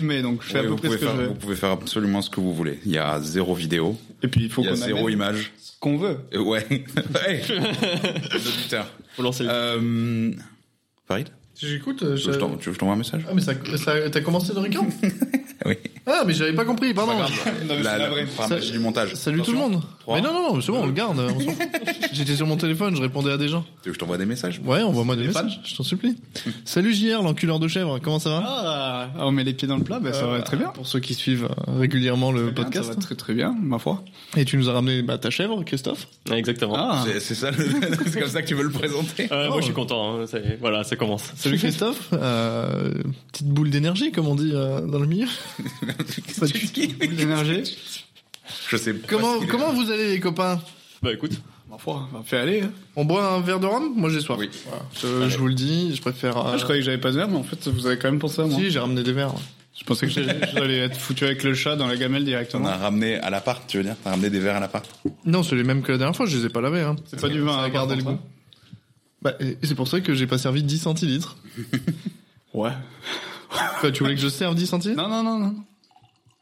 mais donc je fais Oui, à peu vous, près ce pouvez que faire, je vous veux. pouvez faire absolument ce que vous voulez. Il y a zéro vidéo, Et puis il faut il y qu'on a zéro amène image. ce qu'on veut. Euh, Ouais. hey L'auditeur. Faut lancer le- Euh, Farid J'écoute. euh, Tu veux que je t'en- tu veux que je t'envoie un message Ah mais ça, ça t'as commencé de Ricard Oui. Ah mais j'avais pas compris, pardon. Euh, Non, mais c'est la La, la, vraie. enfin, Ça- magie du montage. Salut tout le monde. Trois. mais non non non, c'est bon, on le garde. on s'en fout. J'étais sur mon téléphone, je répondais à des gens. Tu veux que je t'envoie des messages Ouais, envoie-moi des messages, je t'en supplie. Salut JR, l'enculeur de chèvre, comment ça va Ah, on met les pieds dans le plat, bah, ça va Euh, très bien. hein. Pour ceux qui suivent euh, régulièrement le Très bien, podcast. Ça va très très bien, ma foi. Et tu nous as ramené bah, ta chèvre, Christophe. Ouais, Exactement. Ah, C'est c'est ça, le- c'est comme ça que tu veux le présenter Euh, Oh. Moi, je suis content. hein, ça y est, voilà, ça commence. Salut Christophe. Euh, petite boule d'énergie, comme on dit euh, dans le milieu. beaucoup d'énergie. Je sais pas Comment ce qu'il est. comment vous allez les copains Bah écoute, Ma foi, on fait aller. hein. On boit un verre de rhum Moi j'ai soif. Oui. Voilà. Je, je vous le dis, je préfère. euh, Ah, je croyais que j'avais pas de verre, mais en fait, vous avez quand même pensé à moi. si j'ai ramené des verres. Je pensais que j'allais j'allais être foutu avec le chat dans la gamelle T'en directement. as ramené à l'appart, tu veux dire T'as ramené des verres à l'appart Non, c'est les mêmes que la dernière fois, je les ai pas lavés. Hein. C'est pas du vin Ça à a gardé le goût. Bah, et c'est pour ça que j'ai pas servi 10 centilitres. Ouais. Quoi, tu voulais que je serve 10 centilitres Non, non, non, non.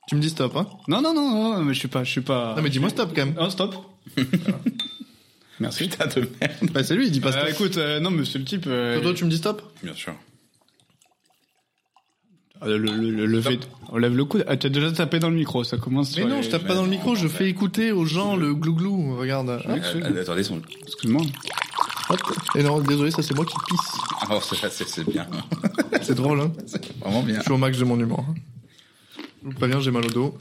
Tu me dis stop, hein Non, non, non, non, mais je suis pas, je suis pas. Non, mais dis-moi stop quand même. Oh, stop. Merci. Putain de merde Bah, c'est lui, il dit pas Euh, stop. écoute, euh, non, mais c'est le type. euh, Toto, tu me dis stop Bien sûr. Ah, Le, le, le- le fait. On lève le coude. Ah, t'as déjà tapé dans le micro, ça commence. Mais sur non, les- je tape je pas dans le vais- micro, je fais écouter aux gens le glouglou. Regarde. Ouais. Euh, euh, attendez, son... Excuse-moi. Hop. Et non, désolé, ça c'est moi qui pisse. oh, c'est c'est- c'est bien. C'est drôle, hein Vraiment bien. Je suis au max de mon humour. hein. Je vous préviens, j'ai mal au dos.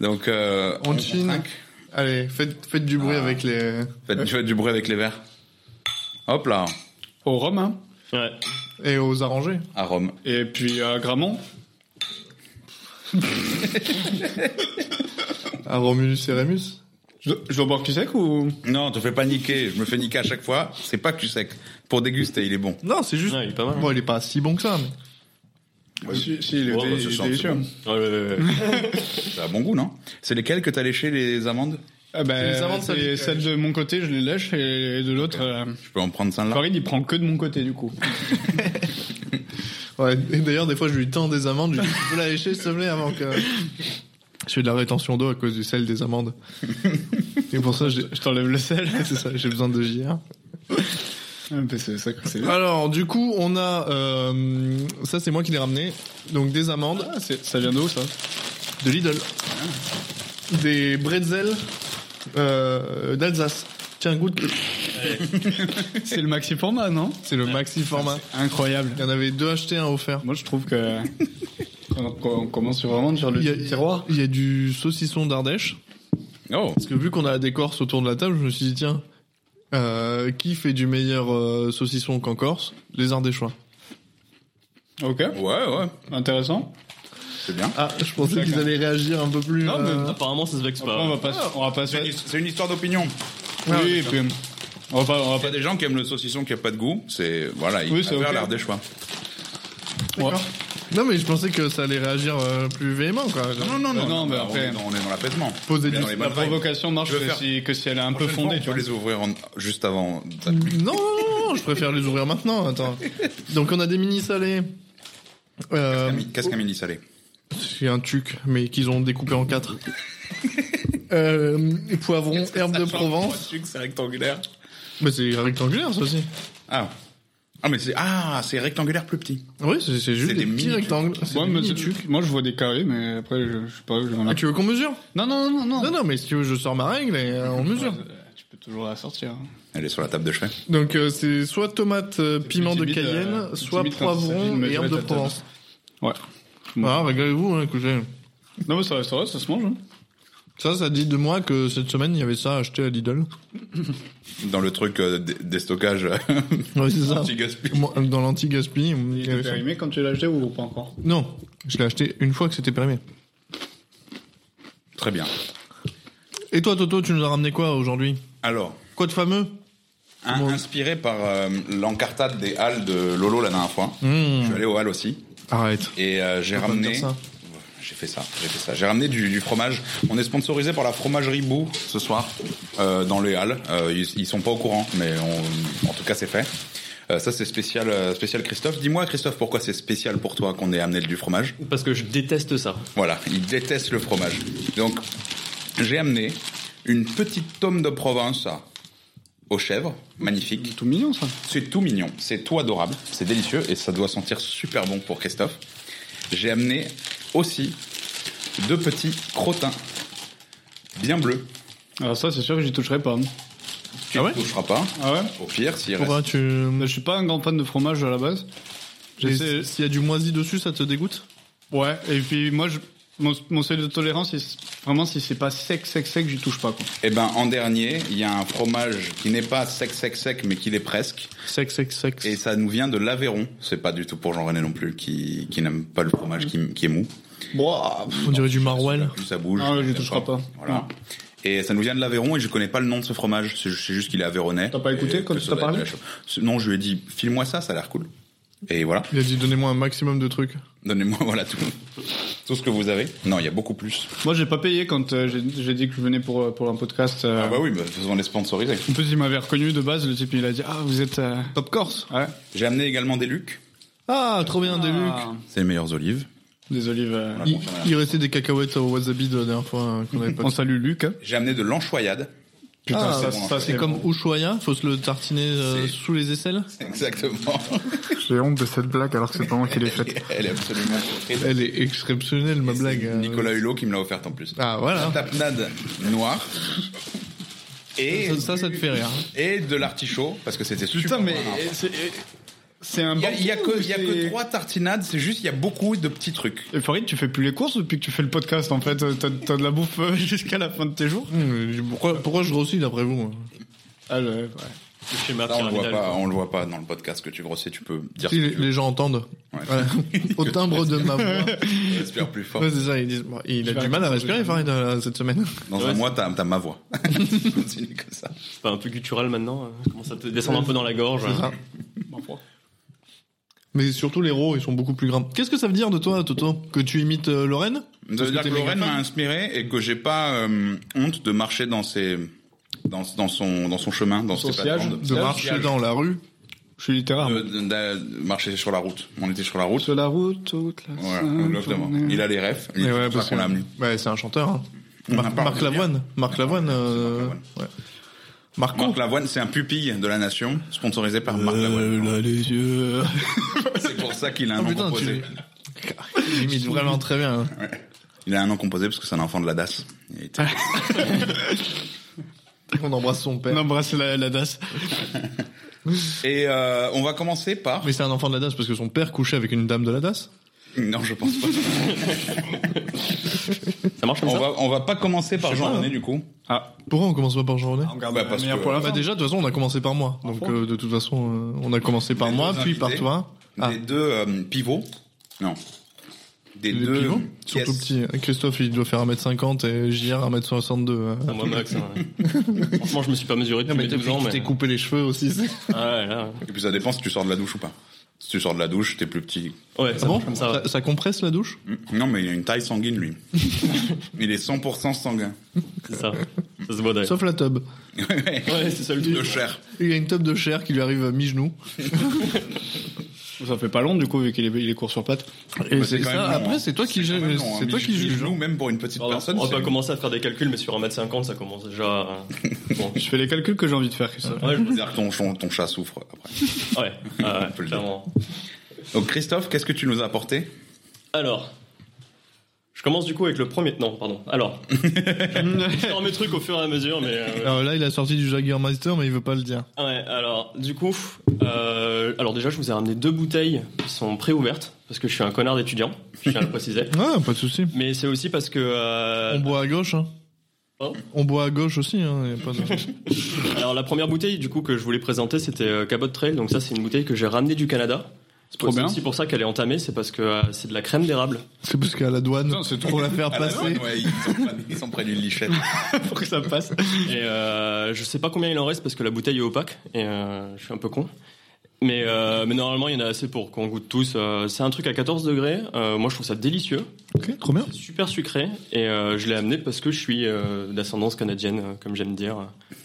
Donc, euh, On chine. trinque. Allez, faites, faites du Ah. bruit avec les. Faites, faites du bruit avec les verres. Hop là, Au Rhum, hein. ouais. Et aux arrangés. à Rome. Et puis à Gramont. À Romulus et Rémus. Je, je dois boire qui sec ou. Non, te fais pas niquer. Je me fais niquer à chaque fois. C'est pas que tu sec. Pour déguster, il est bon. Non, c'est juste. Ouais, il est pas mal. hein. Bon, il est pas si bon que ça. mais- Si, si, il est Ouais, dé- bah, ce il est chante, délicieux. c'est bon. Ouais, ouais, ouais, ouais. Ça a bon goût, non C'est lesquels que t'as léché les amandes Ah C'est les amandes, bah, ça, c'est euh, celle de mon côté, je les lèche, et de l'autre, euh, Je peux en prendre ça là. Farid, il prend que de mon côté, du coup. Ouais, et d'ailleurs, des fois, je lui tends des amandes, je lui dis, tu peux la lécher, s'il te plaît, avant que... Je fais de la rétention d'eau à cause du sel des amandes. Et pour ça, j'ai- Je t'enlève le sel. c'est ça, j'ai besoin de JR. Ah, bah, c'est ça que c'est. Alors, du coup, on a... euh, ça, c'est moi qui l'ai ramené. Donc, des amandes Ah, c'est- ça vient d'où, ça de Lidl. Des bretzels euh, d'Alsace. Tiens, goûte. C'est le maxi format, non C'est le maxi format. Incroyable. Il y en avait deux achetés, un offert. Moi, je trouve que. on, on commence vraiment sur le Il y a- tiroir. Il y a du saucisson d'Ardèche. Oh, Parce que vu qu'on a des Corses autour de la table, je me suis dit, tiens, euh, qui fait du meilleur euh, saucisson qu'en Corse Les Ardéchois. Ok, ouais, ouais, intéressant. c'est bien. Ah, je pensais qu'ils D'accord. allaient réagir un peu plus. Non, mais- euh, Apparemment, ça se vexe Après, pas. on va pas, on va pas se. C'est une, c'est une histoire d'opinion. Oui, et puis. On va pas, on va Il y pas. a des gens qui aiment le saucisson qui a pas de goût. C'est voilà, ils Oui, c'est préfèrent ok. l'art des choix. d'accord. Non, mais je pensais que ça allait réagir euh, plus véhément, quoi. Non, non, non, Euh, non, mais bah, après- on est dans, on est dans l'apaisement. Poser On est du- dans les La bonnes vibes. provocation marche Je veux que faire- si, que si elle est un peu Prochaine fois, fondée, tu on vois. peut les ouvrir en- juste avant. Non, non, non, non, je préfère les ouvrir maintenant. Attends. Donc, on a des mini salés. Euh, Qu'est-ce qu'un mini salé c'est un tuc, mais qu'ils ont découpé en quatre. euh, poivrons, herbes de Provence. C'est rectangulaire. Mais c'est rectangulaire, ça aussi. Ah. Ah mais c'est ah c'est rectangulaire plus petit. Oui, c'est c'est juste C'est des des, petits mini-tubes. rectangles. C'est Moi, des mais mini-tubes. c'est- moi, je vois des carrés, mais après, je, je sais pas. je- Ah, tu veux qu'on mesure Non, non, non, non. Non, non, mais si tu veux, je sors ma règle et euh, on mesure. Euh, Tu peux toujours la sortir. hein. Elle est sur la table de chevet. Donc, euh, c'est soit tomate, euh, plus piment de timide, Cayenne, euh, plus soit timide quand il s'agit de poivron et mesurer herbes de ta table. Provence. Ouais. Ah, régalez-vous, hein, écoutez. Non, mais ça, ça, va, ça se mange. hein. Ça, ça dit de moi que cette semaine, il y avait ça à acheter à Lidl. Dans le truc euh, d- déstockage euh, Ouais, c'est ça. anti-gaspi. Moi, Dans l'anti-gaspi. il y Il avait était ça. périmé quand tu l'as acheté ou pas encore Non, je l'ai acheté une fois que c'était périmé. Très bien. Et toi, Toto, tu nous as ramené quoi aujourd'hui Alors, Quoi de fameux un- Bon. inspiré par euh, l'encartade des halles de Lolo la dernière fois. Je suis allé aux halles aussi Arrête. et euh, j'ai pas me ramené. Hmm. dire ça. J'ai fait ça, j'ai fait ça. J'ai ramené du, du fromage. On est sponsorisé par la fromagerie Bou ce soir euh, dans les Halles. Euh, ils, ils sont pas au courant, mais on- en tout cas c'est fait. Euh, ça, c'est spécial, euh, spécial Christophe. Dis-moi, Christophe, pourquoi c'est spécial pour toi qu'on ait amené du fromage hein, Parce que je déteste ça. Voilà, il déteste le fromage. Donc, j'ai amené une petite tome de Provence à- aux chèvres, magnifique. Tout mignon, ça. C'est tout mignon, c'est tout adorable, c'est délicieux et ça doit sentir super bon pour Christophe. J'ai amené aussi deux petits crottins bien bleus. Alors Ah, ça, c'est sûr que j'y toucherai pas. Tu Ah ne ouais toucheras pas. Ah ouais Au pire, s'il reste. Pourquoi tu. Je suis pas un grand fan de fromage à la base. Et J'essaie- S'il y a du moisi dessus, ça te dégoûte Ouais, et puis moi, je- mon, mon seuil de tolérance, c'est- vraiment, si c'est pas sec, sec, sec, j'y touche pas. Quoi. Eh ben, en dernier, il y a un fromage qui n'est pas sec, sec, sec, mais qui l'est presque. Sec, sec, sec. Et ça nous vient de l'Aveyron. C'est pas du tout pour Jean-René non plus, qui, qui n'aime pas le fromage qui, qui est mou. On dirait du maroilles. Ça bouge. Ah ouais, je ça les toucherai dépend. pas. Mm. Voilà. Non. Et ça nous vient de l'Aveyron et je connais pas le nom de ce fromage. C'est ju- c'est juste qu'il est aveyronnais. T'as pas écouté Et quand que tu ça t'as doit être parlé la chose. Ce- Non, je lui ai dit, file-moi ça, ça a l'air cool. Et voilà. Il a dit donnez-moi un maximum de trucs. Donnez-moi, voilà tout. Tout ce que vous avez. Non, il y a beaucoup plus. Moi, j'ai pas payé quand euh, j'ai j'ai dit que je venais pour, euh, pour un podcast. euh, Ah bah oui, bah, faisons les sponsorisés. En plus, il m'avait reconnu de base, le type, il a dit Ah, vous êtes euh, Top Corse Ouais. J'ai amené également des lucs. Ah, trop bien, des Ah, Lucs. C'est les meilleures olives. Des olives. euh, Voilà. Il, il restait des cacahuètes au wasabi de la dernière fois hein, qu'on avait pas. On salue Luc. hein. J'ai amené de l'anchoyade. Ah, Putain, c'est ça, bon, ça, hein. c'est comme Ushuaïa, faut se le tartiner euh, C'est- sous les aisselles. Exactement. J'ai honte de cette blague alors que c'est pas moi qui l'ai faite. Elle est absolument surprise. Elle est exceptionnelle, ma Et blague. c'est euh. Nicolas Hulot qui me l'a offerte en plus. Ah, Un voilà. tapenade noir. Et, Ça, ça, ça te fait rire. et de l'artichaut, parce que c'était super. Putain, mais bon. euh, c'est- euh, c'est un Il y a, bon il y a que, il y a ou que c'est- trois tartinades, c'est juste, il y a beaucoup de petits trucs. Et Farid, tu fais plus les courses depuis que tu fais le podcast en fait. T'as t'as de la bouffe euh, jusqu'à la fin de tes jours. Hum, Pourquoi, pourquoi je grossis d'après vous Ah, le- ouais. Le schéma Ça, on le voit pyramidal, pas, Ah, quoi. on le voit pas dans le podcast que tu grossis, tu peux dire Si ce que les, tu veux. les gens entendent. Ouais. Voilà. Au timbre de ma voix. Respire plus fort. Ouais, c'est ça, ils disent, bon, il a vais du mal à raconter respirer, Farid, euh, cette semaine. Dans Ouais, un c'est- mois, t'as, t'as ma voix. Continue comme ça. C'est pas un peu culturel maintenant. euh, Commence à te descendre un peu dans la gorge. hein. ça. Mais surtout, les rots, ils sont beaucoup plus grimps. Qu'est-ce que ça veut dire de toi, Toto Que tu imites euh, Lorraine Ça Parce veut dire t'es que méga Lorraine fan. m'a inspiré et que j'ai pas euh, honte de marcher dans ses, dans, dans son, dans son chemin, dans Son ses sillage. plates-bandes. De marcher dans la rue Je suis littéraire. De- de- de marcher sur la route. On était sur la route. Sur la route, toute la Voilà, sainte exactement. journée. Il a les refs. Mais Il ouais, ouais, parce Bah, qu'on que- l'a amené. Ouais, c'est un chanteur. hein. On Mar- en parle Marc de bien. Lavoine. Marc Lavoine. euh, Marc ouais. Marco. Marc Lavoine, c'est un pupille de la nation, sponsorisé par Marc Euh, Lavoine. là, les yeux. C'est pour ça qu'il a un Oh, nom putain, composé. Il imite vraiment très bien. hein. Il a un nom composé parce que c'est un enfant de la DAS. Il Ah. était- On embrasse son père. On embrasse la, la DAS. Et euh, on va commencer par. Mais c'est un enfant de la DAS parce que son père couchait avec une dame de la DAS. Non, je pense pas. Ça marche comme On ça va, on va pas commencer par Je sais pas, Jean René hein. du coup. Ah, Pourquoi on commence pas par Jean-René on garde Bah, la parce meilleure que- pour la Bah fin. déjà, de toute façon, on a commencé par moi. Donc fond. euh, de toute façon, euh, on a commencé par Les moi, deux puis par invités. toi. Ah, Des deux euh, pivots. Non. Des les deux. pivots pièces. Surtout petit. euh, Christophe, il doit faire 1m50 et JR 1m62. euh. Ah, Moi, Max. ouais. Franchement, je me suis pas mesuré Non, Ah, mais depuis mes depuis 12 que ans. tu t'es Mais... coupé les cheveux aussi. c'est- Ah, ouais, là. Et puis ça dépend si tu sors de la douche ou pas. Si tu sors de la douche, t'es plus petit. Ouais, ça Ah bon marche comme ça. ouais. ça, ça compresse la douche Non, mais il a une taille sanguine lui. il est 100% sanguin. C'est ça. Ça se Ben. voit d'ailleurs. Sauf la tub. Ouais, c'est ça le de truc. chair. Il y a une tub de chair qui lui arrive à mi-genou. Ça fait pas long du coup, vu qu'il est, il est court sur pattes. Et Bah, c'est quand ça. même long, Après, hein. c'est toi qui quand même juge. long, hein. C'est toi Mi- qui juge. mi-genou, même pour une petite Pardon, personne. on va c'est pas long. commencer à faire des calculs, mais sur 1m50, ça commence déjà. à- Bon. Je fais les calculs que j'ai envie de faire, Christophe. Ouais, je- C'est-à-dire que ton, chon- ton chat souffre après. ouais, ah ouais, On peut le clairement. Donc Christophe, qu'est-ce que tu nous as apporté Alors, je commence du coup avec le premier. Non, pardon. Alors, je sors mes trucs au fur et à mesure, mais. euh, ouais. Alors là, il a sorti du Jagger Master, mais il veut pas le dire. Ouais, alors, du coup, euh, alors déjà, je vous ai ramené deux bouteilles qui sont pré-ouvertes, parce que je suis un connard d'étudiant, je tiens à le préciser. Ah, pas de souci. Mais c'est aussi parce que. euh, On boit à gauche. Hein. Pardon On boit à gauche aussi. Hein. y a pas de- alors, la première bouteille, du coup, que je voulais présenter, c'était euh, Cabot Trail. Donc, ça, c'est une bouteille que j'ai ramenée du Canada. C'est Trop bien. aussi pour ça qu'elle est entamée, c'est parce que euh, c'est de la crème d'érable. C'est parce qu'à la douane, Putain, c'est pour la faire Ah, la passer. douane, ouais, ils, sont, ils sont près d'une lichette. pour que ça passe. Et euh, je sais pas combien il en reste parce que la bouteille est opaque et euh, je suis un peu con. Mais, euh, mais normalement, il y en a assez pour qu'on goûte tous. Euh, c'est un truc à 14 degrés. Euh, moi, je trouve ça délicieux. Ok, trop bien. C'est super sucré. Et euh, je l'ai amené parce que je suis euh, d'ascendance canadienne, euh, comme j'aime dire.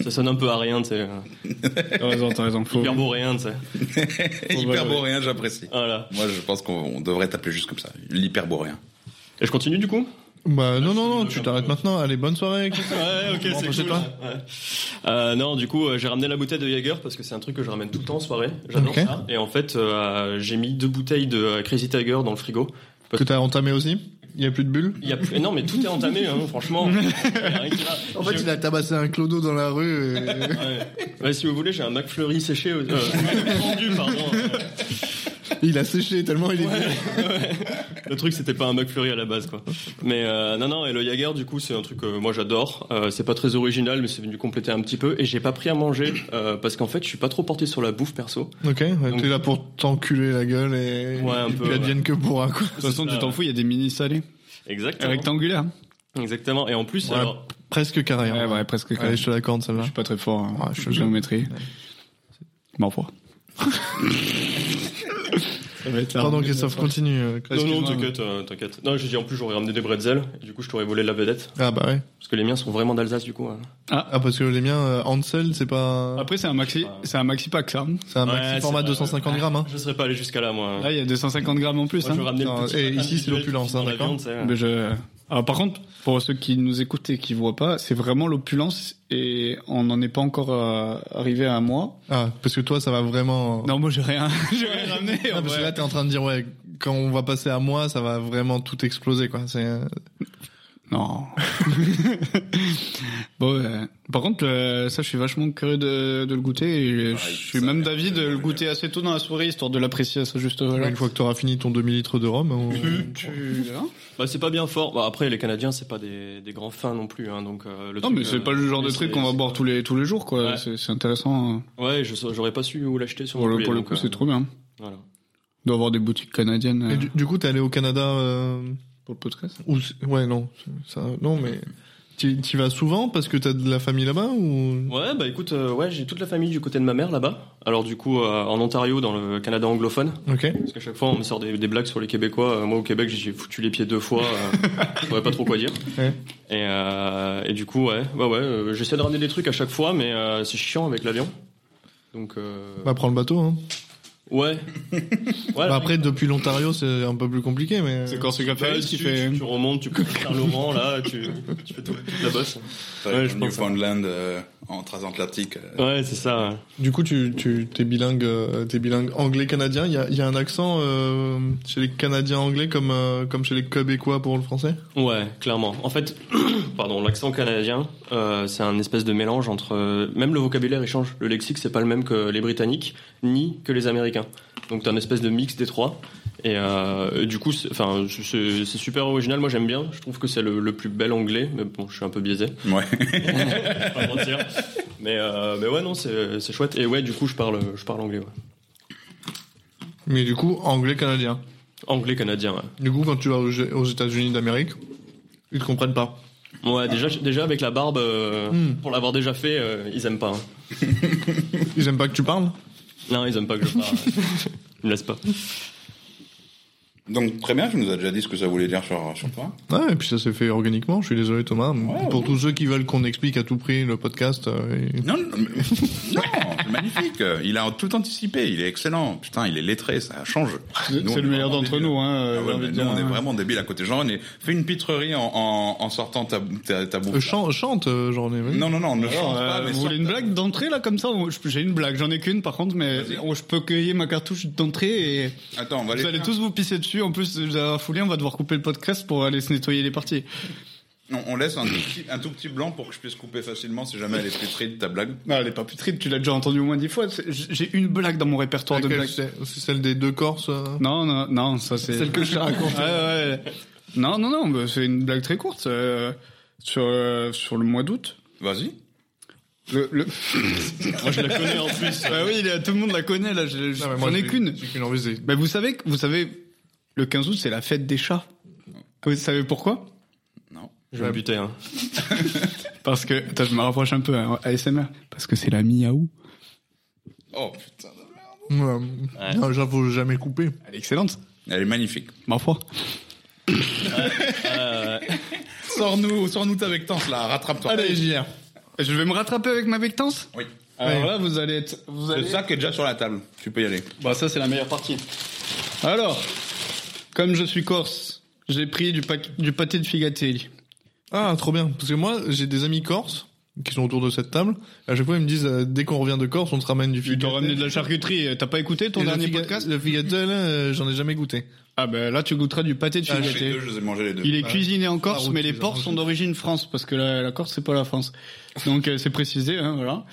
Ça sonne un peu à rien, tu sais. euh, T'as raison, t'as raison. Faut... Hyperboréen, tu sais. Hyperboréen, j'apprécie. Voilà. Moi, je pense qu'on on devrait t'appeler juste comme ça. L'hyperboréen. Et je continue du coup Bah non, non, non, tu t'arrêtes maintenant. Allez, bonne soirée. Ouais, ok, Bon, c'est je sais cool. pas. Ouais. Euh, non, du coup, euh, j'ai ramené la bouteille de Jaeger parce que c'est un truc que je ramène tout le temps en soirée. J'adore Ok. ça. Et en fait, euh, j'ai mis deux bouteilles de euh, Crazy Tiger dans le frigo. Que t'as entamé aussi Il y a plus de bulles Il y a plus- Non, mais tout est entamé, hein, franchement. Il y a rien qui va. En fait, J'ai- il a tabassé un clodo dans la rue. et- Ouais. Ouais, si vous voulez, j'ai un McFlurry séché. Aux... euh, fendu, pardon. il a séché tellement il est. Le truc, c'était pas un McFlurry à la base, quoi. Mais euh, non, non, et le Jaeger, du coup, c'est un truc que moi j'adore. Euh, c'est pas très original, mais c'est venu compléter un petit peu. Et j'ai pas pris à manger euh, parce qu'en fait, je suis pas trop porté sur la bouffe perso. Ok, ouais, Donc- t'es là pour t'enculer la gueule et Ouais, un et peu, qu'il advienne que pourra quoi. De toute façon, tu t'en fous, il y a des mini salés. Exactement. Rectangulaires. Exactement. Et en plus, Ouais. alors, Presque carré. hein. Ouais, ouais, presque. quand Allez, même. je te l'accorde celle-là. Je suis pas très fort hein, en Ouais, je te jure. géométrie. M'en fous. Ça va être la Pardon rentrée. Christophe, continue. euh, non, excuse-moi. non, t'inquiète, euh, t'inquiète. Non, j'ai dit en plus, j'aurais ramené des bretzels. Et du coup, je t'aurais volé la vedette. Ah bah ouais. Parce que les miens sont vraiment d'Alsace, du coup. hein. Ah parce que les miens, euh, Hansel, c'est pas, Après, c'est un maxi, c'est un maxi pack, ça. c'est un Ah, Ouais, maxi c'est format pas- 250 grammes. Hein. Je serais pas allé jusqu'à là, moi. Là, il y a 250 grammes en plus, Moi, je hein. ramenais le Attends, petit- et ici, c'est l'opulence, hein, dans la d'accord viande, c'est- Mais je- Alors, par contre, pour ceux qui nous écoutent et qui voient pas, c'est vraiment l'opulence et on n'en est pas encore euh, arrivé à moi. Ah parce que toi, ça va vraiment. Non, moi j'ai rien, j'ai rien ramené. Ah, en Oh. parce vrai. que là, t'es en train de dire ouais, quand on va passer à moi, ça va vraiment tout exploser quoi. C'est euh, Non. bon, euh, par contre, euh, ça, je suis vachement curieux de, de le goûter. Et je Pareil, suis Ah, ça a même l'air d'avis de très le bon, goûter assez tôt dans la soirée, histoire de l'apprécier à sa juste valeur. une fois que t'auras fini ton demi litre de rhum. on- Mhm. Tu- tu- hein Bah, c'est pas bien fort. Bah, après, les Canadiens, c'est pas des, des grands fins non plus. Hein, donc, euh, le Non, truc, mais c'est euh, pas le genre de c'est- truc qu'on va c'est- boire tous les tous les jours, quoi. Ouais. C'est c'est intéressant. hein. Ouais, je sa- j'aurais pas su où l'acheter sur Pour le, Montpellier, pour le donc, coup, euh, c'est trop bien. voilà. Doit avoir des boutiques canadiennes euh, Et du, du coup, t'es allé au Canada. euh, pour le podcast. Ou c'est- ouais, non, ça, non, mais tu tu vas souvent parce que t'as de la famille là-bas ou Ouais, bah écoute, euh, ouais, j'ai toute la famille du côté de ma mère là-bas. Alors, du coup, euh, en Ontario, dans le Canada anglophone. Ok. Parce qu'à chaque fois, on me sort des, des blagues sur les Québécois. Euh, moi, au Québec, j'ai foutu les pieds deux fois. Euh, je savais pas trop quoi dire. Ouais. Et, euh, et du coup, ouais, ouais, ouais. euh, J'essaie de ramener des trucs à chaque fois, mais euh, c'est chiant avec l'avion. Donc, euh, Bah prends le bateau. Hein. ouais. Ouais, Bah, après, depuis l'Ontario, c'est un peu plus compliqué, mais C'est Corsica Bah, Ouais, Café tu, qui fait. tu- tu remontes, tu peux faire Laurent là, tu, tu fais tout- toute la bosse. Ouais, je pense, Newfoundland euh, en transatlantique. euh, Ouais, c'est ça. ouais. du coup, tu tu t'es bilingue, euh, t'es bilingue anglais canadien. Il y a, il y a un accent euh, chez les Canadiens anglais comme euh, comme chez les Québécois pour le français. Ouais, clairement. En fait, pardon, l'accent canadien, euh, c'est un espèce de mélange entre euh, même le vocabulaire il change. Le lexique, c'est pas le même que les Britanniques ni que les Américains. Donc t'as un espèce de mix des trois. Et euh, du coup, c'est- enfin, c'est c'est- c'est super original. Moi, j'aime bien. Je trouve que c'est le, le plus bel anglais. Mais bon, je suis un peu biaisé. Ouais. Pas mentir. Mais euh, mais ouais, non, c'est c'est chouette. Et ouais, du coup, je parle je parle anglais. ouais. Mais du coup, anglais canadien. Anglais canadien. Ouais. Du coup, quand tu vas aux, G- aux États-Unis d'Amérique, ils te comprennent pas. Ouais, déjà, déjà avec la barbe, euh, Hmm. pour l'avoir déjà fait, euh, ils aiment pas. hein. Ils aiment pas que tu parles. Non, ils aiment pas que je parle. ils me laissent pas. Donc très bien, tu nous as déjà dit ce que ça voulait dire sur, sur toi. Ouais, et puis ça s'est fait organiquement. Je suis désolé, Thomas. pour tous ceux qui veulent qu'on explique à tout prix le podcast, euh, et- Non, non, mais- non, c'est magnifique. Il a tout anticipé, il est excellent. Putain, il est lettré, ça change. Nous, on C'est est le meilleur vraiment d'entre débiles. nous, hein. Ah j'ai ouais, envie mais de nous, dire, on est hein. vraiment débile à côté. Genre, on est fait une pitrerie en, en, en sortant ta, ta, ta bouffe. Euh, chan- chante, euh, j'en ai. Non, non, non, on ne Alors, change pas. euh, mais vous sort- voulez une blague d'entrée là comme ça On- je- J'ai une blague, j'en ai qu'une par contre, mais Vas-y. on- je peux cueillir ma cartouche d'entrée et Attends, on va vous allez aller. tous vous pisser dessus. En plus, vous avez foulée, on va devoir couper le podcast pour aller se nettoyer les parties. On, on laisse un tout, petit, un tout petit blanc pour que je puisse couper facilement si jamais elle est pétrie de ta blague. Non, Bah, elle est pas putride, tu l'as déjà entendu au moins dix fois. C'est- J'ai une blague dans mon répertoire de Laquelle blagues. c'est C'est celle des deux Corses. euh Non, non, non, ça c'est. Celle que je t'ai racontée. Ouais, ouais. Non, non, non, bah, c'est une blague très courte. euh, sur, euh, sur le mois d'août. Vas-y. Le, le- Moi, je la connais en plus. Bah oui, là, tout le monde la connaît, là, je- je- Non, mais j'en ai j'ai- qu'une. J'ai qu'une envie, c'est Mais vous savez, que- vous savez, le 15 août, c'est la fête des chats. Ah Vous savez pourquoi Non. Je vais me buter. Hein. Parce que, hein, attends, je me rapproche un peu à ASMR. Parce que c'est la miaou. Oh putain de merde. Ouais. Non, j'avoue, jamais coupé. Elle est excellente, Elle est magnifique. ma foi. Sors-nous, sors-nous ta vectance là, rattrape-toi. JR. Je vais me rattraper avec ma vectance Oui. Alors là, vous allez être... Vous Le allez... sac est déjà sur la table. Tu peux y aller. Bah ça, c'est la meilleure partie. Alors, comme je suis corse, j'ai pris du, pa- du pâté de figatelli. Ah, trop bien. Parce que moi, j'ai des amis corses qui sont autour de cette table. À chaque fois, ils me disent euh, dès qu'on revient de Corse, on te ramène du Tu t'as figatelle. ramené de la charcuterie, t'as pas écouté ton Et le dernier figa- podcast Le figatelle, euh, j'en ai jamais goûté. Ah ben là, tu goûteras du pâté de Ah, Je les figatelli. deux, je les ai mangés les deux. Il est cuisiné en Corse, route, mais les Ah. ils ont porcs rangé. sont d'origine France, parce que la, la Corse, c'est pas la France. Donc euh, c'est précisé, hein, voilà.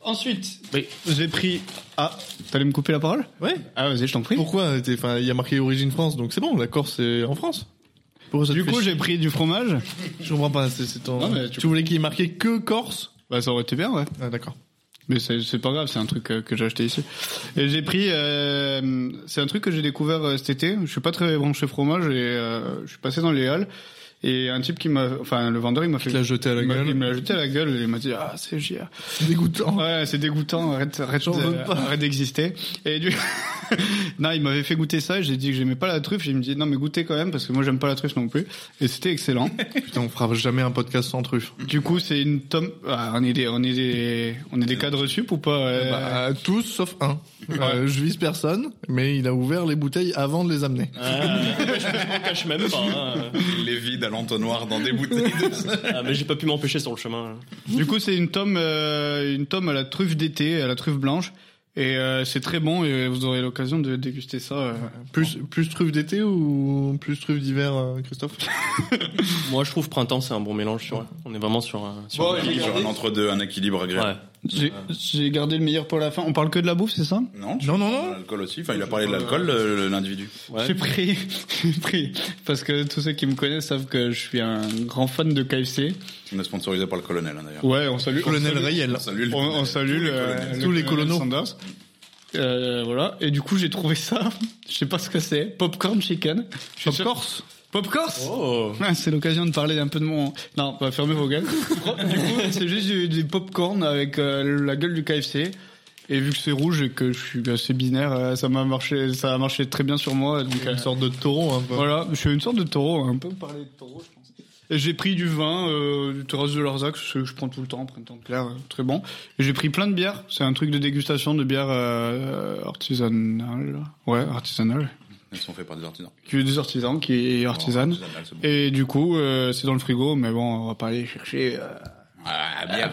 Ensuite, j'ai pris... Ah, t'allais me couper la parole Ouais. Ah vas-y, je t'en prie. Pourquoi t'es- Enfin, il y a marqué origine France, donc c'est bon. La Corse, c'est en France. Pourquoi ça te Du fait coup, chier j'ai pris du fromage. je comprends pas. c'est- c'est ton- Non, mais tu... tu- voulais qu'il y ait marqué que Corse Bah ça aurait été bien, ouais. Ah, d'accord. Mais c'est c'est pas grave, c'est un truc euh, que j'ai acheté ici. Et j'ai pris, euh, c'est un truc que j'ai découvert euh, cet été. Je suis pas très branché fromage et euh, je suis passé dans les halles et un type qui m'a, enfin le vendeur il m'a fait, Tu l'as jeté à la il m'a- il gueule. me l'a jeté à la gueule et il m'a dit ah c'est JR. C'est dégoûtant. Ouais c'est dégoûtant, arrête, arrête, J'en veux euh, pas. arrête d'exister. Et du, non il m'avait fait goûter ça, et j'ai dit que j'aimais pas la truffe, il me dit non mais goûtez quand même parce que moi j'aime pas la truffe non plus. Et c'était excellent. Putain, on fera jamais un podcast sans truffe. du coup c'est une tome, ah, on est des, on est des, on est des cadres sup ou pas euh, Bah, à tous sauf un. Euh, je vise personne, mais il a ouvert les bouteilles avant de les amener. Ah. Ah, je m'en cache même pas. hein. Il les vide à l'entonnoir dans des bouteilles. Ah, mais j'ai pas pu m'empêcher sur le chemin. Du coup, c'est une tome, euh, une tome à la truffe d'été, à la truffe blanche. Et euh, c'est très bon et vous aurez l'occasion de déguster ça. euh. Plus, plus truffe d'été ou plus truffe d'hiver, euh, Christophe Moi, je trouve printemps, c'est un bon mélange. Tu vois. On est vraiment sur un. Sur Bon, un- j'ai Sur un entre-deux, un équilibre agréable. Ouais. J'ai j'ai gardé le meilleur pour la fin. On parle que de la bouffe, c'est ça Non, tu Non, non, parles non. de L'alcool aussi. Enfin, il a parlé de l'alcool, le- le- l'individu. Ouais. J'ai pris, j'ai pris, parce que tous ceux qui me connaissent savent que je suis un grand fan de KFC. On est sponsorisé par le colonel, hein, d'ailleurs. Ouais, on salue. Colonel Rayel. On salue le On, on colonel. salue le- colonels. le Tous les colonel colonos. Sanders. Euh, voilà. Et du coup, j'ai trouvé ça. Je sais pas ce que c'est. Popcorn chicken. Je suis sûr- Corse Pop Corse. Oh. Ah, c'est l'occasion de parler un peu de mon. Non, bah, fermez vos gueules. du coup, c'est juste du, du popcorn avec euh, la gueule du KFC. Et vu que c'est rouge et que je suis assez binaire, euh, ça m'a marché, ça a marché très bien sur moi. Donc, euh, Une sorte de taureau un peu. voilà, je suis une sorte de taureau. On peut parler de taureau, je pense. Et j'ai pris du vin, euh, du terrasse de Larzac, ce que je prends tout le temps, printemps clair, euh, très bon. Et j'ai pris plein de bières. C'est un truc de dégustation de bière euh, artisanale. Ouais, artisanale. Ils sont faits par des artisans. Qui est des artisans, qui est Oh, artisane. Bon, artisanal, c'est bon. Et du coup, euh, c'est dans le frigo, mais bon, on va pas aller chercher. euh, Ah, bah, bien.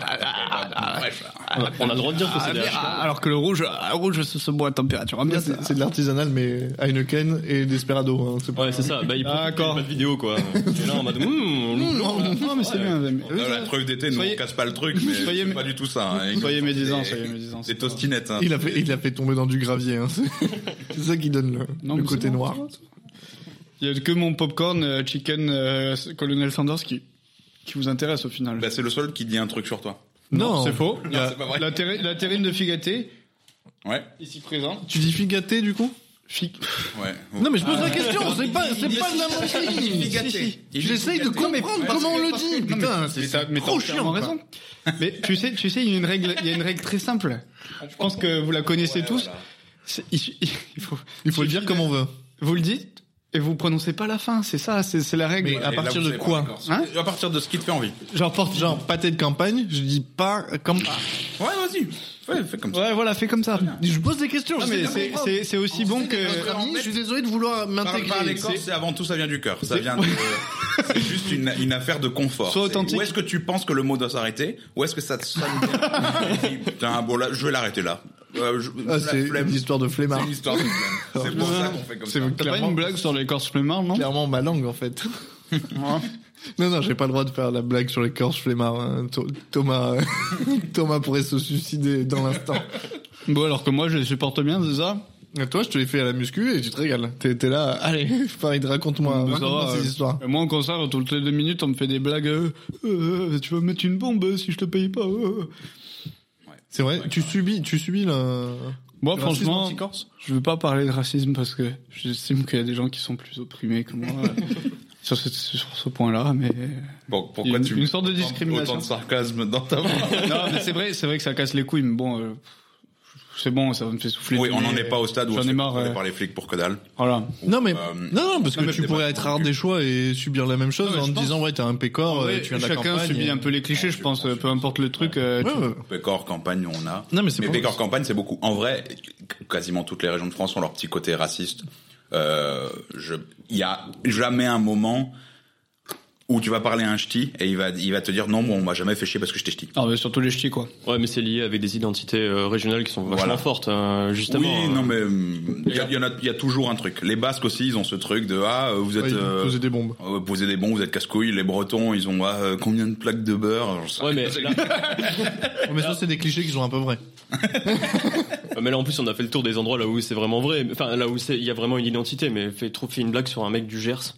Bref. On a le droit de dire bah, que c'est des ah, hachis. alors que le rouge, ah, le rouge se, se boit à température Ouais, ambiante. Ah, c'est c'est de l'artisanal, mais Heineken et Desperado. hein, c'est pas- Ouais, c'est ça. Bah, il profite qu'il y ait D'accord. pas de vidéo, quoi. Et là, en mode. hmm, Non, non, non, mais c'est bien. mais- On a Euh, la truffe d'été, nous, Soyez- on casse pas le truc, mais Soyez c'est mé- pas du tout ça. hein. Soyez médisants, Des- soyez médisants. Des tostinettes. hein. Il a fait, il a fait tomber dans du gravier. hein, C'est c'est ça qui donne le, Non, le mais c'est côté bon, noir. Il y a que mon popcorn euh, chicken euh, Colonel Sanders qui qui vous intéresse au final. Bah, c'est le seul qui dit un truc sur toi. Non. c'est faux. Non, La, c'est pas vrai. la terri- la terrine de Figaté, Ouais, ici présent. Tu dis figaté du coup Fi- ouais. Non mais je Euh, pose la question, c'est pas, c'est pas de la menterie. Si, si. J'essaye de comprendre comment on le dit. Putain, Mais t'as- c'est mais t'as trop chiant. entièrement quoi. raison. Mais tu sais, tu sais, il y a une règle, il y a une règle très simple. Ah, Je pense que vous la connaissez tous. C'est- Il, il faut, Il faut le dire comme on veut. Vous le dites et vous prononcez pas la fin. C'est ça, c'est c'est la règle. Mais à partir de quoi Hein À partir de ce qui te fait envie. Genre porte genre pâté de campagne, je dis pas comme Ouais, vas-y. Ouais, fais comme ça. Ouais, voilà, fais comme ça. Je pose des questions. Non, mais c'est- c'est c'est aussi bon que. Votre ami, je suis désolé de Par, vouloir par m'intégrer. les corps, c'est avant tout, ça vient du cœur. Ça vient de... C'est juste une, une affaire de confort. Sois C'est authentique. Où est-ce que tu penses que le mot doit s'arrêter Où est-ce que ça te sonne bien Putain, bon, là, je vais l'arrêter là. Euh, je- Ah, la c'est flemme. une histoire de C'est flemmard. une histoire de flemme. C'est pour ça qu'on fait comme ça. T'as pas clairement- une blague sur les Corses flemmards, non Clairement ma langue en fait. Non non, j'ai pas le droit de faire la blague sur les corses flemmards. hein. Tho- Thomas euh, Thomas pourrait se suicider dans l'instant. Bon, alors que moi, je les supporte bien, c'est ça Et Toi, je te l'ai fait à la muscu et tu te régales. T'es t'es là, allez, Farid, raconte-moi Bon, ça raconte-moi va, ces euh, histoires. et Moi, en concert, toutes les deux minutes, on me fait des blagues. euh, euh, tu vas mettre une bombe euh, si je te paye pas. euh. C'est vrai, tu subis, tu subis le. Moi, le racisme franchement, anti-corse je veux pas parler de racisme parce que j'estime qu'il y a des gens qui sont plus opprimés que moi euh, sur ce, sur ce point-là, mais. euh, Bon, pourquoi Une- tu une sorte de autant- discrimination. Autant de sarcasme dans ta voix. non, mais c'est vrai, c'est vrai que ça casse les couilles, mais bon, euh, pff, c'est bon, ça me fait souffler. Oui, on Mais- n'en est pas au stade où J'en on ai se fait marre, contrôler ouais. par les flics pour que dalle. Voilà. Non mais Euh, non, non parce que mais tu c'est pourrais pas être convaincu. rare des choix et subir la même chose Non, mais en je te pense- disant ouais t'as un pécor Ouais, euh, tu viens de la chacun campagne. subit et- un peu les clichés, je pense. Peu importe le truc. euh, tu- Ouais, ouais. Pécor, campagne, on a. Non mais c'est Mais pas- Pécor campagne, c'est beaucoup. En vrai, quasiment toutes les régions de France ont leur petit côté raciste. Euh, je, il y a jamais un moment où tu vas parler à un ch'ti et il va, il va te dire non, moi, on m'a jamais fait chier parce que j'étais ch'ti. Ah, mais surtout les ch'tis, quoi. Ouais, mais c'est lié avec des identités euh, régionales qui sont vachement Voilà. fortes, euh, justement. Oui, euh, non, mais hum, il y, a- il y en a- il y a toujours un truc. Les Basques aussi, ils ont ce truc de ah, euh, vous êtes Ouais, ils euh, posaient des bombes. euh, posez des bons, vous êtes casse-couilles. Les Bretons, ils ont ah, euh, combien de plaques de beurre J'en sais Ouais, rien. mais là, Ouais, mais ça c'est des clichés qui sont un peu vrais. Euh, Mais là, en plus, on a fait le tour des endroits là où c'est vraiment vrai. Enfin, là où c'est- il y a vraiment une identité. Mais fait trop fait une blague sur un mec du Gers.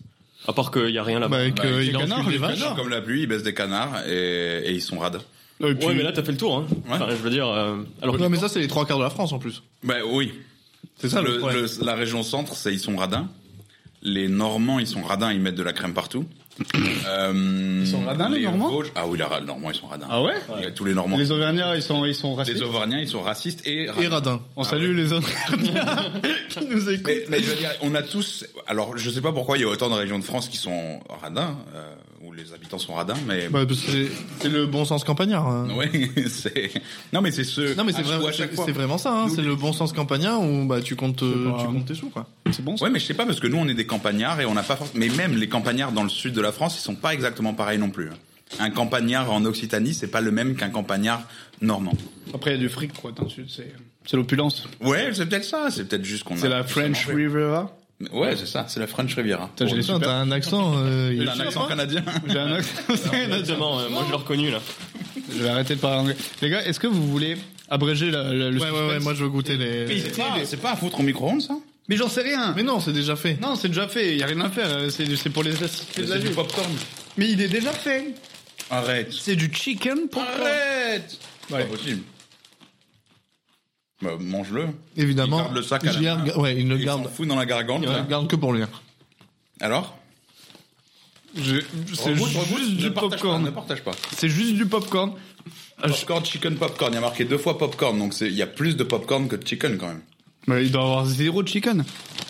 À part qu'il y a rien là-bas. Bah, et que avec il les encule canards, des les vaches. canards. Comme la pluie, ils baissent des canards et, et ils sont rades. Et puis- ouais, mais là, t'as fait le tour. Hein. Enfin, je veux dire. euh, alors, que- Non mais ça c'est les trois quarts de la France en plus. Ben oui. C'est ça, le Le- problème. le- la région centre, c'est ils sont radins. Les Normands, ils sont radins, ils mettent de la crème partout. Euh, Ils sont radins, les Normands Vosges- Ah oui, les Normands, ils sont radins. Ah ouais Il y a Tous les Normands. Les Auvergnats, ils sont, ils sont Les racistes. Auvergnats, Ah ils sont racistes et radins. Et radin. On salue les Auvergnats qui nous écoutent. Mais, mais je veux dire, on a tous. Alors, je sais pas pourquoi il y a autant de régions de France qui sont radins, euh, où les habitants sont radins, mais. Bah, parce que c'est- c'est le bon sens campagnard. hein. Ouais, c'est. Non, mais c'est ce. Non mais c'est à- vraiment, Ah, à chaque c'est- fois. c'est vraiment ça. hein, Nous, C'est le bon sens campagnard où bah tu comptes, euh, pas- tu comptes tes sous quoi. C'est bon, ça Ouais, mais je sais pas parce que nous on est des campagnards et on n'a pas forcément. Mais même les campagnards dans le sud de la France, ils sont pas exactement pareils non plus. hein. Un campagnard en Occitanie, c'est pas le même qu'un campagnard normand. Après, il y a du fric, quoi. Dans le sud, c'est c'est l'opulence. Ouais, c'est peut-être ça. C'est peut-être juste qu'on. C'est a- la French Riviera. Ouais, c'est ça. C'est la French Riviera. Oh, Putain, je l'ai Putain, super. T'as un accent. euh, il- T'as un accent canadien. J'ai un accent. Exactement, euh, moi je l'ai reconnu là. Je vais arrêter de parler anglais. Les gars, est-ce que vous voulez abréger la- la- le Ouais suspense ouais ouais. Moi je veux goûter les. C'est pas, c'est pas à foutre au micro-ondes ça. Mais j'en sais rien. Mais non c'est déjà fait. Non, c'est déjà fait. Il y a rien à faire. euh, C'est c'est pour les acides de la vie. popcorn. Mais il est déjà fait. Arrête. C'est du chicken pour Arrête. Ouais. Pas possible. Bah, mange-le. Évidemment. Il garde le sac à la Je garde- main. Ouais il ne Il s'en garde. fout dans la gargante. il ne là. garde que pour lui. hein. Alors. Je- C'est Regoute, regoute, juste ne du partage pas, Ne popcorn. partage pas. C'est juste du popcorn. Popcorn, chicken, popcorn. Il y a marqué deux fois popcorn, donc c'est- il y a plus de popcorn que de chicken quand même. Mais il doit avoir zéro chicken.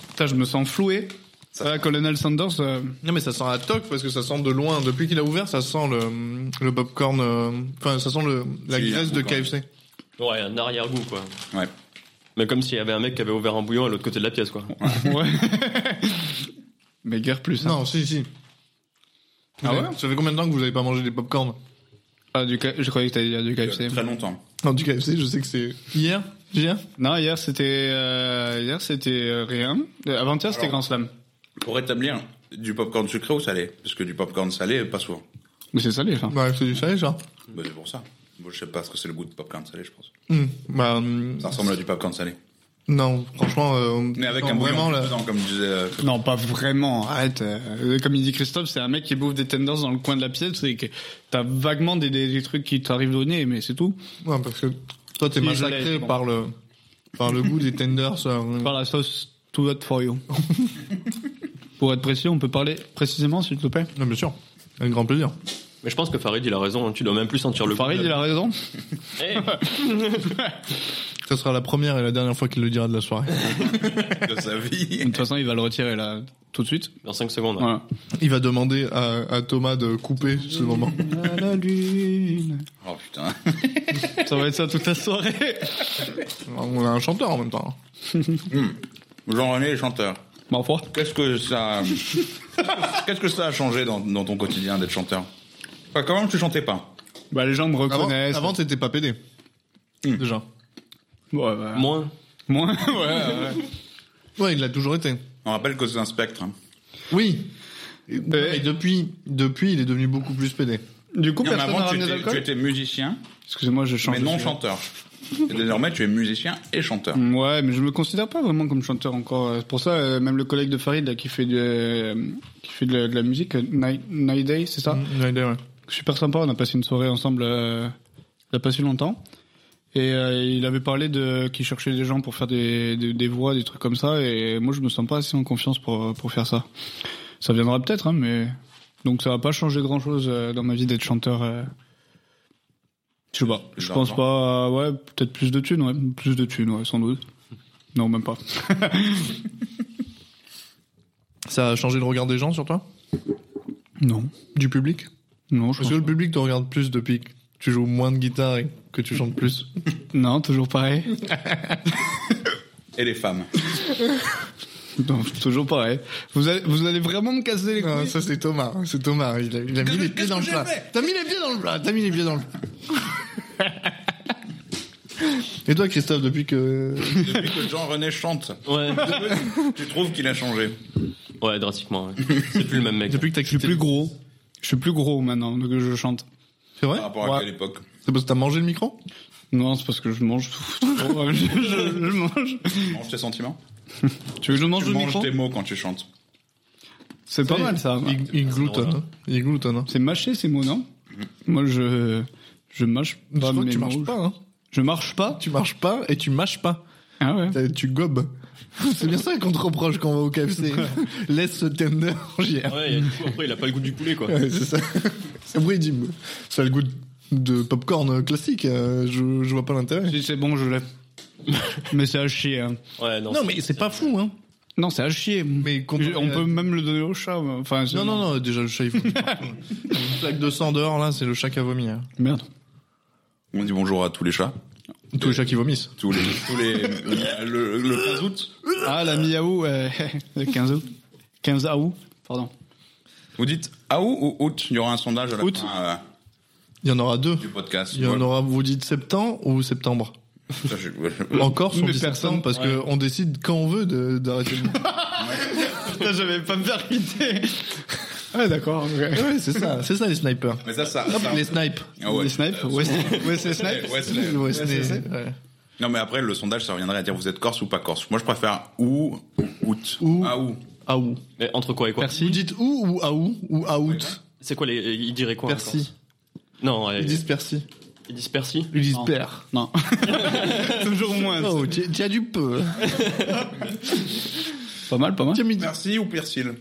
Putain, je me sens floué. Ça- Ça, Colonel Sanders. euh, Non mais ça sent à toc parce que ça sent de loin. Depuis qu'il a ouvert, ça sent le, le popcorn. euh, Enfin, ça sent le, la C'est graisse un de popcorn. KFC. Ouais, un arrière-goût quoi. Ouais. Mais comme s'il y avait un mec qui avait ouvert un bouillon à l'autre côté de la pièce quoi. Ouais. Mais guère plus. hein. Non, si, si. Ah Mais ouais Ça fait combien de temps que vous avez pas mangé des popcorn Ah, du K- Je croyais que t'allais dire du Il y KFC. a Très longtemps. Non, du KFC, je sais que c'est hier. Hier. Non, hier c'était euh, hier c'était euh, rien. Euh, Avant-hier c'était Grand Slam. Pour établir du popcorn sucré ou salé, parce que du popcorn salé, pas souvent. Mais c'est salé ça. Bah, c'est du salé, ça. Bah, c'est pour ça. Bon, je sais pas ce que c'est le goût de popcorn salé, je pense. Hmm. Bah, hum, Ça ressemble à du popcorn salé. non, franchement. euh, Mais avec non, un vraiment bouillon là. dedans, comme disait. euh, Non, pas vraiment. Arrête. Euh, Comme il dit Christophe, c'est un mec qui bouffe des tenders dans le coin de la pièce. C'est que t'as vaguement des, des, des trucs qui t'arrivent au nez, mais c'est tout. Ouais, parce que toi, t'es Si, massacré salé, bon. par le par le goût des tenders. euh, Par la sauce too hot for you. Pour être précis, on peut parler précisément, s'il te plaît. Non, bien sûr. Avec grand plaisir. Mais je pense que Farid il a raison, hein, tu dois même plus sentir le goût Farid, de il la- a raison. Eh, Ça sera la première et la dernière fois qu'il le dira de la soirée. de sa De vie. toute façon, il va le retirer là tout de suite. Dans 5 secondes. Voilà. hein. Il va demander à, à Thomas de couper ce moment. la lune. Oh putain. Ça va être ça toute la soirée. On a un chanteur en même temps. hein. Jean-René, chanteur. Bah, enfin. Qu'est-ce que ça. Qu'est-ce que ça a changé dans, dans ton quotidien d'être chanteur Enfin, quand même, tu chantais pas. Bah, les gens me Avant, reconnaissent. avant t'étais pas PD. Déjà. Ouais, bah, Moins. Moins, ouais. Ouais, il l'a toujours été. Euh, On rappelle que c'est un spectre. hein. Oui. Et, mais depuis, depuis, il est devenu beaucoup plus PD. Du coup, Non, mais personne n'a avant, tu ramené étais, tu d'alcool étais musicien, Excusez-moi, je change. mais de non sujet. Mm, chanteur. Et désormais, tu es musicien et chanteur. Ouais, mais je me considère pas vraiment comme chanteur encore. C'est pour ça, euh, même le collègue de Farid là, qui fait de, euh, qui fait de, la, de la musique, euh, Night, Night Day, c'est ça Mm, ouais, ouais. Super sympa, on a passé une soirée ensemble euh, il y a pas si longtemps. Et euh, il avait parlé de qu'il cherchait des gens pour faire des, des, des voix, des trucs comme ça. Et moi, je me sens pas assez en confiance pour, pour faire ça. Ça viendra peut-être, hein, mais... Donc ça va pas changer grand-chose euh, dans ma vie d'être chanteur. euh. Je sais pas. Je Plus pense d'argent. pas. à- Ouais, peut-être plus de thunes, ouais. Plus de thunes, ouais, sans doute. Non, même pas. Ça a changé le regard des gens sur toi Non. Du public Non, je Parce pense que le public te regarde plus depuis que tu joues moins de guitare et que tu chantes plus. pas. Non, toujours pareil. Et les femmes. Non, toujours pareil. Vous allez, vous allez vraiment me casser les couilles. Non, ça c'est Thomas, c'est Thomas, il a, il a mis les pieds dans le plat. T'as mis les pieds dans le plat, t'as mis les pieds dans le plat. Et toi Christophe, depuis que... Depuis que Jean-René chante, Ouais, tu trouves qu'il a changé. ouais drastiquement. ouais. C'est plus le même mec. Depuis que t'as Je suis quitté... plus gros. Je suis plus gros maintenant que je chante. C'est vrai Par rapport Ouais. à quelle époque C'est parce que t'as mangé le micro Non, c'est parce que je mange tout. je, je- je mange. Mange tes sentiments. Tu veux que je mange Tu le manges micro tes mots quand tu chantes. C'est pas Oui. mal ça. Il, il gloutonne, hein. il gloutonne. hein. C'est mâcher ces mots, non Moi, je je mâche Mm. Je pas crois que mes tu marches mots. pas, hein. Je marche pas. Tu marches pas et tu mâches pas. Ah ouais. T'as- Tu gobes. C'est bien ça qu'on te reproche quand on va au KFC. Laisse ce tender, JR. Ouais, et du coup, après, il a pas le goût du poulet, quoi. Ouais, c'est ça. Après, il dit, ça a le goût de- de popcorn classique. euh, Je, je vois pas l'intérêt. Si c'est bon, je l'ai. mais c'est à chier. hein. Ouais, non, Non, mais c'est pas fou, hein. Non, c'est à chier. Mais comparé Je- on à- peut même le donner au chat. moi. Enfin, c'est- Non, non, non, déjà le chat, il faut. Une plaque de sang dehors, là, c'est le chat qui a vomi. hein. Merde. On dit bonjour à tous les chats. Tous les chats qui vomissent. Tous les. tous les le, le 15 août. Ah, la miaou, euh, le 15 août. 15 août, pardon. Vous dites ah ou ou août Il y aura un sondage à la Août. fin euh, Il y en aura deux. du podcast. Il y en Voilà. aura, vous dites septembre ou septembre Ça, je- Encore sur Mais Euh, personne personne- parce que on décide quand on veut de- d'arrêter le Putain, j'avais pas me faire quitter. Ouais, d'accord. ok. Ouais, c'est ça, c'est ça les snipers. Mais ça, ça. Hop, ça- les snipes. Ah ouais. Les snipes, ouais, c'est- ouais, c'est snipe. Ouais, c'est la- Le OSN, c'est ça. ouais. Non, mais après, le sondage, ça reviendrait à dire vous êtes corse ou pas corse. Moi, je préfère ou, août. Ou. Ah, ou. Ah ou. Mais entre quoi et quoi Vous dites ou ou ah ou ou ah out. C'est quoi les. Il dirait quoi encore Percy. Non, ouais, Ils disent Percy. ils disent Percy. Ils disent Non. père. Non. Toujours moins. Oh, tu tu as du peu. Pas mal, pas mal. Tiens, midi. Merci ou persil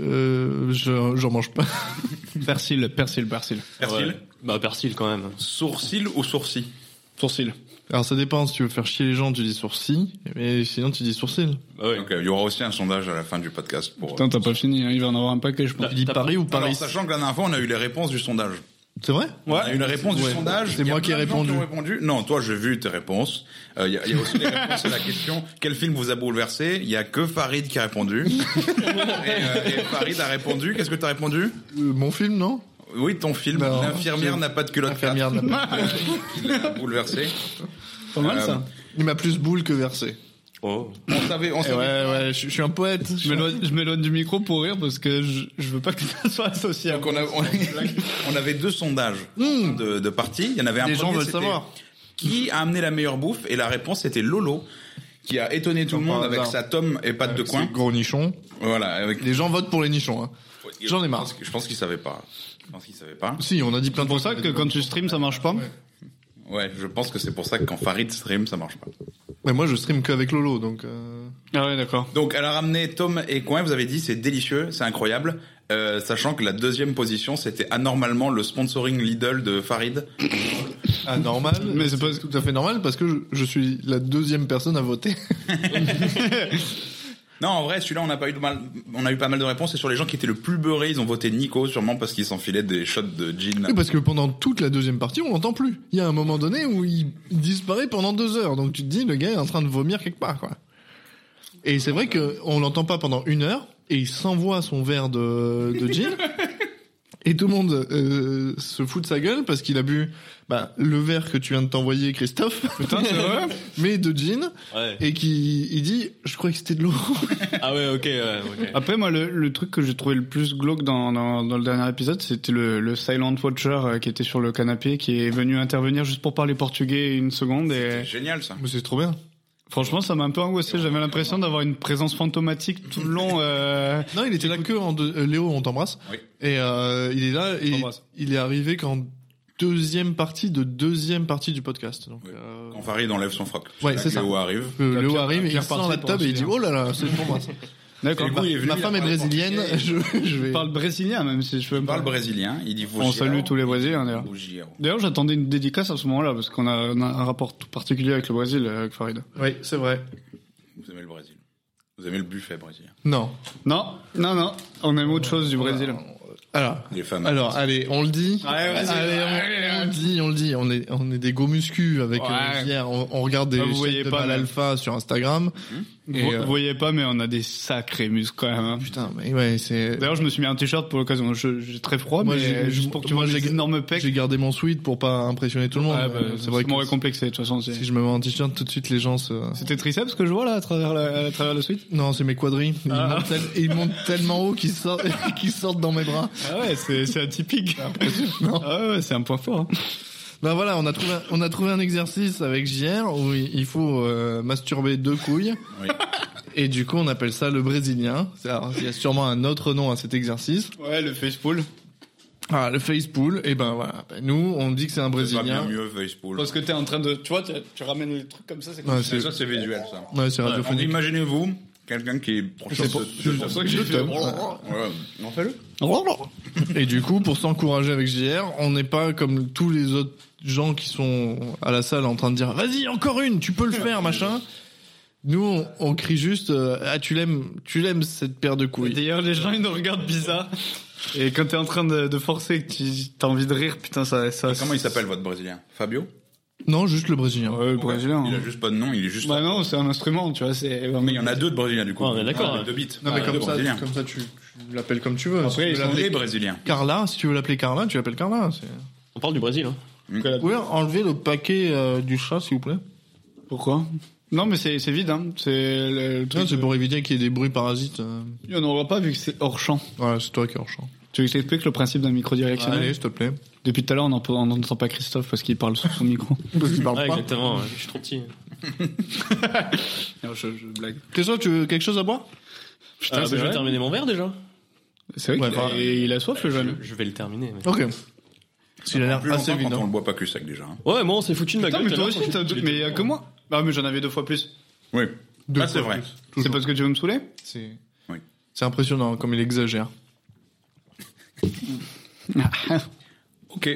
Euh, je- j'en mange pas. Persil, persil, persil. Persil Ouais. Bah, Persil quand même. Sourcil ou sourcil Sourcil. Alors ça dépend, si tu veux faire chier les gens, tu dis sourcil, mais sinon tu dis sourcil. Bah, ouais. Donc, euh, il y aura aussi un sondage à la fin du podcast. Pour... Putain, t'as pas fini, hein, il va en avoir un paquet, je pense. Tu dis T'as- Paris ou Alors, Paris sachant que la dernière fois, on a eu les réponses du sondage. C'est vrai On a eu la réponse du Ouais. sondage. C'est Il y a moi qui ai plein de gens répondu. ont répondu. Non, toi, j'ai vu tes réponses. Euh, Il y, a- il y a aussi les réponses à la question quel film vous a bouleversé Il y a que Farid qui a répondu. et, euh, et Farid a répondu. Qu'est-ce que t'as répondu Euh, Mon film, non Oui, ton film. Non. L'infirmière n'a pas de culotte. L'infirmière n'a Ah. pas- l'a bouleversé. Pas mal Euh, ça. Il m'a plus boule que versé. Oh. On savait, on Eh Ouais, savait. ouais, je je suis un poète. Je Je suis un- m'éloigne- je m'éloigne du micro pour rire parce que je, je veux pas que ça soit associé à Donc on, a- on a- on avait deux sondages de, de parties. Il y en avait un Hmm. Les gens premier, veulent c'était savoir. Qui a amené la meilleure bouffe Et la réponse était Lolo, qui a étonné tout le Comme monde par avec hasard. sa tome et pâte de Euh, C'est coin. gros nichon. Voilà. Avec... Les gens votent pour les nichons. Hein. J'en ai marre. Je pense que- Je pense qu'ils savaient pas. Je pense qu'ils savaient pas. Si, on a dit plein de C'est pour fois ça que quand tu stream, ça marche pas. Ouais, je pense que c'est pour ça que quand Farid stream, ça marche pas. Mais moi, je stream qu'avec Lolo, donc... euh, Ah ouais, d'accord. Donc elle a ramené Tom et Coin. Vous avez dit c'est délicieux, c'est incroyable. Euh, sachant que la deuxième position, c'était anormalement le sponsoring Lidl de Farid. Ah, normal. Mais c'est pas- tout à fait normal, parce que je, je suis la deuxième personne à voter. Non, en vrai, celui-là, on a pas eu de mal, on a eu pas mal de réponses. Et sur les gens qui étaient le plus beurrés, ils ont voté Nico, sûrement parce qu'ils s'enfilaient des shots de Oui, gin. parce que pendant toute la deuxième partie, on l'entend plus. Il y a un moment donné où il il disparaît pendant deux heures. Donc tu te dis, le gars est en train de vomir quelque part, quoi. Et c'est vrai que on l'entend pas pendant une heure et il s'envoie son verre de, de gin. Et tout le monde euh, se fout de sa gueule parce qu'il a bu bah, le verre que tu viens de t'envoyer, Christophe, Putain, c'est vrai mais de gin, Ouais. et qui il dit, je croyais que c'était de l'eau. Ah ouais, ok, ouais, ok. Après, moi, le, le truc que j'ai trouvé le plus glauque dans, dans, dans le dernier épisode, c'était le, le Silent Watcher euh, qui était sur le canapé, qui est venu intervenir juste pour parler portugais une seconde. C'est Et génial, ça. Mais c'est trop bien. franchement, ça m'a un peu angoissé. J'avais l'impression d'avoir une présence fantomatique tout le long. euh, Non, il était là que en deux- euh, Léo, on t'embrasse. Oui. Et euh, il est là et t'embrasse. il est arrivé qu'en deuxième partie de deuxième partie du podcast. Donc, Oui. euh, Quand Farid enlève son froc. Ouais, Là c'est que ça. Léo arrive. euh, La Léo pierre- arrive la et il pierre sort partie la pour table et il dit ensuite, oh là là c'est pour moi. ça. D'accord. Et du coup, il est venu, Ma il a femme est parlé brésilienne, portugais, je, je Je vais. parle brésilien, même si je peux il me parle brésilien, il dit Vogiro. salue tous les Brésiliens, d'ailleurs. Vogiro. D'ailleurs, j'attendais une dédicace à ce moment-là, parce qu'on a, on a un rapport tout particulier avec le Brésil, euh, avec Farid. Oui, c'est vrai. Vous aimez le Brésil. Vous aimez le buffet brésilien. Non. Non, non, non, on aime autre chose du Brésil. Alors, Les femmes. alors, allez, on le dit. Allez, vas-y. Allez, on, on le dit, on le dit. On est, on est des go muscu avec Ouais. euh, Rivière. On, on regarde des Ah, vous chaînes voyez de pas, Mal mais- Alpha sur Instagram. Et, vous, euh, vous voyez pas, mais on a des sacrés muscles quand même. hein. Putain, mais ouais, c'est. D'ailleurs, je me suis mis un t-shirt pour l'occasion. Je- J'ai très froid, Moi, j'ai- mais juste pour que tu moi, vois j'ai- les énormes pecs. J'ai gardé mon sweat pour pas impressionner tout le monde. Ouais, bah, Euh, c'est vrai que m'aurait complexé, de toute façon. c'est- si je me mets en t-shirt tout de suite, les gens se. C'était triceps que je vois là à travers, la- à travers le suite Non, c'est mes quadris. Ils, Ah. montent, tel- ils montent tellement haut qu'ils sortent, qu'ils sortent dans mes bras. Ah ouais, c'est c'est atypique. Ah ouais, ouais, c'est un point fort. hein. Ben voilà, on a trouvé, on a trouvé un exercice avec JR où il il faut euh, masturber deux couilles. Oui. Et du coup, on appelle ça le brésilien. Alors, il y a sûrement un autre nom à cet exercice. Ouais, le face pull. Ah, le face pull. Et ben voilà. Ben, nous, on dit que c'est un C'est pas bien brésilien. mieux, Facebook. Parce que t'es en train de. Tu vois, tu, tu ramènes les trucs comme ça, c'est comme Ouais, ça. c'est- Ça, c'est visuel, ça. Ouais, c'est Ouais, radiophonique. Imaginez-vous quelqu'un qui est proche C'est pour- de C'est pour ça que j'ai fait. Ouais, on fait le Et du coup, pour s'encourager avec JR, on n'est pas comme tous les autres gens qui sont à la salle en train de dire vas-y encore une, tu peux le faire, machin. Nous, on, on crie juste euh, ah tu l'aimes, tu l'aimes cette paire de couilles. D'ailleurs, les gens, ils nous regardent bizarre. Et quand t'es en train de, de forcer et que tu t'as envie de rire, putain, ça. ça Comment il s'appelle votre brésilien Fabio Non, juste le brésilien. Ouais, le brésilien. Il a hein. juste pas de nom, il est juste. Bah non, c'est un instrument, tu vois. c'est Mais il y en a deux de brésiliens du coup. Ouais, on est d'accord, hein. Ah, ouais. Deux bites. Non mais Ah, comme, deux ça, brésiliens. tu, comme ça, tu, tu l'appelles comme tu veux. Après, Si tu ils veux sont l'appeler Les brésiliens. Carla, si tu veux l'appeler Carla, tu l'appelles Carla. c'est- On parle du Brésil. Hein. Vous pouvez enlever le paquet euh, du chat, s'il vous plaît Pourquoi Non, mais c'est c'est vide, hein. C'est le, le Non, truc. c'est pour éviter qu'il y ait des bruits parasites. euh. Il y en aura pas vu que c'est hors champ. Voilà, c'est toi qui es hors champ. Tu veux que je t'explique le principe d'un micro directionnel Allez, s'il te plaît. Depuis tout à l'heure, on n'entend on n'entend pas Christophe parce qu'il parle sous son micro. Parce qu'il parle Ouais, pas. exactement. ouais. Je suis trop Ah, petit. Non, je, je blague. Christophe, tu veux quelque chose à boire Putain, c'est Ah, bah, je vais vrai. terminer mon verre déjà. C'est vrai Ouais, qu'il enfin, a, il a soif, le Je, jeune. je vais le terminer. mais- Ok. S'il a Plus l'air longtemps assez quand on évident. le boit pas que sec déjà. hein. Ouais, moi on s'est foutu de ma Oh. Putain, gueule. mais tout à toi l'heure, aussi, quand t'as tu- deux. tu Mais il y a l'étais. que moi. Ah, mais j'en avais deux fois plus. Oui. Deux Ah, c'est fois vrai. plus. C'est parce que tu veux me saouler C'est Oui. c'est impressionnant comme il exagère. Ok.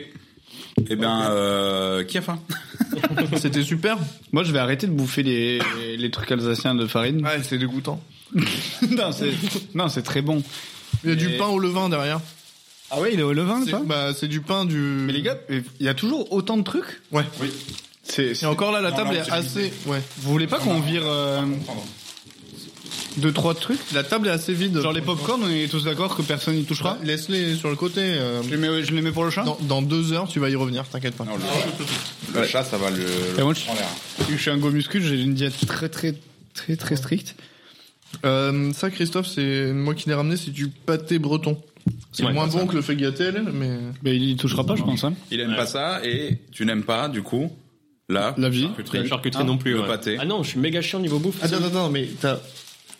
Eh ben, euh, qui a faim C'était super. Moi, je vais arrêter de bouffer les, les trucs alsaciens de farine. Ouais, c'est dégoûtant. non, c'est non, c'est très bon. Il y a Mais- du pain au levain derrière. Ah ouais, il est au levain, C'est bah, c'est du pain du. Mais les gars, il y a toujours autant de trucs. Ouais. C'est. Et encore là, la Non, table là, on est s'est assez. Ouais. Vous voulez pas qu'on vire euh, Pardon. deux, trois trucs La table est assez vide. Genre les popcorn, on est tous d'accord que personne n'y touchera. Ouais, Laisse-les sur le côté. euh, Je les mets, je les mets pour le chat. Dans, dans deux heures, tu vas y revenir, t'inquiète pas. Non, le, le chat, ça va le. Et moi, le je- en l'air. Vu que Je suis un go muscu, j'ai une diète très, très, très, très stricte. Euh, ça, Christophe, c'est moi qui l'ai ramené, c'est du pâté breton. C'est Ouais, moins ça, bon que le feuillatel, mais Mais il y touchera pas, je pense. Hein. Il aime pas ça et tu n'aimes pas du coup la La vie. La charcuterie. charcuterie non plus. Le ouais. pâté. Ah non, je suis méga chiant niveau bouffe. attends, attends, attends, mais t'as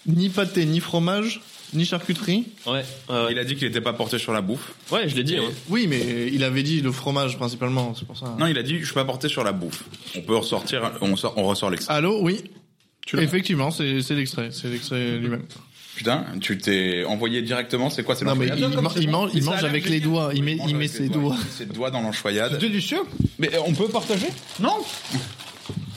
ni pâté, ni fromage, ni charcuterie. Ouais, ouais, ouais. Il a dit qu'il était pas porté sur la bouffe. ouais, je l'ai dit. Et- hein. Oui, mais il avait dit le fromage principalement, c'est pour ça. Non, il a dit je suis pas porté sur la bouffe. On peut ressortir, on, sort, on ressort l'extrait. Allô, oui. Tu l'as. Effectivement, c'est c'est l'extrait, c'est l'extrait lui-même. Putain, tu t'es envoyé directement, c'est quoi c'est Ah. Non mais il, l'enchoyade il man- il mange, il Ça a mange l'air avec génial. les doigts, il met, mange il met avec les ses doigts. il met Ses doigts dans l'enchoyade. délicieux. Mais euh, on peut partager Non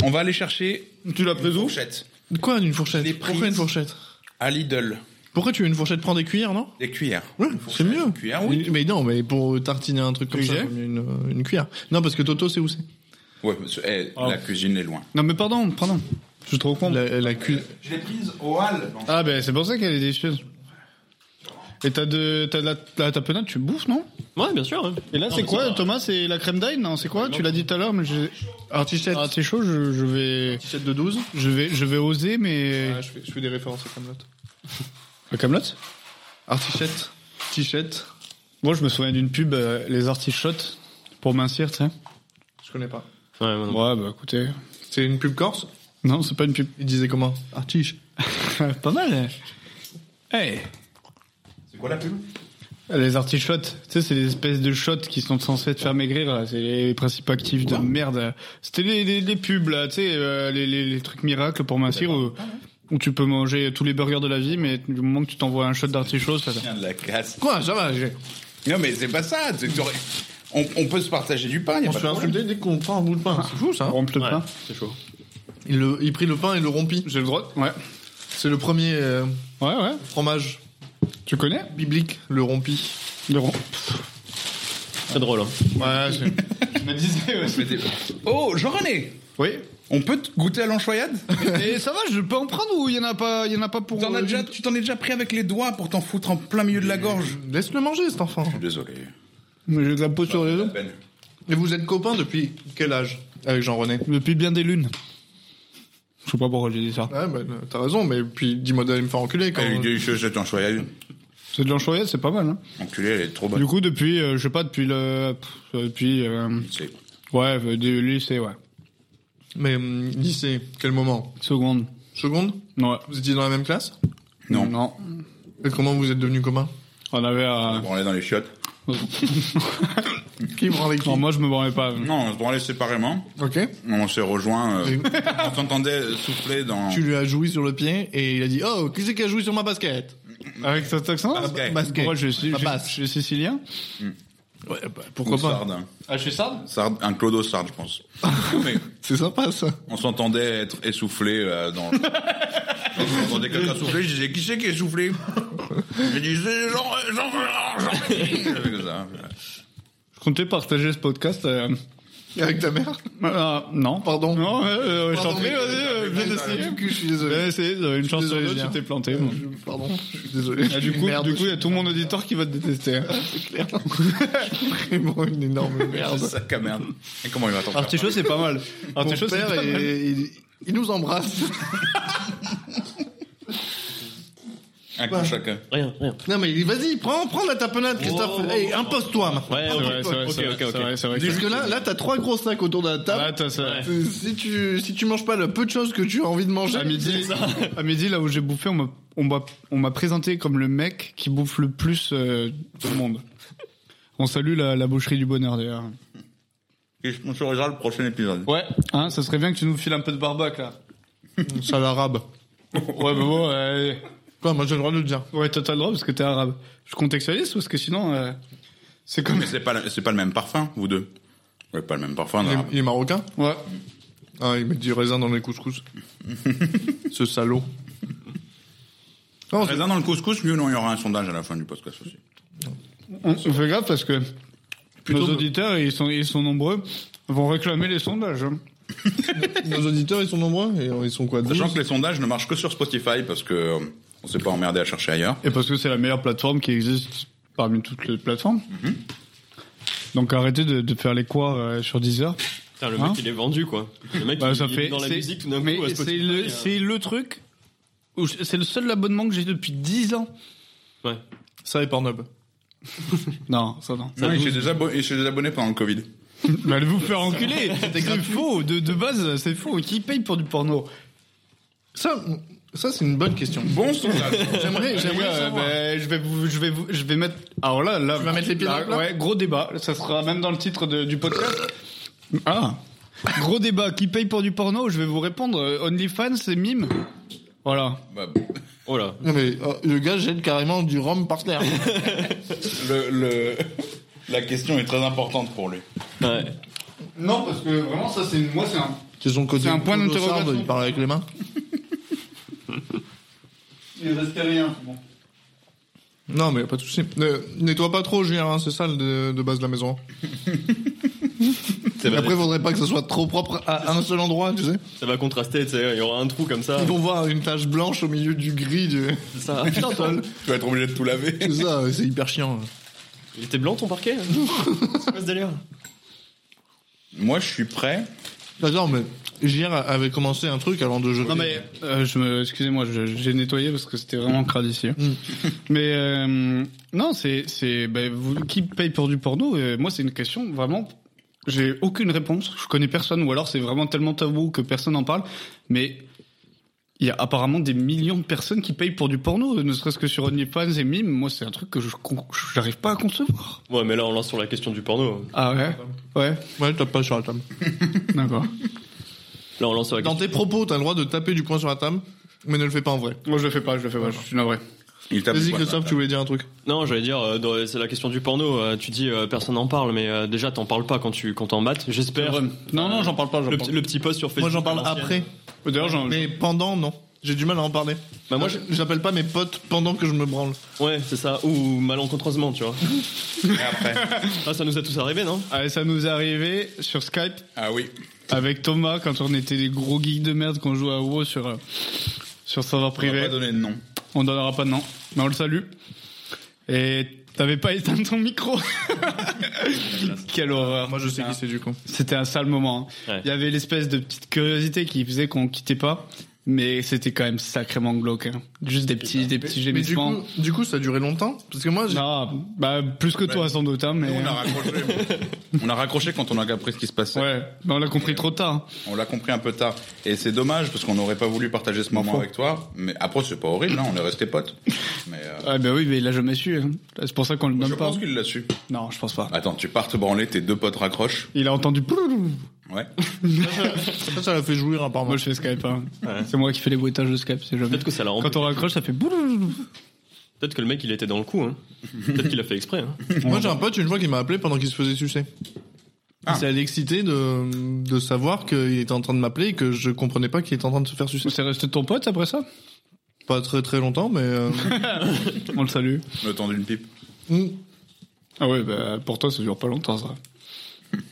On va aller chercher Tu l'as une pris où fourchette Quoi, une fourchette Les Pourquoi prises. une fourchette à Lidl, Pourquoi tu veux une fourchette Prends des cuillères, non des cuillères. Ouais, Une fourchette, c'est mieux. une cuillère, oui. Mais non, mais pour tartiner un truc comme ça, Cuillère vaut mieux une, une cuillère. Non, parce que Toto, c'est où c'est Ouais, parce que, eh, Oh. la cuisine est loin. Non, mais pardon, pardon. Je suis trop con. La, la cu- Je l'ai prise au hall. Ah, ben c'est pour ça qu'elle est délicieuse. Et t'as de, t'as de la, la tapenade, tu bouffes, non Ouais, bien sûr. hein. Et là, Non, c'est mais quoi, ça va. Thomas C'est la crème d'ail Non, c'est quoi Tu l'as dit tout à l'heure, mais j'ai. Artichette. Ah, t'es chaud, je, je vais. T-shirt de 12 Je vais, je vais oser, mais. je, fais, des références à Camelot. La Camelot Artichette. Tichette. Moi, je me souviens d'une pub, euh, les artichotes, pour mincir, tu sais. Je connais pas. Ouais, moi non. Ouais, bah écoutez. C'est une pub corse Non, c'est pas une pub. Il disait comment Artiche. pas mal. hein. Hey C'est quoi la pub Les artichotes, tu sais, c'est des espèces de shots qui sont censés te faire maigrir, là. C'est les principes actifs Ah de merde. C'était les, les, les pubs, là, tu sais, euh, les, les, les trucs miracles pour mincir où où tu peux manger tous les burgers de la vie, mais du moment que tu t'envoies un shot d'artichaut, ça. Tiens de la casse. Quoi, ça va, j'ai- Non, mais c'est pas ça. c'est que t'aurais- On, on peut se partager du pain, y a pas on se de fait problème. insulter dès qu'on prend un bout de pain. Eh ben, C'est fou, ça. hein. Rompe le Ouais, pain. c'est chaud. Il, le, il prit le pain et le rompit. J'ai le droit. Ouais. C'est le premier euh, Ouais, ouais. fromage Tu connais biblique, le rompi. Le rond. C'est drôle. hein. Ouais, c'est... Mais t'es- Oh, Jean-René Oui. On peut te goûter à l'enchoyade Et ça va, je peux en prendre ou il y en a pas, il y en a pas pour. euh, T'en as déjà- Tu t'en es déjà pris avec les doigts pour t'en foutre en plein milieu de la gorge. Laisse-le manger, cet enfant. Désolé. Mais j'ai de la peau sur les os. Et vous êtes copains depuis quel âge avec Jean-René Depuis bien des lunes. Je sais pas pourquoi j'ai dit ça. Ouais, bah, t'as raison, mais puis dis-moi d'aller me faire enculer quand. Elle Ah, est délicieuse cette enchoyade. C'est de l'anchoyade, c'est pas mal. Hein. Enculée, elle est trop bonne. Du coup, depuis, euh, je sais pas, depuis le, pff, depuis, euh, C'est- ouais, euh, du lycée, ouais, Mais hum, lycée, quel moment seconde. Seconde Ouais. Vous étiez dans la même classe Non. Non. Et comment vous êtes devenus copains On avait. euh, Bon, on est dans les chiottes. Qui prend avec qui Non, moi je me branlais pas. Non, on se branlait séparément. Ok. On s'est rejoints. euh, Oui. on s'entendait souffler dans. Tu lui as joué sur le pied et il a dit Oh, qui c'est qui a joué sur ma basket Avec cet accent Ah, Basket. Basket. Moi je suis, Ma je, basse. je suis sicilien. Ouais, bah, Ou pourquoi pas Sarde. Ah, je suis sarde Sarde- Un Clodo Sarde, je pense. Mais C'est sympa ça. on s'entendait être essoufflé euh, dans. on entendait quelqu'un souffler, je disais Qui c'est qui est soufflé Je disais Jean. Jean. Jean. Jean. Comme ça. Je comptais partager ce podcast. euh, Et avec ta mère euh, non. Pardon. Non, euh, euh, je t'en Pardon, prie, mais- vas-y, euh, viens Ah, essayer. du coup, je suis désolé. Viens essayer, euh, une chance sur les désolé, deux, tu hein. t'es planté. bon. Je- Pardon, je suis désolé. Ah, du coup, Merde, du coup, il y a je tout mon auditoire qui va te détester. hein. suis vraiment une énorme merde. C'est sac à merde. Et comment il va t'en faire Artichaut, c'est pas mal. Mon Artichaut, c'est père, pas mal. est- il, il nous embrasse. Un coup chacun. Rien, rien. non mais vas-y, prends, prends la tapenade, Christophe. Wow. Hey, impose-toi maintenant. Ouais, C'est vrai, c'est vrai, Ok, c'est vrai, ok, c'est ok. vrai, c'est vrai. Parce que là, là, t'as trois gros sacs autour de la table. Ah, attends, c'est vrai. Euh, Si tu si tu manges pas le peu de choses que tu as envie de manger, À midi, à midi, là où j'ai bouffé, on m'a- on m'a on m'a présenté comme le mec qui bouffe le plus euh, au monde. On salue la, la boucherie du bonheur d'ailleurs. Qui sponsorisera le prochain épisode Ouais. Hein, ça serait bien que tu nous files un peu de barbac là. ça l'arabe. Ouais, bah bon, ouais. Quoi, moi j'ai le droit de le dire. Ouais, toi, t'as le droit parce que t'es arabe. Je contextualise parce que sinon, euh, c'est comme. Mais c'est pas, le- c'est pas le même parfum, vous deux. Ouais, pas le même parfum. Il est, non. il est marocain Ouais. Ah, il met du raisin dans les couscous. Ce salaud. Non, c'est- Raisin dans le couscous, mieux non, il y aura un sondage à la fin du podcast aussi. On, on fait grave parce que Plutôt nos de- auditeurs, ils sont, ils sont nombreux, vont réclamer les sondages. hein. nos auditeurs, ils sont nombreux et euh, ils sont quoi Sachant 12 que les sondages ne marchent que sur Spotify parce que euh, on s'est pas emmerdé à chercher ailleurs. Et parce que c'est la meilleure plateforme qui existe parmi toutes les plateformes. Donc arrêtez de, de faire les quoi euh, sur Deezer. Putain, le mec Hein il est vendu quoi. Le mec Bah, il, ça il est fait. dans la c'est- musique tout d'un coup. mais à c'est Spotify, le, euh, c'est le truc. où je- C'est le seul abonnement que j'ai depuis 10 ans. Ouais. Ça et Pornhub. Non, ça non. Non, il s'est désabo- il s'est désabonné pendant le Covid. Mais allez vous faire enculer C'est faux, de, de base, c'est faux. Qui paye pour du porno Ça, ça c'est une bonne question. Bon sondage J'aimerais, Les j'aimerais gars, savoir. ben, je vais vous, je vais vous, je vais mettre. Alors là, là, vas mettre les pieds dans là, le plat Ouais, gros débat. Ça sera même dans le titre de- du podcast. Ah, gros débat. Qui paye pour du porno Je vais vous répondre. euh, OnlyFans, c'est mime. Voilà. Bah, Oh là. Non mais euh, le gars jette carrément du rhum par terre. le, le- La question est très importante pour lui. Ouais. Non, parce que vraiment, ça, c'est moi, c'est un. C'est son côté. C'est un point Claude d'interrogation. Sarde, Il parle avec les mains. Il restait rien. Bon. Non mais pas de souci. Ne- nettoie pas trop, Julien. hein, c'est sale de, de base de la maison. Ça va, Après, faudrait pas que ça soit trop propre à un seul endroit, tu sais. ça va contraster, tu sais. Il y aura un trou comme ça. Ils vont voir une tache blanche au milieu du gris du. ça. Putain, toi, Tu vas être obligé de tout laver. c'est ça, c'est hyper chiant. Il était blanc ton parquet hein. C'est quoi ce délire Moi, je suis prêt. D'accord, Bah, mais hier avait commencé un truc avant de jeter. Non mais euh, je me, excusez-moi, je- j'ai nettoyé parce que c'était vraiment crade ici. Mm. mais euh, non, c'est, c'est, ben, vous, qui paye pour du porno Euh, Moi, c'est une question vraiment. J'ai aucune réponse. Je connais personne, ou alors c'est vraiment tellement tabou que personne n'en parle. Mais il y a apparemment des millions de personnes qui payent pour du porno, euh, ne serait-ce que sur OnlyFans et Mime. Moi, c'est un truc que je, con- je n'arrive pas à concevoir. Ouais, mais là on lance sur la question du porno. Ah ouais, ouais, Ouais, tape pas sur la table. d'accord. Là on lance sur la Dans question. tes propos, t'as le droit de taper du poing sur la table. Mais ne le fais pas en vrai. Moi, je le fais pas, je le fais pas, je suis navré. Il tape Vas-y, du poing dans la Christophe, tu voulais dire un truc. Non, j'allais dire, euh, dans- c'est la question du porno. euh, tu dis euh, personne n'en parle, mais euh, déjà t'en parles pas quand tu quand t'en mates. J'espère. Non, non, j'en parle pas, j'en Le, parle petit- le petit post sur Moi, Facebook. j'en parle à l'ancienne. après. pas. D'ailleurs, j'en- Mais pendant, non. J'ai du mal à en parler. Bah moi, moi, j'appelle pas mes potes pendant que je me branle. Ouais, c'est ça. Ou malencontreusement, tu vois. tête. Et après. Ah, ça nous a tous arrivé, non Ah, ça nous est arrivé sur Skype Ah oui. avec Thomas quand on était des gros geeks de merde qu'on jouait à WoW sur, euh, sur serveur On va privé. pas donner de nom. On donnera pas de nom, mais on le salue. Et t'avais pas éteint ton micro. Quelle horreur. Moi, je sais qui c'est du con. C'était un sale moment. hein. Ouais. Il y avait l'espèce de petite curiosité qui faisait qu'on quittait pas, mais c'était quand même sacrément glauque. hein. Juste des petits, des petits Mais du gémissements. coup, du coup, ça a duré longtemps. Parce que moi, j'ai- Non, bah, plus que toi sans doute, hein, mais. On a raccroché. on a raccroché quand on a compris ce qui se passait. Ouais, bah, on l'a compris trop tard. hein. On l'a compris un peu tard. Et c'est dommage parce qu'on n'aurait pas voulu partager ce moment avec toi. Mais après, c'est pas horrible, hein, on est resté potes. Mais euh, Ah bah oui, mais il a jamais su. hein. C'est pour ça qu'on le je nomme pas. pense qu'il l'a su. Non, je pense pas. Attends, tu pars te branler, tes deux potes raccrochent. Il a entendu. Pouloulou Ouais. ça, ça l'a fait jouir apparemment. Moi, je fais Skype. hein. C'est moi qui fais les bruitages de Skype. C'est jamais. Peut-être que ça l'a rempli. Quand on raccroche, ça fait. Pouloulou Peut-être que le mec, il était dans le coup. Hein. Peut-être qu'il a fait exprès. Hein. Moi, j'ai un pote une fois qui m'a appelé pendant qu'il se faisait sucer. Ah. Ça l'excitait de, de savoir qu'il était en train de m'appeler et que je comprenais pas qu'il était en train de se faire sucer. C'est resté ton pote après ça Pas très très longtemps, mais euh, On le salue. Le temps d'une pipe. mm. Ah ouais, bah, pour toi, ça dure pas longtemps, ça.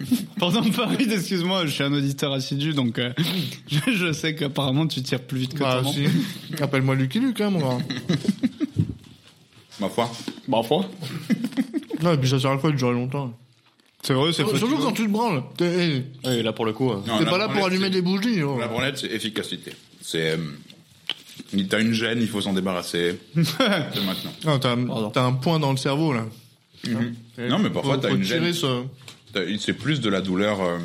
Pardon, Farid, excuse-moi, je suis un auditeur assidu, donc euh, je, je sais qu'apparemment tu tires plus vite que bah, ton si. appelle-moi Lucky Luke, hein, mon gars. Ma foi. Parfois. Non, et puis ça sert à quoi de durer hein longtemps C'est vrai, c'est Surtout quand tu te branles. T'es hey, Ouais, là, pour le coup. euh, Non, t'es la pas là pour branlette, allumer c'est- des bougies. oh. La branlette, c'est efficacité. C'est. euh, il- T'as une gêne, il faut s'en débarrasser. C'est maintenant. Ah, t'as, t'as un point dans le cerveau là. Non, mais parfois, Faut- t'as faut une gêne. tirer ce- T'as- il- C'est plus de la douleur. euh.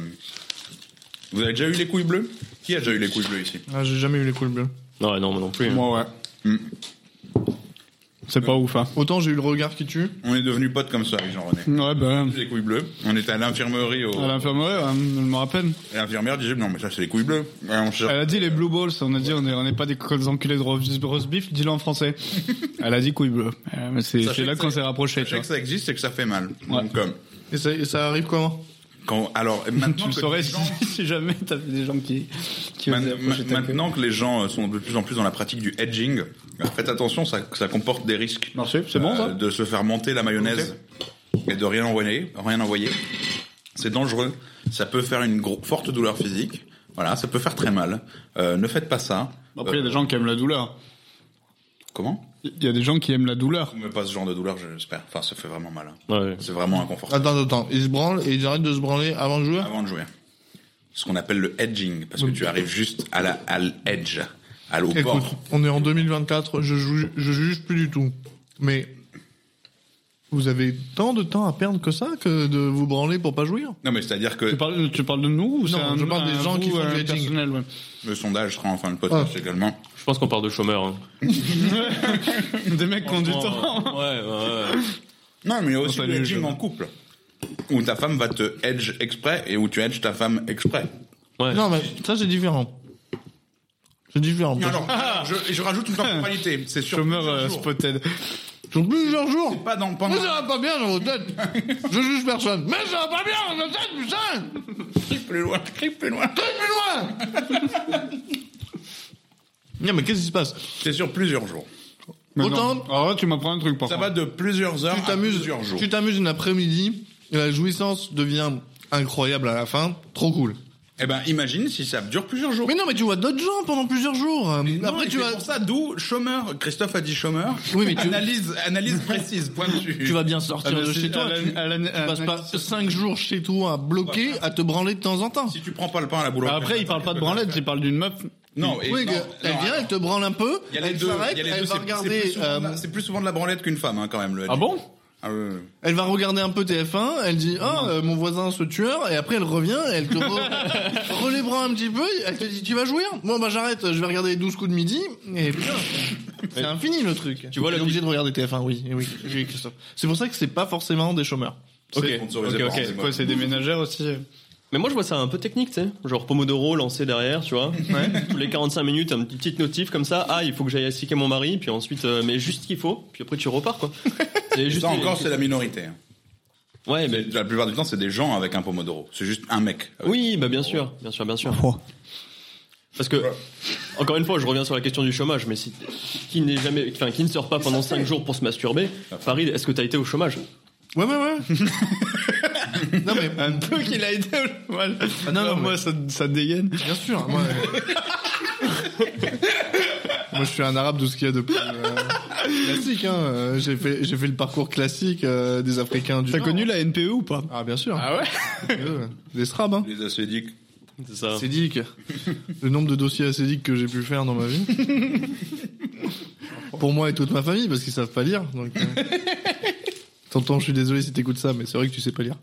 Vous avez déjà eu les couilles bleues Qui a déjà eu les couilles bleues ici Ah, j'ai jamais eu les couilles bleues. Non, ouais, non, moi non plus. hein. Moi, ouais. C'est pas ouf, hein. Autant j'ai eu le regard qui tue. On est devenus potes comme ça avec Jean-René. Ouais, bah, Les couilles bleues. On était à l'infirmerie. Au... à l'infirmerie, hein, je me rappelle. Et L'infirmière disait non mais ça c'est les couilles bleues. Ouais, on cherche- Elle a dit les blue balls, on a dit on est- on n'est pas des cols enculés de roast roast beef, dis-le en français. Elle a dit couille bleue. Euh, mais C'est Sachez c'est là que qu'on ça- s'est rapproché. Je sais que ça existe et que ça fait mal. Donc, euh, Et ça, et ça arrive comment quand alors maintenant Tu le que les saurais si, gens- si jamais t'avais des gens qui, qui man- osaient ma- approcher ta queue. maintenant que les gens euh, sont de plus en plus dans la pratique du edging, euh, faites attention ça ça comporte des risques. Marché, c'est bon, Euh, ça de se faire monter la mayonnaise et de rien envoyer, rien envoyer. C'est dangereux. Ça peut faire une gro- forte douleur physique. Voilà, ça peut faire très mal. Euh, ne faites pas ça. Euh, Après, il y a des gens qui aiment la douleur. Comment Il y a des gens qui aiment la douleur. Mais pas ce genre de douleur, j'espère. Enfin, ça fait vraiment mal. hein. Ouais. C'est vraiment inconfortable. Attends, attends, ils se branlent et ils arrêtent de se branler avant de Ah. jouer avant de jouer. Ce qu'on appelle le edging, parce que tu arrives juste à la à l'edge, à l'au Écoute, bord. on est en 2024, je, ju- je juge plus du tout. Mais vous avez tant de temps à perdre que ça que de vous branler pour pas jouir Non, mais c'est-à-dire que Tu parles, tu parles de nous ou c'est un, je parle des un gens qui vous, font euh, du hedging. personnel, ouais. le sondage sera en fin de podcast Ah. également. Je pense qu'on parle de chômeurs. hein. Des mecs qui ont du euh, temps. Ouais, ouais, ouais. Non, mais il y a aussi Ah, ça, le les edging jeunes. en couple, où ta femme va te edge exprès et où tu edges ta femme exprès. Ouais. Non, mais ça c'est différent. C'est différent. Non, alors, je, je rajoute une temporalité. C'est sur Chômeur euh, plusieurs jours. spotted. Sur plusieurs jours Pas dans Mais pendant. ça va pas bien dans vos têtes Je juge personne Mais ça va pas bien dans vos têtes, putain Plus loin, plus loin. Allez plus loin Non, mais qu'est-ce qui se passe C'est sur plusieurs jours. Mais Autant- non. Alors là, tu m'apprends un truc, par Ça contre. va de plusieurs heures tu à t'amuses plusieurs jours. tu t'amuses une après-midi et la jouissance devient incroyable à la fin trop cool Eh ben, imagine si ça dure plusieurs jours. mais non mais tu vois d'autres gens pendant plusieurs jours Euh, Non, après et tu c'est vas pour ça d'où chômeur. Christophe a dit chômeur. Oui, mais tu- analyse analyse précise pointue. tu vas bien sortir Ah, de si- chez toi à la- tu, à la- tu à la- passes pas 5 jours chez toi à bloquer à te branler de temps en temps Si tu prends pas le pain à la boulangerie. Bah, Après, il parle pas de branlette, il parle d'une meuf. Non, et oui, non, que- non, elle vient, elle te branle un peu, Il y a les elle deux. s'arrête, il y a les elle deux, va c'est- C'est plus, regarder, souvent de la- euh, c'est plus souvent de la branlette qu'une femme, hein, quand même. Le Ah bon Ah ouais, ouais. elle va regarder un peu TF1, elle Mmh. dit, ah, euh, mon voisin se tueur, et après elle revient, et elle te re, relèvera un petit peu, elle te dit, tu vas jouer? Bon, bah, j'arrête, je vais regarder les 12 coups de midi, et putain, c'est infini le truc. Tu vois, Elle est la- obligée de regarder TF1, oui, et oui, oui, Christophe. C'est pour ça que c'est pas forcément des chômeurs. C'est sponsorisé ok, par ok. Anzima. Quoi, c'est des ménagères aussi Mais moi, je vois ça un peu technique, tu sais. Genre Pomodoro lancé derrière, tu vois. Tous les 45 minutes, un petit petite notif comme ça. Ah, il faut que j'aille assiquer mon mari, puis ensuite, euh, mais juste ce qu'il faut, puis après tu repars, quoi. C'est Ça encore, c'est la minorité. hein. Ouais, mais. La plupart du temps, c'est des gens avec un pomodoro. C'est juste un mec. avec Oui, bah bien sûr, bien sûr, bien sûr. Oh. Parce que, encore une fois, je reviens sur la question du chômage, mais si, qui n'est jamais, enfin, qui ne sort pas pendant 5 jours pour se masturber, Ah. Farid, est-ce que t'as été au chômage Ouais, ouais, ouais. non, mais Un peu qu'il a été au cheval. Ah, non, non, moi, mais- ça, ça dégaine. bien sûr. Moi, euh, moi, je suis un arabe de ce qu'il y a de plus euh, classique. Hein. Euh, J'ai fait, j'ai fait le parcours classique euh, des Africains du T'as Nord. connu la NPE ou pas Ah, bien sûr. ouais Euh, Des strabes, hein. Les ascédiques. C'est ça. Acédique. Le nombre de dossiers acédiques que j'ai pu faire dans ma vie. Pour moi et toute ma famille, parce qu'ils savent pas lire. Donc, euh, Tonton, je suis désolé si t'écoutes ça, mais c'est vrai que tu sais pas lire.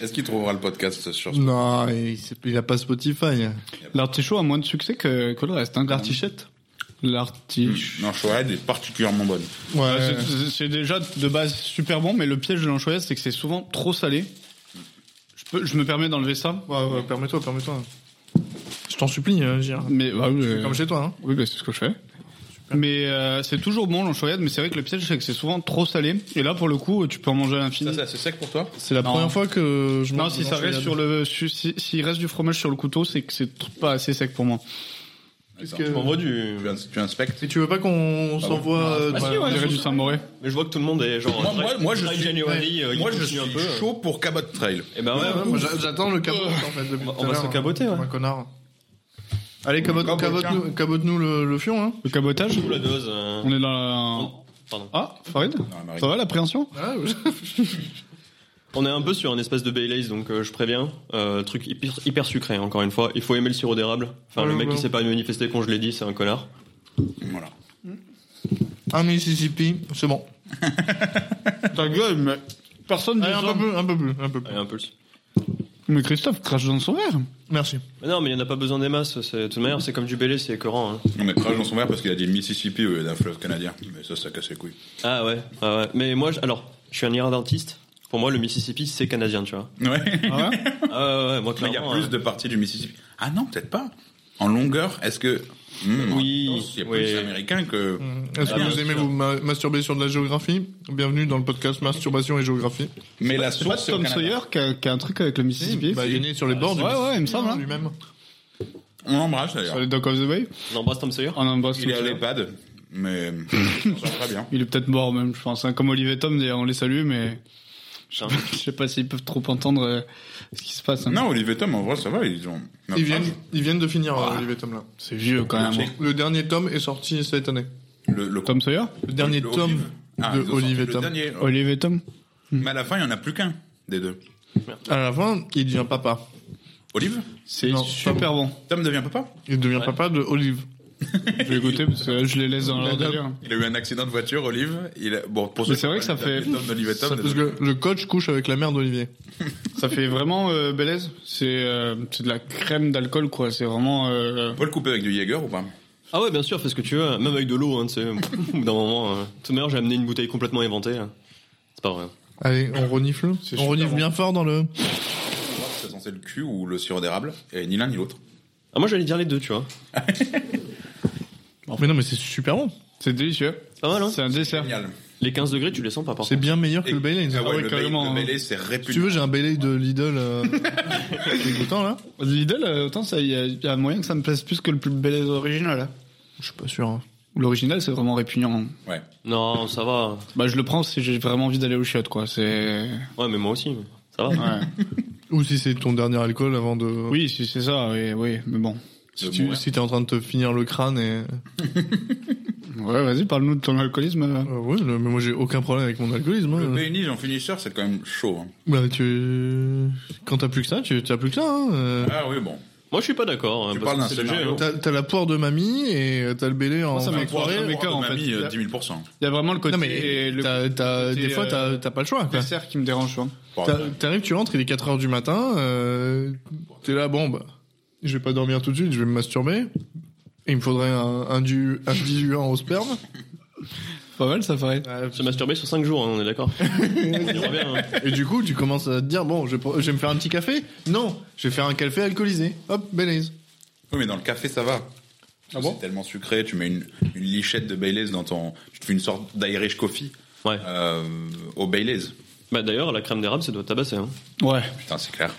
Est-ce qu'il trouvera le podcast sur Non, il, sait- il a pas Spotify. L'artichaut a moins de succès que, que le reste. Hein. L'artichette L'artiche... Non, Chouad est particulièrement bonne. Hmm. Ouais, c'est- c'est- C'est déjà de base super bon, mais le piège de l'anchoise, c'est que c'est souvent trop salé. Je, peux, je me permets d'enlever ça, Ouais, ouais, permets-toi, permets-toi. Je t'en supplie, euh, Gérard. mais bah, oui, Fais euh, Comme chez toi, hein. oui, bah, c'est ce que je fais. Mais euh, c'est toujours bon l'anchoyade, mais c'est vrai que le piège c'est que c'est souvent trop salé. Et là pour le coup, tu peux en manger à l'infini. c'est sec pour toi C'est la Non. première fois que je Non, mange si dans ça ce reste regarde. sur le, su- si- s'il reste du fromage sur le couteau, c'est que c'est tr- pas assez sec pour moi. Est-ce Attends, que- Je m'envoie du. tu, ins- tu inspectes Si tu veux pas qu'on Ah s'envoie. euh, Ah, bah, si, ouais, je dirais du Saint-Moré. Mais je vois que tout le monde est genre. Moi- dry- moi- moi, je dry suis- January, euh, il Moi, je continue suis un peu. euh. chaud pour Cabot Trail. Eh ben ouais, ouais, ouais, moi, j'a- j'attends le Euh, cabot en fait. Depuis On tout à va se l'heure, hein. caboter, ouais. Comme un connard. Allez, cabote, Cabote, cabote, hein. nous, cabote nous le, le fion, hein. Le cabotage la dose. euh, Oh, On est dans la... Pardon. Ah, Farid Non, Marie. Ça va l'appréhension On est un peu sur un espèce de Baileys, donc euh, je préviens. Euh, truc hyper, hyper sucré, hein, encore une fois. Il faut aimer le sirop d'érable. Enfin, le Ouais, mec ouais. qui sait pas manifester, quand je l'ai dit, c'est un connard. Voilà. Un Mississippi, c'est bon. Ta gueule, mais... Personne ne Allez, un dit peu plus, un peu plus, un peu plus. Allez, impulse. Mais Christophe crache dans son verre Merci. Mais non, mais il n'y en a pas besoin des masses. c'est- De toute manière, c'est comme du Baileys, c'est écœurant. hein. On met crache dans son verre parce qu'il a dit Mississippi au lieu d'un fleuve canadien. Mais ça, ça casse les couilles. Ah ouais, ah ouais. Mais moi, je- alors, je suis un irredentiste. Pour moi, le Mississippi, c'est canadien, tu vois. Ouais. Ah ouais Ah ouais, ouais, moi, Mais il y a clairement. plus euh, de parties du Mississippi. Ah non, peut-être pas. En longueur, est-ce que. Hmm, Oui, en distance, Il y a oui. plus d'Américains que. Est-ce que Ah, vous bien aimez sûr. vous ma- masturber sur de la géographie Bienvenue dans le podcast Masturbation et géographie. Mais la C'est pas source. c'est au Tom Canada. Sawyer qui a, qui a un truc avec le Mississippi Bah, il est né sur les bords du Ouais, ouais, il me semble, hein. Lui-même. On l'embrasse Sur d'ailleurs. les Dock of the Bay Ah On embrasse euh, Tom Sawyer. On embrasse Il est à Tom Sawyer. l'EHPAD, mais. On s'en très bien. Il est peut-être mort même, je pense. hein. Comme Olivier Tom, d'ailleurs, on les salue, mais je je sais pas s'ils peuvent trop entendre euh, ce qui se passe. hein. Non, Olivier Tom, en vrai, ça va, ils ont. notre Ils viennent, âge. ils viennent de finir, Ah. euh, Olivier Tom, là. C'est vieux quand même. hein. Le dernier tome est sorti cette année. Le, le Tom Sawyer Le dernier le tome Olive. Ah, ils ont de sorti Olivier le Tom. dernier. Olivier Tom Mais à la fin, il n'y en a plus qu'un des deux. À la fin, il devient papa. Olive C'est Non, super bon. Tom devient papa Il devient Ouais. papa de Olive. Je vais goûter parce que je les laisse dans leur Madame. délire. Il a eu un accident de voiture, Olive. Il a- Bon, pour Mais ceux c'est vrai que qui ça connaissent fait- Tom d'Olivier Tom, Parce désolé. que le coach couche avec la mère d'Olivier. Ça fait vraiment euh, Belize. C'est euh, c'est de la crème d'alcool, quoi. C'est vraiment. euh, On peut le couper avec du Jaeger ou pas Ah ouais, bien sûr, fais ce que tu veux. Même avec de l'eau, hein, tu sais. Au bout D'un moment, euh, de toute manière, j'ai amené une bouteille complètement inventée. hein. C'est pas vrai. Allez, on renifle. On super renifle bon. bien fort dans le. C'est censé le cul ou le sirop d'érable, et ni l'un ni l'autre. Ah, moi, j'allais dire les deux, tu vois. Mais non, mais c'est super bon. C'est délicieux. C'est Ah Pas mal, hein. C'est un dessert. Génial. Les 15 degrés, tu les sens pas, par C'est contre. bien meilleur que Et- le Baileys. Ah ouais, ouais, le carrément, Bailey- hein. le Bailey, c'est Si tu répugnant. veux, j'ai un Baileys de Lidl euh, dégoûtant là. Lidl, euh, autant ça, il y, a- il y a moyen que ça me plaise plus que le plus Belize original. là. Je suis pas sûr. hein. L'original, c'est vraiment répugnant. Ouais. Non, ça va. Bah, je le prends si j'ai vraiment envie d'aller au chiottes, quoi. C'est. Ouais, mais moi aussi. mais Ça va. Ouais. Ou si c'est ton dernier alcool avant de. oui, si c'est ça, oui, oui. Mais bon. Si De tu mourir. si t'es en train de te finir le crâne et. Ouais, vas-y, parle-nous de ton alcoolisme. euh. Euh, ouais, le- mais moi j'ai aucun problème avec mon alcoolisme. Le hein. Bailey's en finisseur, c'est quand même chaud. hein. Bah, tu. Quand t'as plus que ça, tu t'as plus que ça. hein, euh. Ah oui, bon. Moi, je suis pas d'accord. hein, Tu parce parles que d'un c'est léger, scénario. hein. T'as t'as la poire de mamie et t'as le Baileys en. ça Non, m'a- Pour croirais au cœur, en fait. mamie, euh, 10 000%. Il y a vraiment le côté. mais le t'as- t'as- côté, des fois euh, t'as t'as pas le choix. Quoi. dessert qui me dérange, hein. quoi. Bon, T'a- T'arrives, tu rentres, il est 4h du matin, euh, t'es là, bon, bah, je vais pas dormir tout de suite, je vais me masturber. Et il me faudrait un, un, du, un diluant au sperme. Pas mal, ça paraît. Se masturber sur 5 jours, hein, on est d'accord. On y revient, hein. Et du coup, tu commences à te dire bon, je vais, pr- je vais me faire un petit café. Non, je vais faire un café alcoolisé. Hop, Baileys. Oui, mais dans le café, ça va. Ah bon c'est tellement sucré, tu mets une, une lichette de Baileys dans ton. Tu te fais une sorte d'Irish coffee Ouais. euh, au Baileys. Bah, D'ailleurs, la crème d'érable, ça doit tabasser. Hein. Ouais. Putain, c'est clair.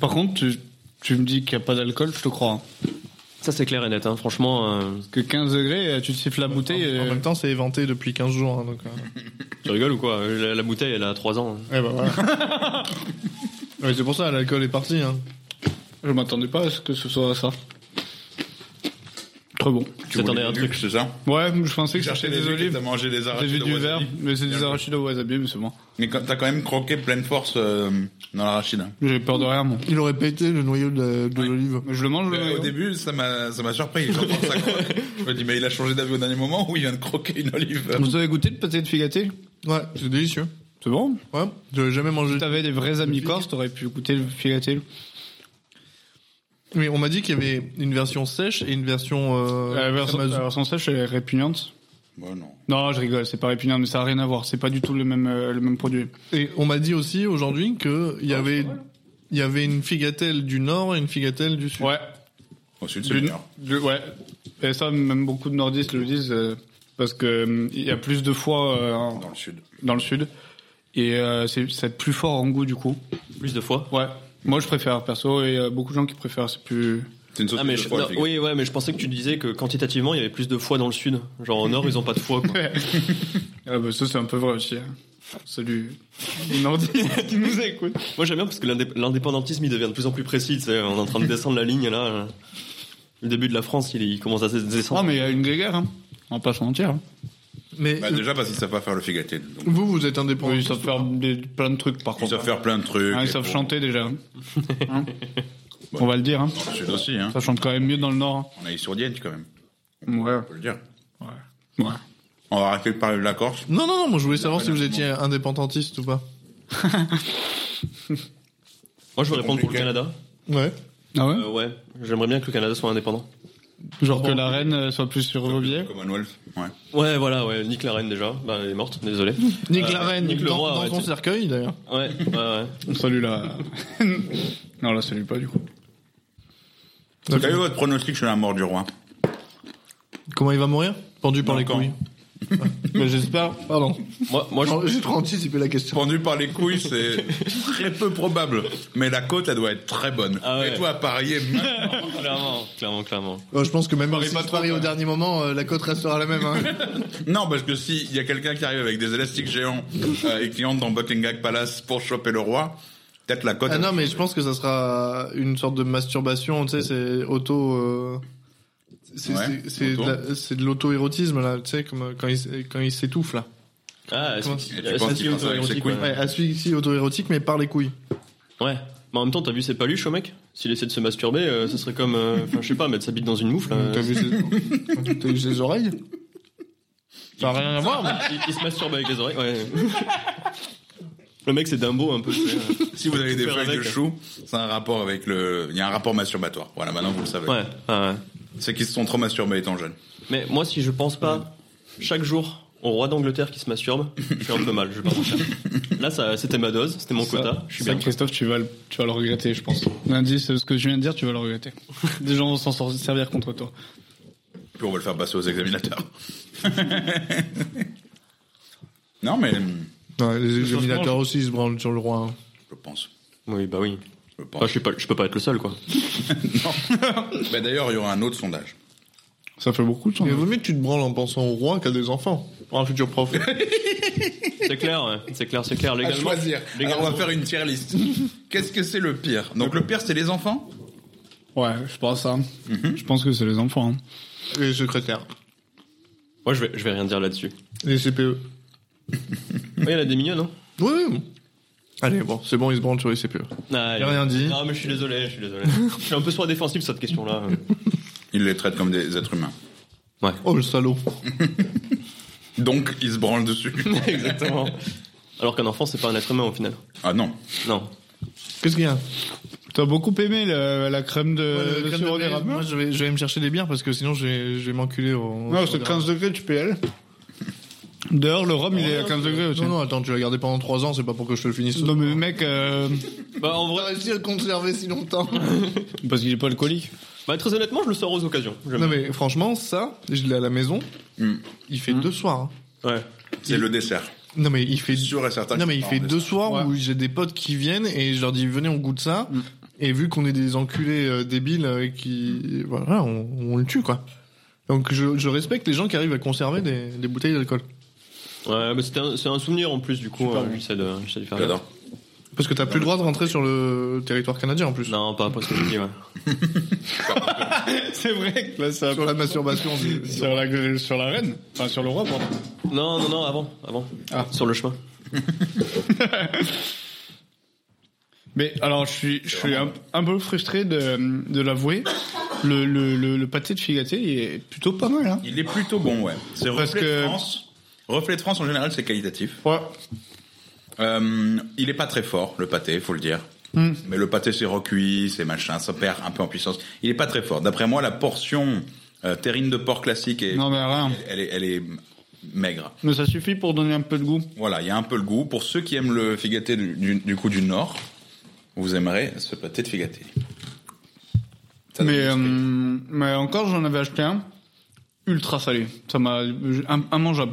Par contre, tu, tu me dis qu'il n'y a pas d'alcool, je te crois. hein. Ça, c'est clair et net. Hein. Franchement, euh, Que 15 degrés, tu te siffles la bouteille. En, en euh, même temps, c'est éventé depuis 15 jours. hein, donc, euh, tu rigoles ou quoi la, la bouteille, elle a 3 ans. hein. eh ben voilà. Ouais, c'est pour ça, l'alcool est parti. Hein. Je m'attendais pas à ce que ce soit ça. Très bon. Tu voulais T'attendais un des truc. nuques, c'est ça Ouais, je pensais que Chercher c'était des des olives, olives. t'as mangé des J'ai arachides. vu au du wasabi. verre, mais c'est des arachides au wasabi, mais c'est bon. Mais quand- t'as quand même croqué pleine force euh, dans l'arachide. hein. J'ai peur de rien, moi. Il aurait pété le noyau de, de l'olive. Je le mange, le Euh, maillot. au début, ça m'a ça m'a surpris. J'entends ça croquer. Je me dis, mais il a changé d'avis au dernier moment ou il vient de croquer une olive Vous avez goûté le pâté de figaté Ouais, c'est délicieux. C'est bon Ouais, j'avais jamais mangé. Si t'avais des vrais amis figaté. corses, t'aurais pu goûter le figaté. Mais on m'a dit qu'il y avait une version sèche et une version. euh, Ah, la, version, Amazon. la version sèche elle est répugnante. Bon, non. Non, je rigole, c'est pas répugnant, mais ça a rien à voir. C'est pas du tout le même, euh, le même produit. Et on m'a dit aussi aujourd'hui que il y avait il y avait une figatelle du nord et une figatelle du sud. Ouais. Au sud, Oh, c'est Du- meilleur. du- ouais. Et ça, même beaucoup de nordistes le disent, euh, parce que hum, il y a plus de fois euh, en- Dans le sud. dans le sud. Et euh, c'est ça va être plus fort en goût, du coup. Plus de fois. Ouais. Moi, je préfère, perso, et euh, beaucoup de gens qui préfèrent, c'est plus... C'est une sauce Ah, mais de je- pois, non, les gars. oui, ouais, mais je pensais que tu disais que quantitativement, il y avait plus de fois dans le sud. Genre au nord, ils ont pas de fois. quoi. Ah bah, ça, c'est un peu vrai aussi. hein. Salut, les nordistes qui nous écoutent. Moi j'aime bien parce que l'indép- l'indépendantisme il devient de plus en plus précis, tu sais, on est en train de descendre la ligne là. Le début de la France il, il commence à se descendre. Ah, mais il y a une guéguerre, hein. On va pas se mentir. hein. Mais Bah, déjà parce qu'ils savent pas faire le figaté. Donc, vous vous êtes indépendant. Oui, ils savent faire des- plein de trucs, par ils contre. savent faire plein de trucs. Ah, ils et savent pour- chanter, déjà. Hein On va le dire, hein. Dans le sud aussi, hein. Ça chante quand même mieux dans le nord. On est sur Dienne, quand même. hein. Ouais. On peut le dire. Ouais. Ouais. On va arrêter de parler de la Corse. Non non non, moi je voulais savoir si vous étiez indépendantiste ou pas. Moi je veux répondre pour le compliqué. Canada. Ouais. Ah ouais Euh, ouais, j'aimerais bien que le Canada soit indépendant. Genre que la reine euh, soit plus sur vos biais. Commonwealth. Ouais. Ouais voilà, ouais, nique la reine déjà, bah elle est morte, désolé. Nick Euh, la reine, nique le dans, roi, dans ouais, son t'es- cercueil d'ailleurs. Ouais, ouais, ouais. Salut là. non, là, salut pas, du coup. Quel est votre pronostic sur la mort du roi Comment il va mourir Pendu par Non, les quand couilles. Mais j'espère. Pardon. Moi, moi je- J'ai trop anticipé la question. Pendu par les couilles, c'est très peu probable. Mais la côte, elle doit être très bonne. Ah ouais. Et toi, à parier maintenant. clairement, clairement, clairement. Ah, Euh, je pense que même Parie si pas je trop, parie au quand dernier moment, euh, la cote restera la même. hein. Non, parce que s'il y a quelqu'un qui arrive avec des élastiques géants euh, et qui entre dans Buckingham Palace pour choper le roi, peut-être la côte. ah elle- non, mais je pense que ça sera une sorte de masturbation, tu sais, c'est auto. euh, c'est Ouais, c'est- c'est auto. de la- c'est de l'auto-érotisme, là, tu sais, comme euh, quand il, s- quand il s'étouffe, là. Ah, c'est Comment- Et tu penses qu'il fait c'est ça avec ses auto-érotique, couilles ouais. Ouais, asphyxie auto-érotique, mais par les couilles. Ouais. Mais en même temps, t'as vu ses paluches au mec S'il essaie de se masturber, euh, ce serait comme, euh, enfin je sais pas, mettre sa bite dans une euh, mouffe là. vu ses, t'as vu ses oreilles Ça n'a rien à voir, mais- Il, il se masturbe avec les oreilles, ouais. Le mec c'est Dumbo un peu. tu sais, euh. Si vous avez des Faire feuilles avec. de chou, c'est un rapport avec le. Il y a un rapport masturbatoire. Voilà, maintenant vous le savez. Ouais, ouais. C'est qu'ils se sont trop masturbés étant jeunes. Mais moi, si je pense pas chaque jour au roi d'Angleterre qui se masturbe, je suis un peu mal, je vais pas mentir. Là, ça, c'était ma dose, c'était mon quota, je suis Ça, bien. Christophe, tu vas, le, tu vas le regretter, je pense. L'indice, ce que je viens de dire, tu vas le regretter. Des gens vont s'en sor- servir contre toi. Puis on va le faire passer aux examinateurs. non, mais hum, Ouais, les se examinateurs mange. aussi ils se branlent sur le roi. hein. je pense. Oui, bah oui. Je Enfin, pense. je, suis pas, je peux pas être le seul, quoi. Bah, D'ailleurs, il y aura un autre sondage. Ça fait beaucoup de temps. Mais vaut mieux que tu te branles en pensant au roi qu'à des enfants. Pour un futur prof. C'est clair, ouais. c'est clair, c'est clair. À Légalement, choisir. Alors, légalement, on va faire une tier list. Qu'est-ce que c'est le pire Donc, le pire, c'est les enfants Ouais, je pense ça. Mhm. Je pense que c'est les enfants. hein. les secrétaires. Moi, je vais, je vais rien dire là-dessus. Les E. CPE. Ouais, il y en a des mignonnes, hein Oui, oui. Allez, bon, c'est bon, ils se branlent sur les E. CPE. ah, J'ai rien dit. Non, mais je suis désolé, je suis désolé. je suis un peu sur la défensive, cette question-là. Ils les traitent comme des êtres humains. Oh, le salaud. Donc, ils se branlent dessus. Exactement. Alors qu'un enfant, c'est pas un être humain, au final. ah non. Non. Qu'est-ce qu'il y a T'as beaucoup aimé la, la crème de, Ouais, de Euh, crème sirop de blé, d'érable Moi, je vais, je vais me chercher des bières parce que sinon, je vais, je vais m'enculer. Au, au Non, sirop c'est 15 degrés, tu peux y aller. Dehors, le rhum, il est à 15 degrés aussi. Non, non, attends, tu l'as gardé pendant 3 ans, c'est pas pour que je te le finisse. Non, mais mec, euh, Bah, en On vrai, va réussir à le conserver si longtemps. parce qu'il est pas alcoolique. bah, très honnêtement, je le sors aux occasions. J'aime non, mais franchement, ça, je l'ai à la maison, Hmm. il fait deux soirs. hein. bien. Ouais. C'est le dessert. Non, mais il fait Sûr et certain. Non que mais il c'est fait pas un deux dessert. soirs Ouais. où j'ai des potes qui viennent et je leur dis venez on goûte ça et vu qu'on est des enculés euh, débiles euh, qui voilà on, on le tue quoi. Donc je, je respecte les gens qui arrivent à conserver des, des bouteilles d'alcool Ouais, bah, c'était un- c'est un, souvenir en plus, du coup, euh, j'essaie de, j'essaie de faire gaffe. J'adore. parce que t'as plus le droit de rentrer sur le territoire canadien en plus. Non, pas après ce que j'ai dit, ouais. C'est vrai que là, ça Sur la masturbation. du- sur la, sur la reine. Enfin, sur le hein. roi, pardon. Non, non, non, avant, avant. Ah. Sur le chemin. Mais alors, je suis, je suis un, un peu frustré de, de l'avouer. Le, le, le, le pâté de figaté, il est plutôt pas mal, hein. Il est plutôt bon, ouais. C'est Parce reflet que- de France. Reflet de France en général, c'est qualitatif. Ouais. Euh, il est pas très fort, le pâté, faut le dire. Hmm. Mais le pâté, c'est recuit, c'est machin, ça perd un peu en puissance. Il est pas très fort. D'après moi, la portion euh, terrine de porc classique, est, Non, mais rien. elle, est, elle est maigre. Mais ça suffit pour donner un peu de goût. Voilà, il y a un peu le goût. Pour ceux qui aiment le figaté du, du- du coup du Nord, vous aimerez ce pâté de figaté. Ça donne mais, l'esprit. euh, mais encore, j'en avais acheté un ultra salé. Ça m'a im- immangeable.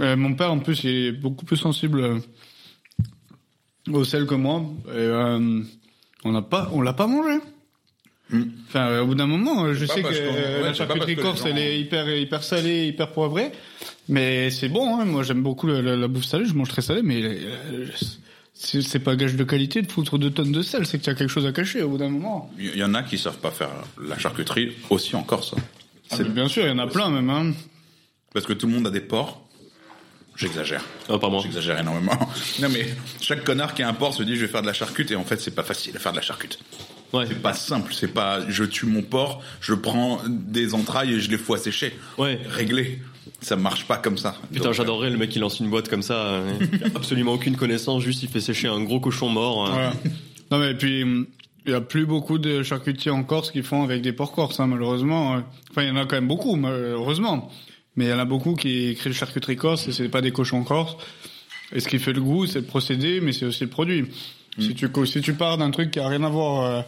Euh, mon père, en plus, il est beaucoup plus sensible euh, au sel que moi. Et, euh, on n'a pas, on l'a pas mangé. Hmm. Enfin, euh, au bout d'un moment, euh, je pas sais que parce qu'on- euh, ouais, la c'est pas parce charcuterie que les corse, gens- elle est hyper, hyper salée, hyper poivrée. Mais c'est bon, hein. moi j'aime beaucoup la, la- la bouffe salée, je mange très salé, mais euh, c'est c'est pas gage de qualité de foutre deux tonnes de sel, c'est que tu as quelque chose à cacher au bout d'un moment. Il y en a qui savent pas faire la charcuterie aussi en Corse. hein. C'est Ah, bien sûr, il y en a plein même. Hein. Parce que tout le monde a des porcs. J'exagère. Ah, pas moi. J'exagère énormément. Non mais chaque connard qui a un porc se dit je vais faire de la charcute et en fait c'est pas facile à faire de la charcute. Ouais. C'est pas simple, c'est pas je tue mon porc, je prends des entrailles et je les fous assécher. Ouais. Réglé. Ça marche pas comme ça. Putain, Donc, j'adorerais le mec qui lance une boîte comme ça, euh, il a absolument aucune connaissance, juste il fait sécher un gros cochon mort. Ah. euh. Voilà. non mais puis hum, il y a plus beaucoup de charcutiers en Corse qui font avec des porcs corses hein, malheureusement. euh. Enfin il y en a quand même beaucoup malheureusement, mais il y en a beaucoup qui créent le charcuterie corse et c'est pas des cochons corse. Et ce qui fait le goût, c'est le procédé, mais c'est aussi le produit. Mm. Si tu co- si tu pars d'un truc qui a rien à voir euh,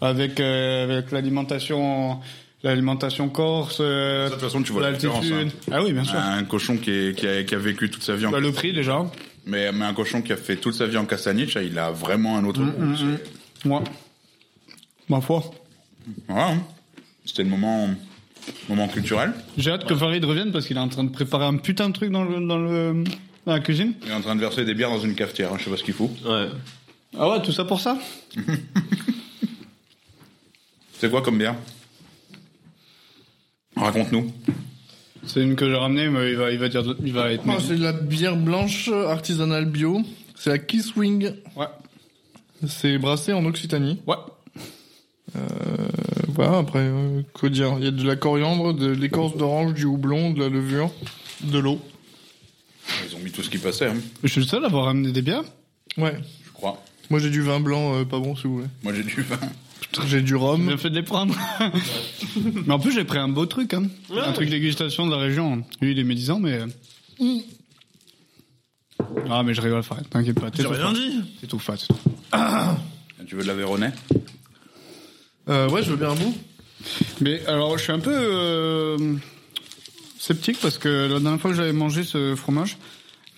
avec euh, avec l'alimentation l'alimentation corse, euh, De toute façon, tu vois la l'altitude. différence, hein. Ah oui bien sûr. Un cochon qui, est- qui a, qui a vécu toute sa vie en Bah, le prix déjà. mais, mais un cochon qui a fait toute sa vie en Castaniche, il a vraiment un autre Mm, goût. C'est- Moi. Ma foi. Voilà, hein. C'était le moment, moment culturel. J'ai hâte que Farid revienne parce qu'il est en train de préparer un putain de truc dans, le, dans, le, dans la cuisine. Il est en train de verser des bières dans une cafetière, hein, je sais pas ce qu'il fout. Ouais. Ah ouais, tout ça pour ça C'est quoi comme bière Raconte-nous. C'est une que j'ai ramenée, mais il va, il va, dire, de- il va être... Moi, c'est de la bière blanche artisanale bio. C'est la Kisswing. Ouais. C'est brassé en Occitanie. Ouais. Euh, Voilà, après, euh, que dire Il y a de la coriandre, de l'écorce d'orange, du houblon, de la levure, de l'eau. Ils ont mis tout ce qui passait, hein, Je suis le seul à avoir ramené des bières. Ouais. je crois. Moi, j'ai du vin blanc, euh, pas bon, si vous voulez. Moi j'ai du vin. J'ai du J'ai rhum. bien fait de les prendre. mais en plus, j'ai pris un beau truc. Hein. Ouais. Un truc dégustation de la région. Lui, il est médisant, mais... euh. Ah, mais je rigole, Farid. T'inquiète pas. T'es tout fat. dit T'es tout fat. Ah, Tu veux de l'Aveyronais euh, Ouais, je veux bien un bout. Mais alors, je suis un peu euh, sceptique parce que la dernière fois que j'avais mangé ce fromage,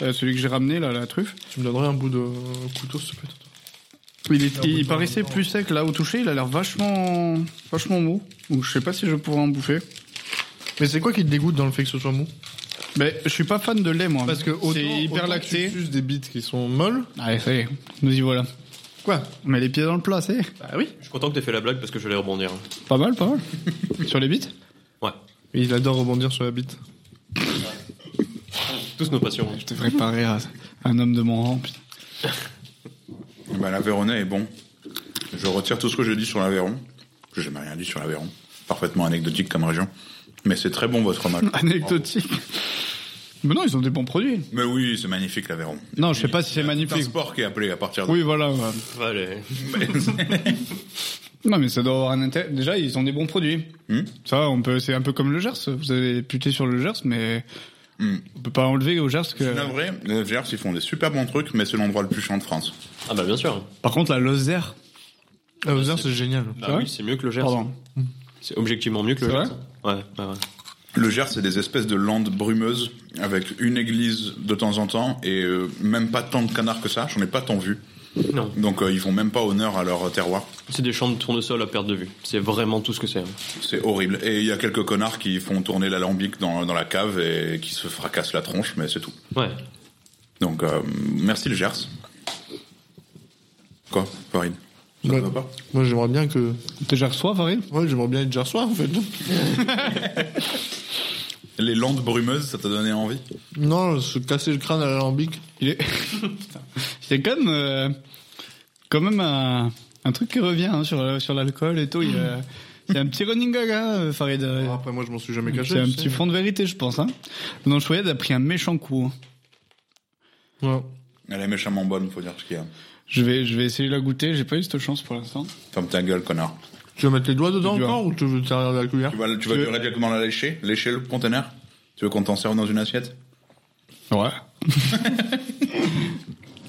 euh, celui que j'ai ramené, là, la truffe, Tu me donnerais un bout de euh, couteau, s'il te plaît. Toto il, est- il paraissait plus sec là au toucher, il a l'air vachement, vachement mou. Donc je sais pas si je pourrais en bouffer. Mais c'est quoi qui te dégoûte dans le fait que ce soit mou Mais je suis pas fan de lait moi. Parce que autant, c'est hyper autant lacté. Tu suces des bites qui sont molles. Allez, ça y est, nous y voilà. Quoi On met les pieds dans le plat, c'est Bah oui. Je suis content que t'aies fait la blague parce que je vais rebondir. pas mal, pas mal. Sur les bites Ouais. Il adore rebondir sur la bite. Tous nos passions. Je devrais parer à un homme de mon rang. putain. Bah l'Aveyronais est bon. Je retire tout ce que je dis sur l'Aveyron. J'ai jamais rien dit sur l'Aveyron. Parfaitement anecdotique comme région. Mais c'est très bon votre fromage. Anecdotique. Mais non, ils ont des bons produits. Mais oui, c'est magnifique l'Aveyron. Non, je sais pas si c'est C'est un magnifique. sport qui est appelé à partir de... Oui, voilà. ouais. Allez. Non, mais ça doit avoir un intérêt. Déjà, ils ont des bons produits. Hmm. Ça, on peut. C'est un peu comme le Gers. Vous avez puté sur le Gers, mais Hmm. On peut pas enlever au Gers que. C'est navré, les Gers, ils font des super bons trucs, mais c'est l'endroit le plus chiant de France. Ah bah bien sûr. Par contre, la Lozère. Ah, Auxerre, c'est génial. Bah Ah ouais oui, c'est mieux que le Gers. Pardon. C'est objectivement mieux que le C'est Gers. Ouais, ouais, ouais. Le Gers, c'est des espèces de landes brumeuses avec une église de temps en temps et euh, même pas tant de canards que ça. J'en ai pas tant vu. Non, Donc euh, ils font même pas honneur à leur terroir. c'est des champs de tournesol à perte de vue. C'est vraiment tout ce que c'est. hein. C'est horrible. Et il y a quelques connards qui font tourner l'alambic dans, dans la cave et qui se fracassent la tronche, mais c'est tout. Ouais. Donc euh, merci le Gers. Quoi, Farine Ça Ouais. te va pas Bah, Moi, j'aimerais bien que. T'es Gersois, Farid Ouais, j'aimerais bien être gersois, en fait. Les landes brumeuses, ça t'a donné envie Non, se casser le crâne à l'alambic. Il est. c'est comme. euh, quand même un, un truc qui revient hein, sur, euh, sur l'alcool et tout. Il y a- C'est un petit running gag, hein, euh, Farid. euh, Après, moi, je m'en suis jamais caché. C'est un tu petit sais. fond de vérité, je pense. Hein. Non, Chouette a pris un méchant coup. hein. Ouais. Elle est méchamment bonne, faut dire ce qu'il y a. Je vais, je vais essayer de la goûter. J'ai pas eu cette chance pour l'instant. Ferme ta gueule, connard. Tu veux mettre les doigts dedans C'est dur. encore ou tu veux te servir de la cuillère Tu vas, tu vas Tu veux- durer directement la lécher Lécher le conteneur Tu veux qu'on t'en serve dans une assiette Ouais.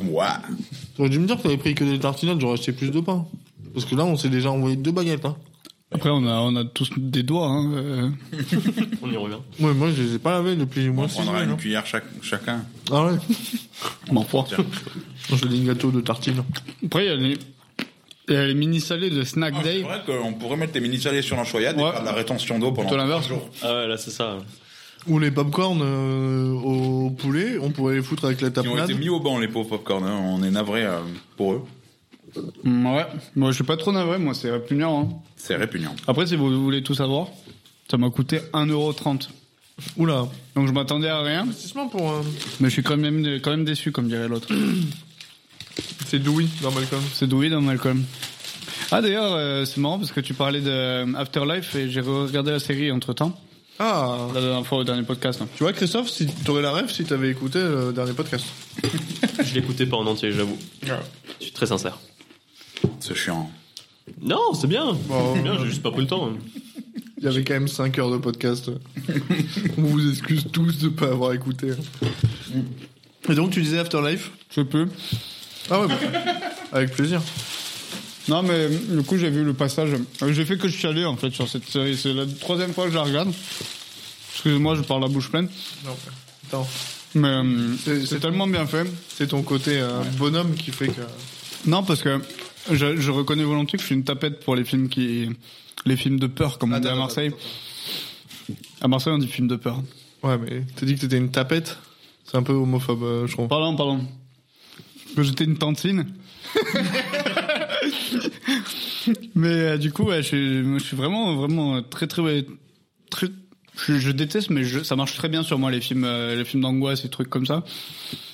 Ouah T'aurais dû me dire que t'avais pris que des tartinades, j'aurais acheté plus de pain. Parce que là, on s'est déjà envoyé deux baguettes. Hein. Après, on a, on a tous des doigts. Hein. euh. On y revient. Ouais, moi, je les ai pas lavés depuis On moins six prendra semaines. une hein. cuillère chaque- chacun. Ah ouais Bon, pour- Tiens. Je fais des gâteaux de tartines. Après, il y a les, il y a les mini salés de Snack Ah, C'est Day. vrai qu'on pourrait mettre des mini salés sur l'enchoyade et Ouais. faire de la rétention d'eau pendant Plutôt l'inverse. trois jours. Ah ouais, là c'est ça. Ou les popcorn euh, au poulet, on pourrait les foutre avec la Ils ont tapenade. été mis au banc, les pauvres popcorn. hein. On est navré pour eux. Mm, ouais. Moi, je suis pas trop navré. Moi, c'est répugnant. Hein. C'est répugnant. Après, si vous voulez tout savoir, ça m'a coûté 1,30€. Oula. Donc, je m'attendais à rien. Investissement pour. euh, Mais je suis quand même, quand même déçu, comme dirait l'autre. C'est Dewey dans Malcolm. C'est doué dans Malcolm. Ah, d'ailleurs, euh, c'est marrant parce que tu parlais de euh, Afterlife et j'ai regardé la série entre temps. Ah La dernière fois, au dernier podcast. hein. Tu vois, Christophe, si t'aurais la rêve si t'avais écouté le dernier podcast. Je l'écoutais pas en entier, j'avoue. Je suis très sincère. C'est chiant. Non, c'est bien. Bon. C'est bien, j'ai juste pas pris le temps. hein. Il y avait quand même 5 heures de podcast. on vous excuse tous de pas avoir écouté. Et donc, tu disais Afterlife Je sais plus. Ah ouais, bah, avec plaisir. Non, mais euh, du coup, j'ai vu le passage. Euh, J'ai fait que je chialais, en fait, sur cette série. C'est la troisième fois que je la regarde. Excuse-moi, je parle la bouche pleine. Non, attends. Mais euh, C'est- c'est c'est- tellement bien fait. C'est ton côté euh, bonhomme qui fait que. Non, parce que je, je reconnais volontiers que je suis une tapette pour les films qui. Les films Ah, de peur, Ah, comme on dit à Marseille. À Marseille, on dit film de peur. Ouais, mais t'as dit que t'étais une tapette. C'est un peu homophobe, euh, je trouve. Pardon, pardon. Que j'étais une tantine. Mais euh, du coup, ouais, je, suis, moi, je suis vraiment, vraiment euh, très, très, très. Je, je déteste, mais je- ça marche très bien sur moi les films, euh, les films d'angoisse et trucs comme ça.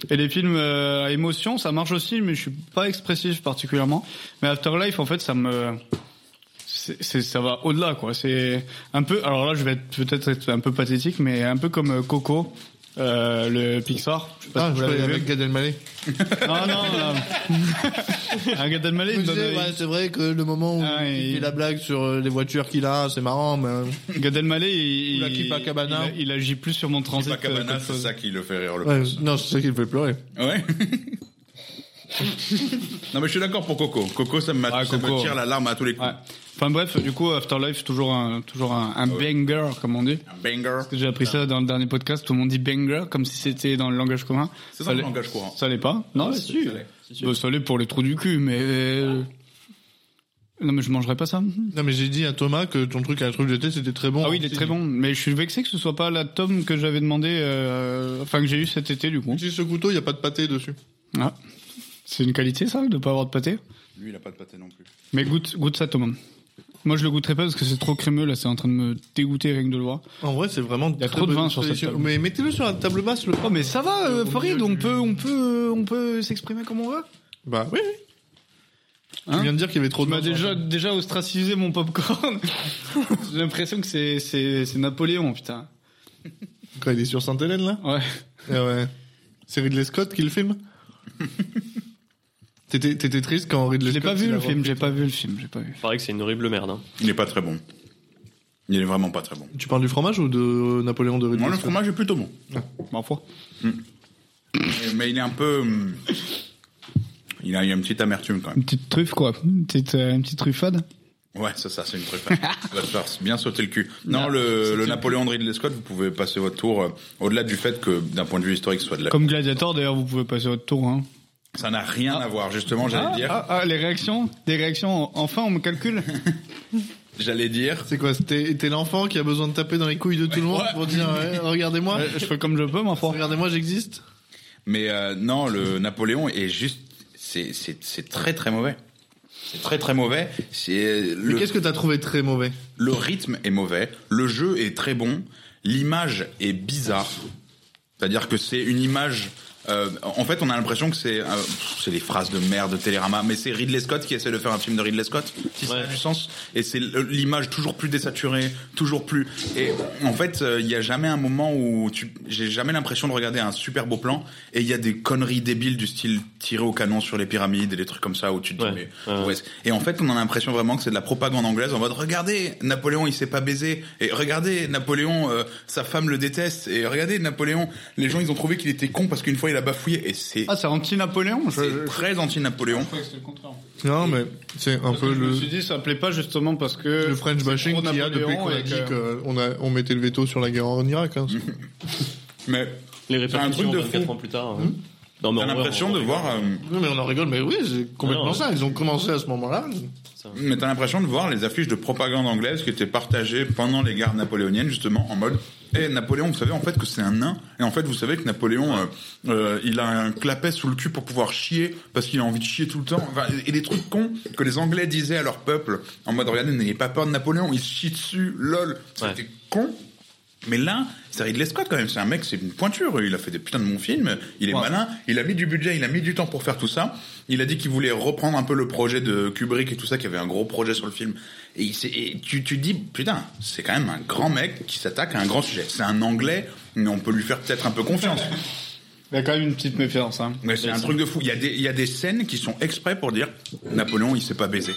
Et les films euh, à émotion, ça marche aussi, mais je suis pas expressif particulièrement. Mais Afterlife, en fait, ça me, c'est, c'est- ça va au-delà, quoi. C'est un peu. Alors là, je vais être- peut-être être un peu pathétique, mais un peu comme euh, Coco, euh, le Pixar. Je sais pas Ah, si vous je l'avez parlais vu. avec Gad Elmaleh. Non, non, non. Un Gad Elmaleh, il me donne- ouais, c'est vrai que le moment où Ah, il il- fait la blague sur euh, les voitures qu'il a, c'est marrant, mais euh, Gad Elmaleh, il, Ou la clip à Cabana. il, il agit plus sur mon transit. Pas Cabana, euh, c'est ça qui le fait rire le Ouais, plus. non, c'est ça qui le fait pleurer. Ouais. non, mais je suis d'accord pour Coco. Coco, ça me, Ah, ça me Coco. tire la larme à tous les que- coups. Ouais. Enfin bref, du coup, Afterlife, toujours un, toujours un, un banger, comme on dit. Un banger. J'ai appris ça dans le dernier podcast, tout le monde dit banger, comme si c'était dans le langage commun. C'est Ça dans le l'est- langage courant. Ça l'est pas Non, c'est sûr. C'est sûr. Bah, ça l'est pour les trous du cul, mais... euh, Non, mais je mangerai pas ça. Non, mais j'ai dit à Thomas que ton truc à la truc d'été, c'était très bon. Ah oui, il est très bon, mais je suis vexé que ce soit pas la tome que j'avais demandé, euh, enfin que j'ai eu cet été, du coup. Utilise ce couteau, il n'y a pas de pâté dessus. Ah. C'est une qualité ça, de pas avoir de pâté Lui, il a pas de pâté non plus. Mais goûte, goûte ça Thomas. Moi je le goûterai pas parce que c'est trop crémeux là, c'est en train de me dégoûter rien que de le voir. En vrai, c'est vraiment. y a trop de vin sur cette table. Mais mettez-le sur la table basse, le. Oh mais ça va euh, Farid, on peut- on peut, euh, on peut s'exprimer comme on veut Bah oui, oui. Hein tu viens de dire qu'il y avait trop On de m'a vin sur la déjà, table. déjà ostracisé mon popcorn. J'ai l'impression que c'est, c'est, c'est Napoléon putain. Quand il est sur Sainte-Hélène, là Ouais. Eh ouais. C'est Ridley Scott qui le filme T'étais t'étais triste quand Ridley J'ai Scott. pas vu il a le film, repris- j'ai pas vu le film, j'ai pas vu. Pareil que c'est une horrible merde. hein. Il est pas très bon. Il est vraiment pas très bon. Tu parles du fromage ou de Napoléon de Moi, le fromage est plutôt bon. Ma foi. Mais- Mais il est un peu. hum, Il a il a une petite amertume quand même. Une petite truffe, quoi. Une petite, euh, une petite truffade. Ouais, c'est ça, c'est une prépa. Ça va te faire bien sauter le cul. Non, Non, le, c'était- le Napoléon de Ridley Scott, vous pouvez passer votre tour, euh, au-delà du fait que d'un point de vue historique, ce soit de la... Comme Gladiator, d'ailleurs, vous pouvez passer votre tour. Hein. Ça n'a rien à voir, justement, j'allais Ah, dire. ah, ah, les réactions Des réactions, enfin, on me calcule J'allais dire... C'est quoi C'était t'es l'enfant qui a besoin de taper dans les couilles de tout le monde Ouais. pour dire eh, regardez-moi, Ouais, Euh, Je fais comme je peux, ma foi. regardez-moi, j'existe. Mais euh, non, le Napoléon est juste... C'est c'est- c'est très très mauvais. C'est très très mauvais. C'est euh, Mais le, qu'est-ce que t'as trouvé très mauvais le rythme est mauvais, le jeu est très bon, l'image est bizarre. C'est-à-dire que c'est une image. euh, en fait, on a l'impression que c'est euh, pff, c'est les phrases de merde de Télérama, mais c'est Ridley Scott qui essaie de faire un film de Ridley Scott, si ça a Ouais. du sens. Et c'est l- l'image toujours plus désaturée, toujours plus. Et en fait, euh, il y a jamais un moment où tu, j'ai jamais l'impression de regarder un super beau plan. Et il y a des conneries débiles du style tirer au canon sur les pyramides et des trucs comme ça où tu te dis Ouais. mais Ouais. ouais, c'est- Et en fait, on a l'impression vraiment que c'est de la propagande anglaise en mode regardez, Napoléon il s'est pas baisé et regardez Napoléon euh, sa femme le déteste et regardez Napoléon les gens ils ont trouvé qu'il était con parce qu'une fois il a bafouillé et c'est Ah, c'est anti-Napoléon je- c'est je- très anti-Napoléon. je croyais que c'était le contraire. Non, mais c'est un Parce que Je me suis dit, ça plaît pas justement parce que. le French bashing Euh, c'est qu'il y a depuis qu'on pro-Napoléon a et dit que- qu'on a, on mettait le veto sur la guerre en Irak. hein. Mais Les C'est un répercussions truc de 24 fou. ans plus tard. euh, Non, mais t'as en vrai, l'impression on- de voir euh, Oui, mais on en rigole, mais oui, c'est complètement Ah non, ça. Ils ont commencé à ce moment-là. mais t'as l'impression de voir les affiches de propagande anglaise qui étaient partagées pendant les guerres napoléoniennes justement en mode Eh Napoléon, vous savez en fait que c'est un nain et en fait vous savez que Napoléon euh, euh, il a un clapet sous le cul pour pouvoir chier parce qu'il a envie de chier tout le temps Enfin, et- et des trucs cons que les Anglais disaient à leur peuple en mode regardez n'ayez pas peur de Napoléon, il se chie dessus, lol, c'était Ouais. con. Mais là, c'est Ridley Scott quand même, c'est un mec, c'est une pointure, il a fait des putains de bons films, il est Ouais. malin, il a mis du budget, il a mis du temps pour faire tout ça, il a dit qu'il voulait reprendre un peu le projet de Kubrick et tout ça, qu'il y avait un gros projet sur le film. Et, il s'est- et tu, tu dis, putain, c'est quand même un grand mec qui s'attaque à un grand sujet. C'est un anglais, mais on peut lui faire peut-être un peu confiance. Il y a quand même une petite méfiance. Hein. Mais c'est un truc de fou. Il y, a des, il y a des scènes qui sont exprès pour dire, Napoléon, il s'est pas baisé.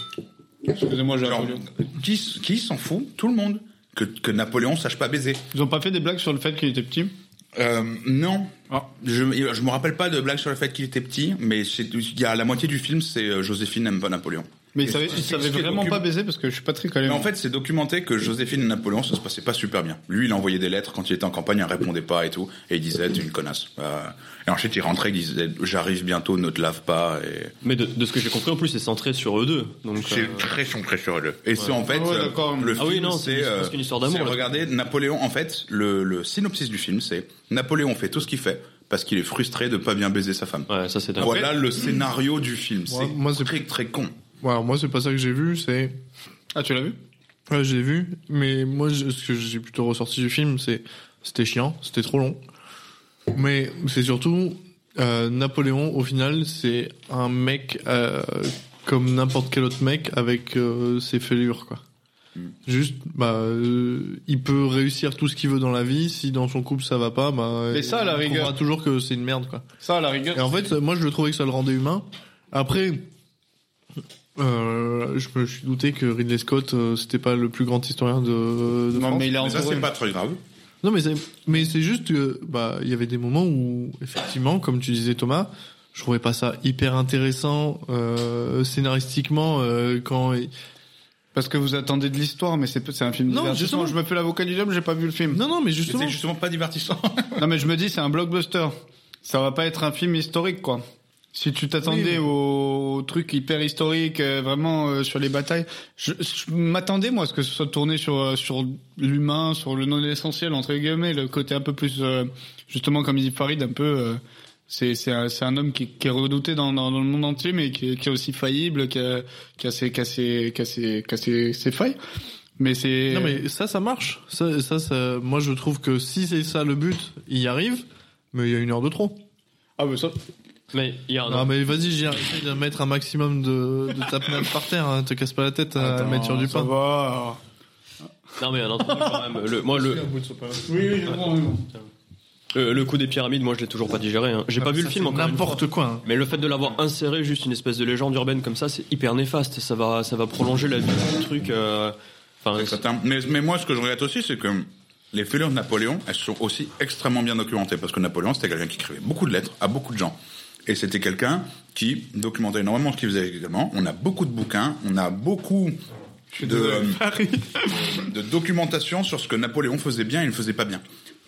Excusez-moi, j'ai Alors, attendu. qui, s- qui s'en fout Tout le monde. Que, que Napoléon sache pas baiser. Ils ont pas fait des blagues sur le fait qu'il était petit Euh, non. Je, je me rappelle pas de blague sur le fait qu'il était petit, mais c'est- il y a la moitié du film, c'est euh, Joséphine n'aime pas Napoléon. Mais Et ils savaient, c'est- ils c'est savaient ce qui est vraiment docu- pas baiser parce que je suis pas très calé. Mais en moi. fait, c'est documenté que Joséphine et Napoléon, ça se passait pas super bien. Lui, il envoyait des lettres quand il était en campagne, elle répondait pas et tout, et il disait t'es une connasse. Euh, et ensuite, il rentrait, il disait j'arrive bientôt, ne te lave pas. Et Mais de, de ce que j'ai compris, en plus, c'est centré sur eux deux. Donc, euh, c'est très son très sur le. Et c'est en fait Ah ouais, euh, d'accord. le Ah film, oui, non, c'est c'est euh, une- c'est presque une histoire d'amour, c'est là. Regardez, Napoléon. En fait, le, le synopsis du film, c'est Napoléon fait tout ce qu'il fait parce qu'il est frustré de pas bien baiser sa femme. euh, ouais, ça c'est dingue. Voilà le scénario du film. Ouais, moi, c'est c'est- très très con. Ouais, alors moi, c'est pas ça que j'ai vu, c'est. Ah, tu l'as vu Ouais, je l'ai vu, mais moi, je- ce que j'ai plutôt ressorti du film, c'est. C'était chiant, c'était trop long. Mais c'est surtout. euh, Napoléon, au final, c'est un mec euh, comme n'importe quel autre mec avec euh, ses fêlures, quoi. Mm. Juste, bah, euh, il peut réussir tout ce qu'il veut dans la vie. Si dans son couple ça va pas, bah, Mais ça, à la on rigueur. trouvera toujours que c'est une merde, quoi. Ça, à la rigueur. Et en fait, moi, je le trouvais que ça le rendait humain. Après, euh, je me suis douté que Ridley Scott, euh, c'était pas le plus grand historien de, de non, France. mais il a Mais ça entouré. c'est pas très grave. Non, mais c'est, mais c'est juste que, bah, il y avait des moments où, effectivement, comme tu disais, Thomas, je trouvais pas ça hyper intéressant euh, scénaristiquement euh, quand. il- Parce que vous attendez de l'histoire, mais c'est peu- c'est un film Non, divertissant. justement. je me fais l'avocat du diable, j'ai pas vu le film. Non, non, mais Mais justement. C'est justement pas divertissant. Non, mais je me dis, c'est un blockbuster. Ça va pas être un film historique, quoi. Si tu t'attendais Oui, mais- au truc hyper historique, euh, vraiment euh, sur les batailles, je, je m'attendais moi à ce que ce soit tourné sur euh, sur l'humain, sur le non essentiel entre guillemets, le côté un peu plus euh, justement comme dit Farid, un peu euh, c'est c'est un, c'est un homme qui, qui est redouté dans, dans, dans le monde entier, mais qui, est- qui est aussi faillible, qui a qui a ses qui a ses qui a ses, qui a ses- ses failles. Mais c'est Non mais ça, ça marche. Ça, ça, ça- moi je trouve que si c'est ça le but, il y arrive. Mais il y a une heure de trop. ah mais ça Mais il y Oh, a un. Non mais vas-y, j'ai de mettre un maximum de, de tape par terre. Hein. Te casse pas la tête à le mettre sur du ça pain. va. Non, mais un autre truc, quand même. Le, moi, le, Oui oui je comprends. le, le coup des pyramides, moi, je l'ai toujours pas digéré. hein. J'ai pas vu le Ça, film c'est encore. une N'importe quoi. hein. Mais le fait de l'avoir inséré juste une espèce de légende urbaine comme ça, c'est hyper néfaste. Ça va, ça va prolonger la vie du truc. euh, Enfin, C'est certain. Mais, mais moi, ce que je regrette aussi, c'est que les fêlures de Napoléon, elles sont aussi extrêmement bien documentées. Parce que Napoléon, c'était quelqu'un qui écrivait beaucoup de lettres à beaucoup de gens. Et c'était quelqu'un qui documentait énormément ce qu'il faisait également. On a beaucoup de bouquins, on a beaucoup de, euh, de documentation sur ce que Napoléon faisait bien et ne faisait pas bien.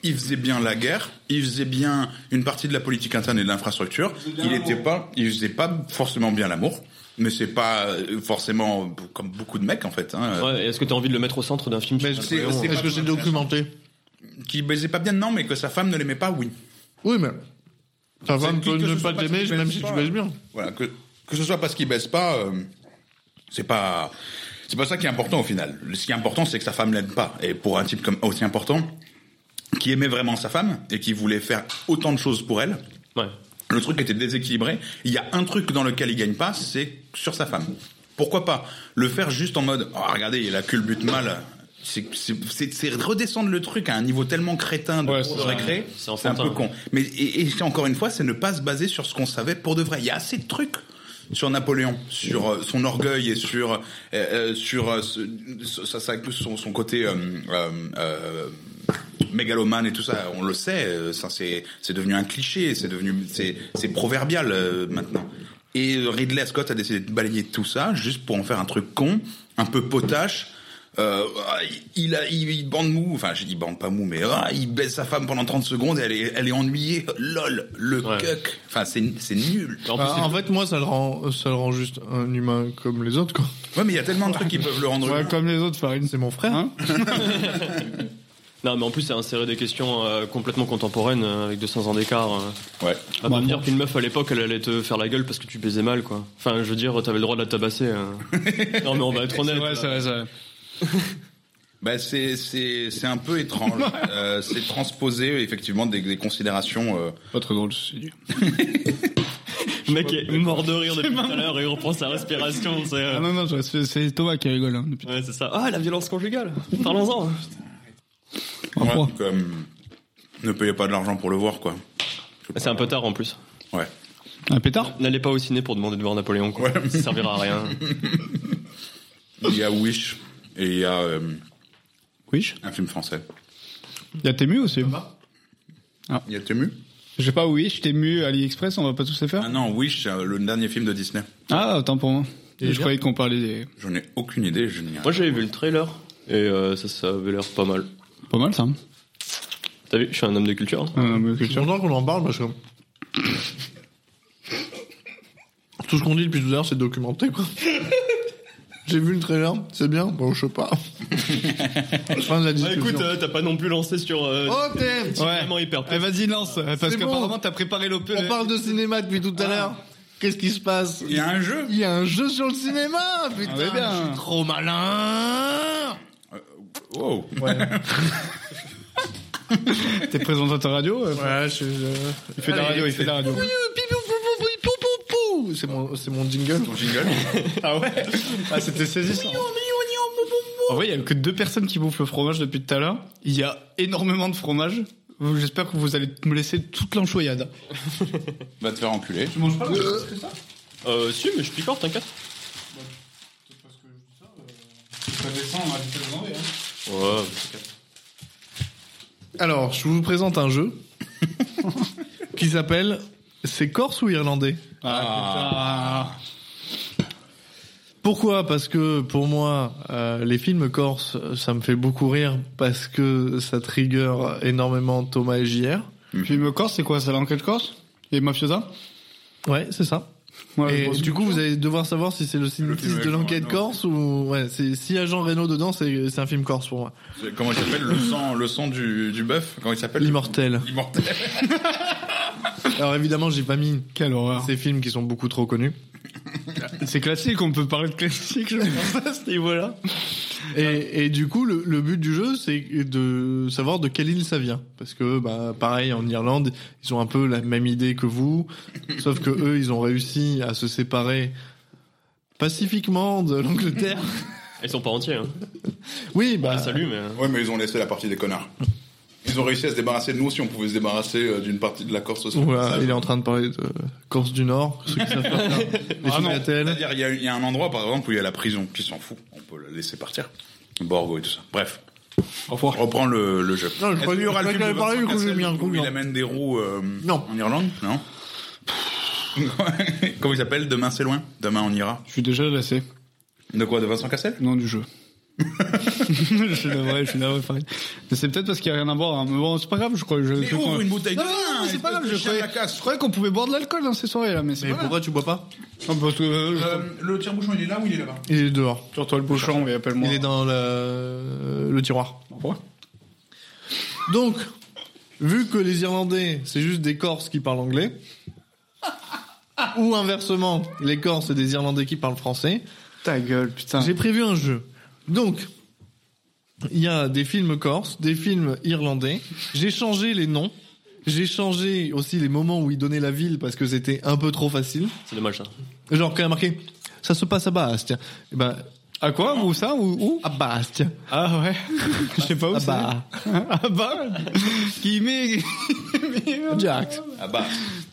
Il faisait bien la guerre, il faisait bien une partie de la politique interne et de l'infrastructure. Il était pas, il faisait pas forcément bien l'amour, mais c'est pas euh, forcément comme beaucoup de mecs en fait. hein. ouais, Est-ce que t'as envie de le mettre au centre d'un film Mais sur c'est- Napoléon c'est- Est-ce que c'est documenté qui baisait pas bien, non, mais que sa femme ne l'aimait pas, oui. Oui, mais. Ta C'est femme qui peut que ne ce pas soit parce t'aimer, qu'il même baise si pas. tu baises bien. Voilà, que, que ce soit parce qu'il baisse pas, euh, c'est pas, c'est pas ça qui est important au final. Ce qui est important, c'est que sa femme l'aime pas. Et pour un type comme aussi important, qui aimait vraiment sa femme et qui voulait faire autant de choses pour elle, Ouais. le truc était déséquilibré. Il y a un truc dans lequel il gagne pas, c'est sur sa femme. Pourquoi pas le faire juste en mode oh, regardez, il la culbute mal. C'est- C'est c'est- c'est redescendre le truc à un niveau tellement crétin de Ouais, cours c'est de ça. récré. C'est C'est un peu enfantin. con. Mais et, et c'est encore une fois, c'est ne pas se baser sur ce qu'on savait pour de vrai. Il y a assez de trucs sur Napoléon, sur euh, son orgueil et sur euh, euh, sur euh, ce- ce- ça- ça- son, son côté euh, euh, euh, mégalomane et tout ça, on le sait, euh, ça c'est c'est devenu un cliché, c'est devenu c'est c'est proverbial euh, maintenant. Et Ridley Scott a décidé de balayer tout ça juste pour en faire un truc con, un peu potache. Euh, ah, il, a, il, il bande mou, enfin je dis bande pas mou, mais ah, il baisse sa femme pendant 30 secondes et elle est, elle est ennuyée. Lol, le Ouais. cuck. Enfin c'est c'est nul. En plus, Bah, c'est- en fait, moi, ça le rend, euh, ça le rend juste un humain comme les autres, quoi. Ouais mais il y a tellement de trucs qui peuvent le rendre. Ouais, nul. comme les autres, Farine. C'est mon frère. Hein Non, mais en plus, c'est insérer des questions euh, complètement contemporaines euh, avec 200 ans d'écart. euh. Ouais. À pas me dire qu'une meuf à l'époque, elle allait te faire la gueule parce que tu baisais mal, quoi. Enfin, je veux dire, t'avais le droit de la tabasser. euh. non, mais on va être honnête. Ouais, là. c'est vrai, c'est vrai. Bah c'est c'est c'est un peu étrange. Euh, c'est transposer effectivement des, des considérations. euh, Pas très drôle, ceci dit. Le mec est mort de rire depuis tout à l'heure et il reprend sa respiration. C'est euh, Ah non, non, c'est c'est Thomas qui rigole. Hein, depuis... ouais, c'est ça. Ah, la violence conjugale. Parlons-en. En ouais, proie. donc, euh, ne payez pas de l'argent pour le voir quoi. Ah, C'est un peu tard en plus. Ouais. Un pétard N'allez pas au ciné pour demander de voir Napoléon, quoi. Ouais. Ça servira à rien. Il y a Wish et il y a euh, Oui. un film français. Il y a Temu aussi. Il y a Temu Je sais pas, oui, je Temu, AliExpress, on va pas tous les Ah faire non, Wish, c'est le dernier film de Disney. Ah, autant pour moi. Il est Je bien. croyais qu'on parlait des... J'en ai aucune idée, je n'y ai- Moi, j'avais vu le trailer et euh, ça, ça avait l'air pas mal. Pas mal, ça. hein. T'as vu, je suis un homme de culture. Ah, non, mais Je suis culture. content qu'on en parle parce que. Tout ce qu'on dit depuis tout à l'heure, c'est documenté, quoi. J'ai vu le trailer, c'est bien. Bon, je sais pas. fin de la discussion. euh, t'as pas non plus lancé sur. euh, Ok. vraiment hyper. Eh, vas-y, lance. Parce C'est bon. qu'apparemment, t'as préparé l'OP. On parle de cinéma depuis tout à l'heure. Qu'est-ce qui se passe Il y a un jeu Il y a un jeu sur le cinéma, putain. Ah, mais bien. Je suis trop malin. Wow. T'es présentateur radio euh, Ouais, je, Il fait de la Allez, radio, il fait de la radio. C'est mon, c'est mon jingle. Ton jingle Ah ouais Ah, c'était saisissant. En vrai, il y a que deux personnes qui bouffent le fromage depuis tout à l'heure. Il y a énormément de fromage. Vous- J'espère que vous allez me laisser toute l'enchoyade. Va te faire enculer. Tu manges pas Euh, si, mais je picore, t'inquiète. Ça descend, on va hein. Ouais. Alors, je vous présente un jeu qui s'appelle C'est Corse ou Irlandais Ah, Pourquoi Parce que pour moi, euh, les films corses, ça me fait beaucoup rire parce que ça trigger énormément Thomas et JR. putain. Film corse, c'est quoi C'est l'enquête corse Et mafiosa Ouais, c'est ça. Ouais, et bon, du coup, vous allez devoir savoir si c'est le film synopsis avec de l'enquête Jean Reno. corse ou... Ouais, c'est- s'il y a Jean Reno dedans, c'est c'est un film corse pour moi. C'est- Comment il s'appelle Le sang, le sang du, du bœuf Comment il s'appelle L'Immortel. L'immortel. Alors évidemment, j'ai pas mis Quelle horreur. ces films qui sont beaucoup trop connus. C'est classique, on peut parler de classique, je pense, à ce niveau-là. Et, et du coup, le, le but du jeu, c'est de savoir de quelle île ça vient. Parce que, bah, pareil, en Irlande, ils ont un peu la même idée que vous, sauf que eux, ils ont réussi à se séparer pacifiquement de l'Angleterre. Ils sont pas entiers. Hein. Oui, Ah, bah, salut, mais. Ouais, mais ils ont laissé la partie des connards. Ils ont réussi à se débarrasser de nous si on pouvait se débarrasser euh, d'une partie de la Corse aussi. Oula, Ça, euh, il est en train de parler de Corse du Nord, ceux qui savent pas faire. les Ah non. films RTL. C'est-à-dire, il y, a- il y a un endroit, par exemple, où il y a la prison, qui s'en fout. On peut le laisser partir. Borgo et tout ça. Bref, Au revoir. reprends le, le jeu. Non, je Est-ce croyais- qu'il y aura je le croyais film qu'il de avait parlé, Vincent du coup, j'ai Cassel mis un coup où de il main. amène des roues euh, Non. en Irlande Non. Comment il s'appelle Demain c'est loin Demain on ira. Je suis déjà lassé. De quoi De Vincent Cassel Non, du jeu. je suis navré, je suis navré, pareil. Mais c'est peut-être parce qu'il n'y a rien à boire. hein. Mais bon, c'est pas grave, je crois. Je, je crois- bouteille Non, non, non, c'est pas grave, je croyais, je croyais qu'on pouvait boire de l'alcool dans ces soirées là, mais c'est Mais pas grave. pourquoi tu bois pas Non, parce que, euh, je- le tire-bouchon, il est là ou il est là-bas Il est dehors. sur toi le bouchon, mais appelle-moi. Il est dans le, le tiroir. Pourquoi Donc, vu que les Irlandais, c'est juste des Corses qui parlent anglais, ou inversement, les Corses, c'est des Irlandais qui parlent français, Ta gueule, putain. j'ai prévu un jeu. Donc, il y a des films corses, des films irlandais. J'ai changé les noms. J'ai changé aussi les moments où ils donnaient la ville parce que c'était un peu trop facile. C'est dommage hein. ça. Genre, quand il y a marqué, ça se passe à Bastia. Eh ben, À quoi Où ça Où, où à Bastia. Ah ouais. je sais pas où Ah c'est. bah. ah bah. Qui met. Jax. Ah bah,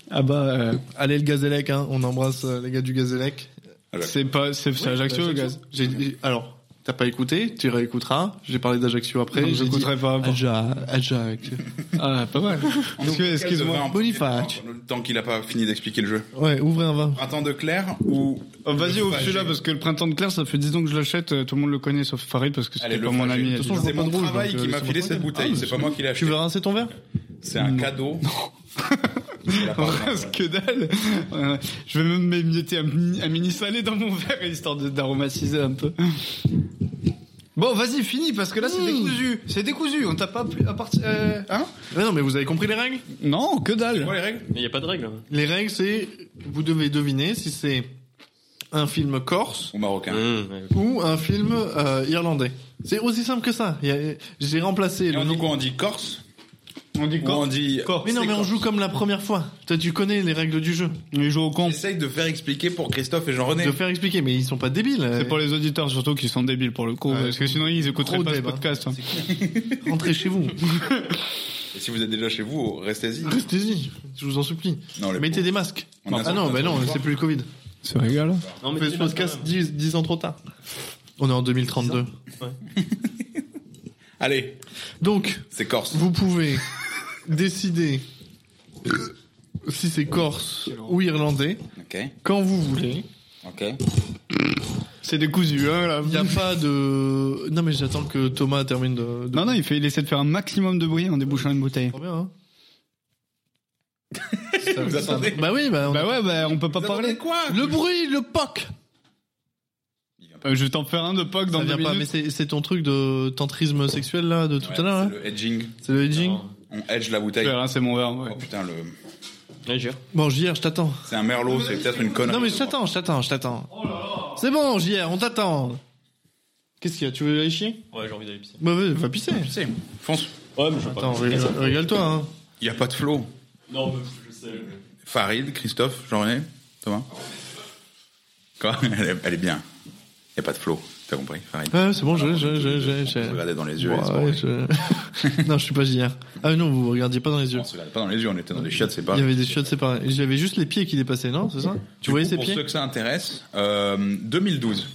ah bah. euh, Allez, le Gazélec, hein. On embrasse euh, les gars du Gazélec. C'est pas. C'est c'est bah, Ajaccio le gaz. J'ai dit- alors, t'as pas écouté, tu réécouteras. J'ai parlé d'Ajaccio après. Non, j'ai j'écouterai dit pas avant. Aja- Ajaccio. Ah, pas mal. Excuse- Excuse-moi. Boniface. Tant qu'il a pas fini d'expliquer le jeu. ouais, ouvrez un vin. Printemps de Claire ou. Oh, Vas-y, Le au celui-là, Fagé. parce que le printemps de Claire, ça fait 10 ans que je l'achète, euh, tout le monde le connaît, sauf Farid, parce que Allez, c'était le pas mon Fagé. ami. toute façon, je C'est vois mon pas de rouge, travail donc, qui euh, m'a c'est filé bon. cette bouteille. Ah, C'est pas mais moi qui l'ai Tu acheté. veux rincer ton verre C'est un cadeau. C'est la part d'un- Parce que dalle. Euh, Je vais même m'émietter un, mini- un mini salé dans mon verre, histoire de- d'aromatiser un peu. Bon, vas-y, fini, parce que là, c'est décousu. C'est décousu, on t'a pas appelé à partir... euh, hein Mais Non, mais vous avez compris les règles Non, que dalle. Quoi les règles Mais il n'y a pas de hein. règle. Les règles, c'est vous devez deviner si c'est un film corse Ou marocain. Mmh, ouais. ou un film euh, irlandais. C'est aussi simple que ça. Il y a- J'ai remplacé Et le on dit nom. quoi On dit Corse On dit Ou on quoi dit. Corse. Mais non, C'est mais on Corse. joue comme la première fois. Toi, tu connais les règles du jeu. Les joue au camp. Essaye de faire expliquer pour Christophe et Jean-René. De faire expliquer, mais ils sont pas débiles. C'est pour les auditeurs, surtout, qui sont débiles, pour le coup, Ouais. parce que sinon, ils écouteraient Trop pas ce débat. podcast. hein. Rentrez Euh, chez vous. Et si vous êtes déjà chez vous, restez-y. Restez-y. Je vous en supplie. Non, les Mettez pauvres. des masques. On a ah sorti non, un bah non, soir. c'est plus le Covid. C'est régal. Non, On mais fait ce tu l'as pas, podcast hein. 10, 10 ans trop tard. On est en 2032. Allez, Donc, c'est Corse. vous pouvez décider euh, si c'est corse ou irlandais Ok, quand vous voulez. ok. C'est décousu, hein, là. Il n'y a pas de. Non, mais j'attends que Thomas termine de. de- Non, non, il, fait, il essaie de faire un maximum de bruit en débouchant une bouteille. Trop bien, hein. Vous attendez Bah oui, bah. on- Bah ouais, bah on peut pas Vous parler. attendez quoi Le bruit, le poc Euh, je vais t'en faire un de POC dans Ça deux vient pas, mais minutes. c'est c'est ton truc de tantrisme sexuel là, de tout Ouais, à l'heure, hein. là C'est le edging. C'est le edging Non. On edge la Je bouteille. vais faire, hein, C'est mon verre. ouais. Oh putain, le... Ouais, jure. Bon, JR, je t'attends. c'est un merlot, c'est peut-être une connerie. Non mais je t'attends, je t'attends, je t'attends. C'est bon, JR, on t'attend. Qu'est-ce qu'il y a Tu veux aller chier Ouais, j'ai envie d'aller pisser. Bah vas-y, va pisser. C'est, fonce. Ouais, mais je veux pas. Attends, régale- régale-toi. Hein. Il a pas de flow. Non, mais je sais. Farid, Christophe, Jean-René, Thomas. Quoi elle est, elle est bien. Il a pas de flow, t'as compris, Farid Ouais, c'est bon, je, je, je, je, je. Regardez dans les yeux. et se Ouais, parler. je- non, je suis pas JR. Ah non, vous regardiez pas dans les yeux. On se regardait pas dans les yeux, on était dans des chiottes, c'est pas. Il y avait des chiottes séparées. J'avais juste les pieds qui dépassaient, non C'est ça Tu Du voyais coup, ses pour pieds ceux que ça intéresse, euh, 2012.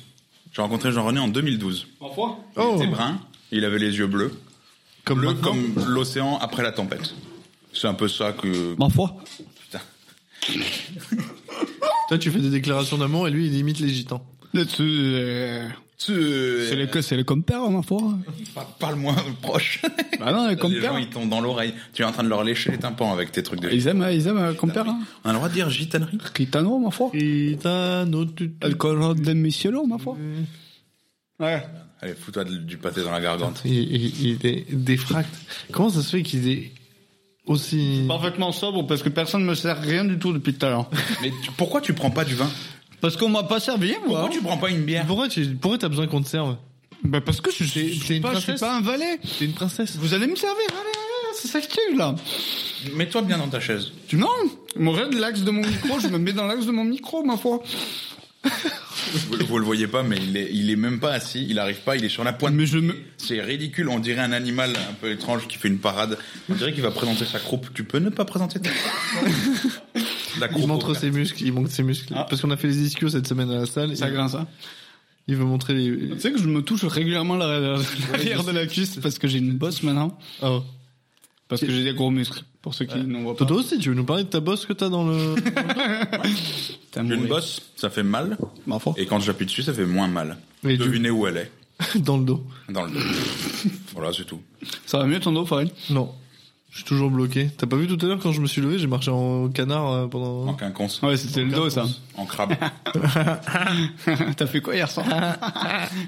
J'ai rencontré Jean-René en 2012. Il Oh. était brun, il avait les yeux bleus. Comme Bleu maintenant comme l'océan après la tempête. C'est un peu ça que. Ma foi. Putain. Toi, tu fais des déclarations d'amour et lui, il imite les gitans. Là-dessus, euh, C'est C'est Euh. les, c'est les compères, ma foi. Par- Parle-moi proche. Bah non, les les gens, compères. ils tombent dans l'oreille. Tu es en train de leur lécher les tympans avec tes trucs de. Ils aiment, ils aiment les compères. hein. On a le droit de dire gitanerie. Gitano, ma foi. Gitano, tu... Alcool hein, de Michelot, ma foi. Mm. Ouais. Allez, fous-toi de- du pâté dans la gargante. Il, il, il est défracte. Comment ça se fait qu'il est aussi... Parfaitement sobre parce que personne me sert rien du tout depuis tout à l'heure. Mais tu- pourquoi tu prends pas du vin Parce qu'on m'a pas servi, Pourquoi moi. hein. tu prends pas une bière Pourquoi tu pourquoi t'as besoin qu'on te serve Bah parce que je T'es- suis, je t'es suis une pas, je suis princesse pas un valet. T'es une princesse. Vous allez me servir, allez, allez, c'est ça que tu là. Mets-toi bien dans ta chaise. Tu- Non, mon rêve, l'axe de mon micro, je me mets dans l'axe de mon micro, ma foi. Vous, vous le voyez pas, mais il est, il est même pas assis. Il arrive pas. Il est sur la pointe. Mais je me, C'est ridicule, on dirait un animal un peu étrange qui fait une parade. On dirait qu'il va présenter sa croupe. Tu peux ne pas présenter ta La Il croupe. montre au- ses muscles, il montre ses muscles. Parce qu'on a fait les ischios cette semaine à la salle. Ça il- grince, hein. Il veut montrer les. Tu sais que je me touche régulièrement l'arrière l'arrière de la cuisse parce que j'ai une bosse maintenant. Oh. Parce que j'ai des gros muscles. Pour ceux qui n'en voient pas. Toto aussi, tu veux nous parler de ta bosse que t'as dans le. T'as Une mouru. bosse, ça fait mal, Ma foi. et quand j'appuie dessus, ça fait moins mal. Mais du- Devinez où elle est dans le dos Dans le dos. voilà, c'est tout. Ça va mieux ton dos, Farid Non. Je suis toujours bloqué. T'as pas vu tout à l'heure quand je me suis levé, j'ai marché en canard euh, En pendant. quinconce, Ouais, c'était le dos, ça. en crabe. T'as fait quoi hier soir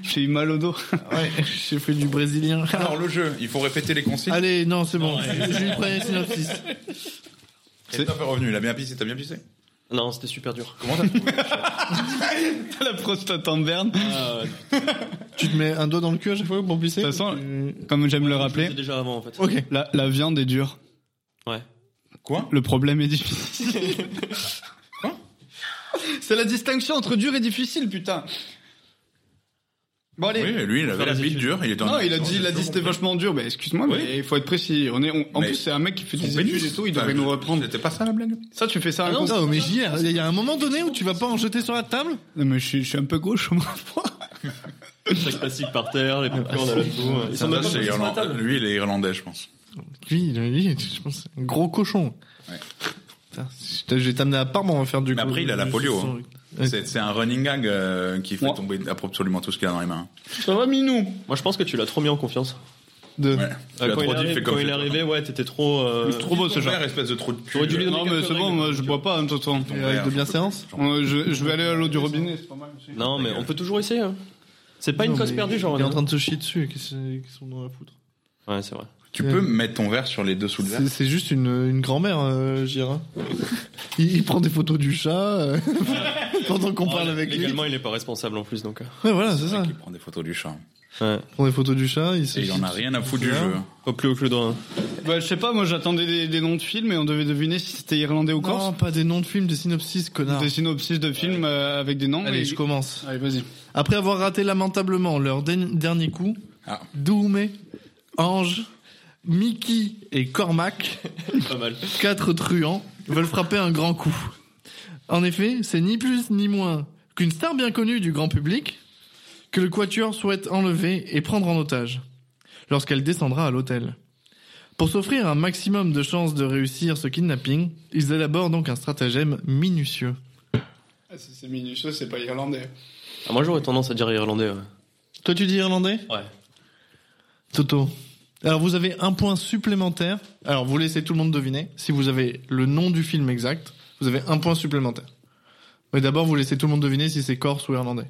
J'ai eu mal au dos. Ouais, j'ai fait du brésilien. Alors le jeu, il faut répéter les consignes. Allez, non, c'est bon. J'ai eu le premier synopsis. C'est pas revenu, il a bien pissé, t'as bien pissé. Non, c'était super dur. Comment t'as trouvé la prostate en berne. Tu te mets un doigt dans le cul à chaque fois pour pisser De toute façon, Euh, Comme j'aime le Je le faisais rappeler, déjà avant en fait. Ok. la, la viande est dure. Ouais. Quoi Le problème est difficile. Quoi C'est la distinction entre dur et difficile, putain. Bon, allez. Oui, lui, il avait la Faire les bite études. dure, il était en- Non, il a en- dit, il a dit c'était vachement dur. Mais excuse-moi, Oui. mais il faut être précis. On est, on- en Mais- plus, c'est un mec qui fait Son des pénis. études et tout. Il Enfin, devrait nous reprendre. C'était pas ça la blague Ça, tu fais ça. à Ah un non, con. non, mais JR, il y a un moment donné où tu vas pas en jeter sur la table Non, mais je suis, je suis un peu gauche, moi. Chaque plastique par terre, les popcorn à l'autre bout. Ils Ça, sont même pas c'est posés sur la Irland- table. Lui, il est irlandais, je pense. Lui, lui, je pense, c'est un gros cochon. Ouais. Putain, je t'ai- je vais t'amener à Parme, on va faire du Mais coup- après, il a la du- polio, hein. Ouais. C'est c'est un running gag euh, qui fait Ouais. tomber absolument tout ce qu'il a dans les mains. Ça va, Minou hein. Moi je pense que tu l'as trop mis en confiance. Euh, Euh, Ouais. de- Tu l'as quand trop il, dit, arrive- fais quand comme il est fait. arrivé, ouais, t'étais trop. euh, Trop beau, ce Ton genre. père, espèce de trou de cul. T'aurais dû lui Non, mais c'est bon, moi, je bois pas, hein, de toute façon. Ton Et avec père, de je bien peux- séance Euh, Je, je vais aller à l'eau du robinet, c'est pas mal. aussi. Non, mais on peut toujours essayer. hein. C'est pas Non, une cause mais perdue, genre. Il est en train de se chier dessus, qu'est-ce qu'ils sont dans la poudre. Ouais, c'est vrai. Tu peux mettre ton verre sur les dessous de verre C'est c'est juste une, une grand-mère, euh, Gira. il, il prend des photos du chat euh, pendant qu'on parle avec lui. Légalement, il est pas responsable en plus, donc. euh, Ouais, voilà, c'est ça. Il prend des photos du chat. Ouais. Il prend des photos du chat, il se Et il en a rien à foutre du jeu. Au plus haut que le doigt. hein. Bah, je sais pas, moi j'attendais des, des noms de films et on devait deviner si c'était irlandais ou corse. Non, pas des noms de films, des synopsis, connard. Des synopsis de films euh, avec des noms. Allez, et- je commence. Allez, vas-y. Après avoir raté lamentablement leur de- dernier coup, Ah. Doumé, Ange, Mickey et Cormac, Pas mal. quatre truands, veulent frapper un grand coup. En effet, c'est ni plus ni moins qu'une star bien connue du grand public que le quatuor souhaite enlever et prendre en otage lorsqu'elle descendra à l'hôtel. Pour s'offrir un maximum de chances de réussir ce kidnapping, ils élaborent donc un stratagème minutieux. Ah, si c'est minutieux, c'est pas irlandais. Ah, moi j'aurais tendance à dire irlandais. Ouais. Toi, tu dis irlandais ouais. Toto. Alors vous avez un point supplémentaire. Alors vous laissez tout le monde deviner. Si vous avez le nom du film exact, vous avez un point supplémentaire. Mais d'abord vous laissez tout le monde deviner si c'est corse ou irlandais.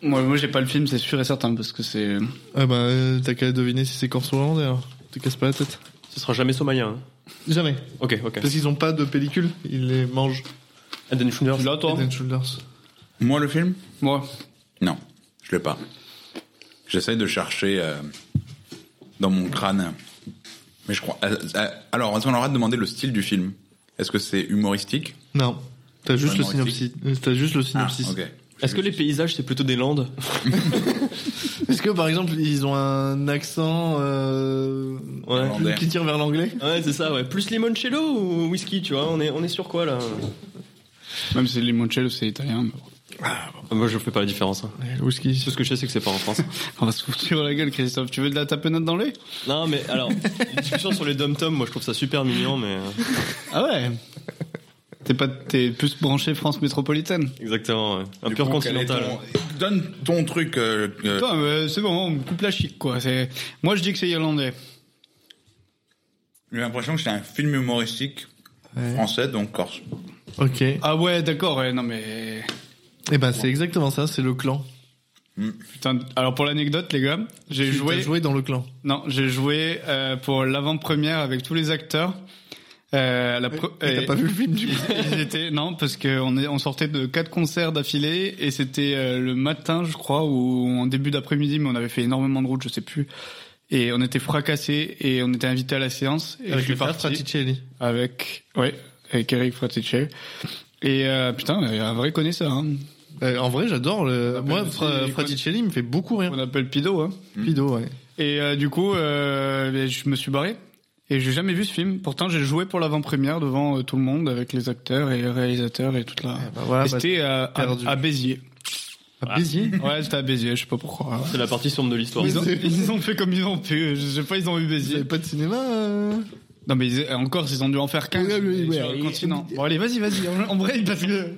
Moi, moi j'ai pas le film, c'est sûr et certain, parce que c'est. Ah bah euh, t'as qu'à deviner si c'est corse ou irlandais alors. Te casse pas la tête. Ce sera jamais somalien. hein. Jamais. Ok, ok. Parce qu'ils ont pas de pellicule, ils les mangent. Eden Schunders. Là, toi Head and Shoulders. Moi, le film Moi. Non, je l'ai pas. J'essaye de chercher euh, dans mon crâne. Mais je crois. euh, euh, alors, on aura demandé le style du film. Est-ce que c'est humoristique Non. T'as juste le Vraiment synopsis. T'as juste le synopsis. Ah, ok. Est-ce que les paysages c'est plutôt des landes Est-ce que par exemple ils ont un accent euh, Ouais. Irlandais. qui tire vers l'anglais Ouais, c'est ça, ouais. Plus limoncello ou whisky, tu vois On est, on est sur quoi là Même si limoncello c'est italien. mais bon. Ah, Moi je fais pas la différence. hein. Whisky. Tout ce que je sais, c'est que c'est pas en France. On va se foutre sur la gueule, Christophe. Tu veux de la tapenade dans l'œil non, mais alors, discussion sur les dom-toms, moi je trouve ça super mignon, mais. euh, Ah ouais T'es pas, t'es plus branché France métropolitaine. Exactement, ouais. Un Du pur coup, quel est continental. ton- Donne ton truc. euh, euh, Toi, mais c'est bon, on coupe la chic, quoi. C'est, moi, je dis que c'est irlandais. J'ai l'impression que c'est un film humoristique Ouais. français, donc corse. Ok. Ah ouais, d'accord. Ouais, non mais. Et ben c'est exactement ça, c'est le clan. Putain. Alors pour l'anecdote, les gars, j'ai Tu joué. as joué dans le clan. Non, j'ai joué euh, pour l'avant-première avec tous les acteurs. Euh, la pre- Et t'as euh, pas vu le film du ils, coup ils étaient non parce que on, est, on sortait de quatre concerts d'affilée et c'était euh, le matin je crois ou en début d'après-midi mais on avait fait énormément de route je sais plus et on était fracassés et on était invités à la séance et je suis le frère parti Fraticelli. avec ouais avec Eric Fraticelli et euh, putain il y a un vrai connaisseur hein. Euh, en vrai, j'adore le. On Moi, appelle Fra- aussi- Fraticelli me fait beaucoup rire. on appelle Pido hein. Pido, ouais. Et euh, du coup, euh, ben, je me suis barré. Et j'ai jamais vu ce film. Pourtant, j'ai joué pour l'avant-première devant euh, tout le monde avec les acteurs et les réalisateurs et toute la. bah voilà, Et bah, c'était Ah, à, à- perdu. à Béziers. À Béziers Ah, Ouais, c'était à Béziers, je sais pas pourquoi. C'est la partie sombre de l'histoire. Ils ont, c'est- ils ont fait comme ils ont pu. Je sais pas, ils ont eu Vous Béziers. avez pas de cinéma euh Non, mais ils- encore, ils ont dû en faire 15 Ouais, ouais, sur ouais. le continent. Bon, allez, vas-y, vas-y, en vrai, parce que.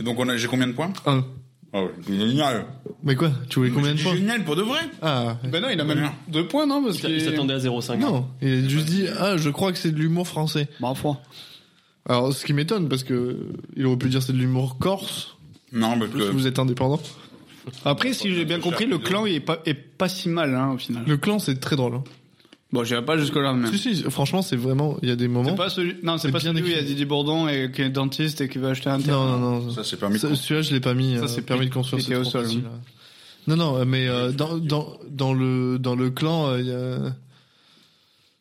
Donc on a, j'ai combien de points Un. oh, Génial. Mais quoi Tu voulais combien de fois Génial pour de vrai. Ah. Ben non, il a même Ouais. deux points, non Parce Il s'a- il s'attendait à 0,5. Non, il a juste dit ah je crois que c'est de l'humour français. Bah, enfin. Alors ce qui m'étonne parce que il aurait pu dire c'est de l'humour corse. Non, parce Plus que vous êtes indépendant. Après, si j'ai bien compris, le clan il est pas, est pas si mal, hein, au final. Le clan c'est très drôle. hein. Bon, j'irai pas jusque-là, mais. Si si franchement c'est vraiment il y a des moments. C'est pas celui, non, c'est C'est pas bien celui où il y a écrit. Didier Bourdon et qui est dentiste et qui veut acheter un terrain. Non non non. ça c'est pas mis. Ça, Celui-là je l'ai pas mis. Ça, euh, c'est permis de construire. pété c'est au trop sol, facile, ouais. Non non mais euh, dans dans dans le dans le clan euh, il y a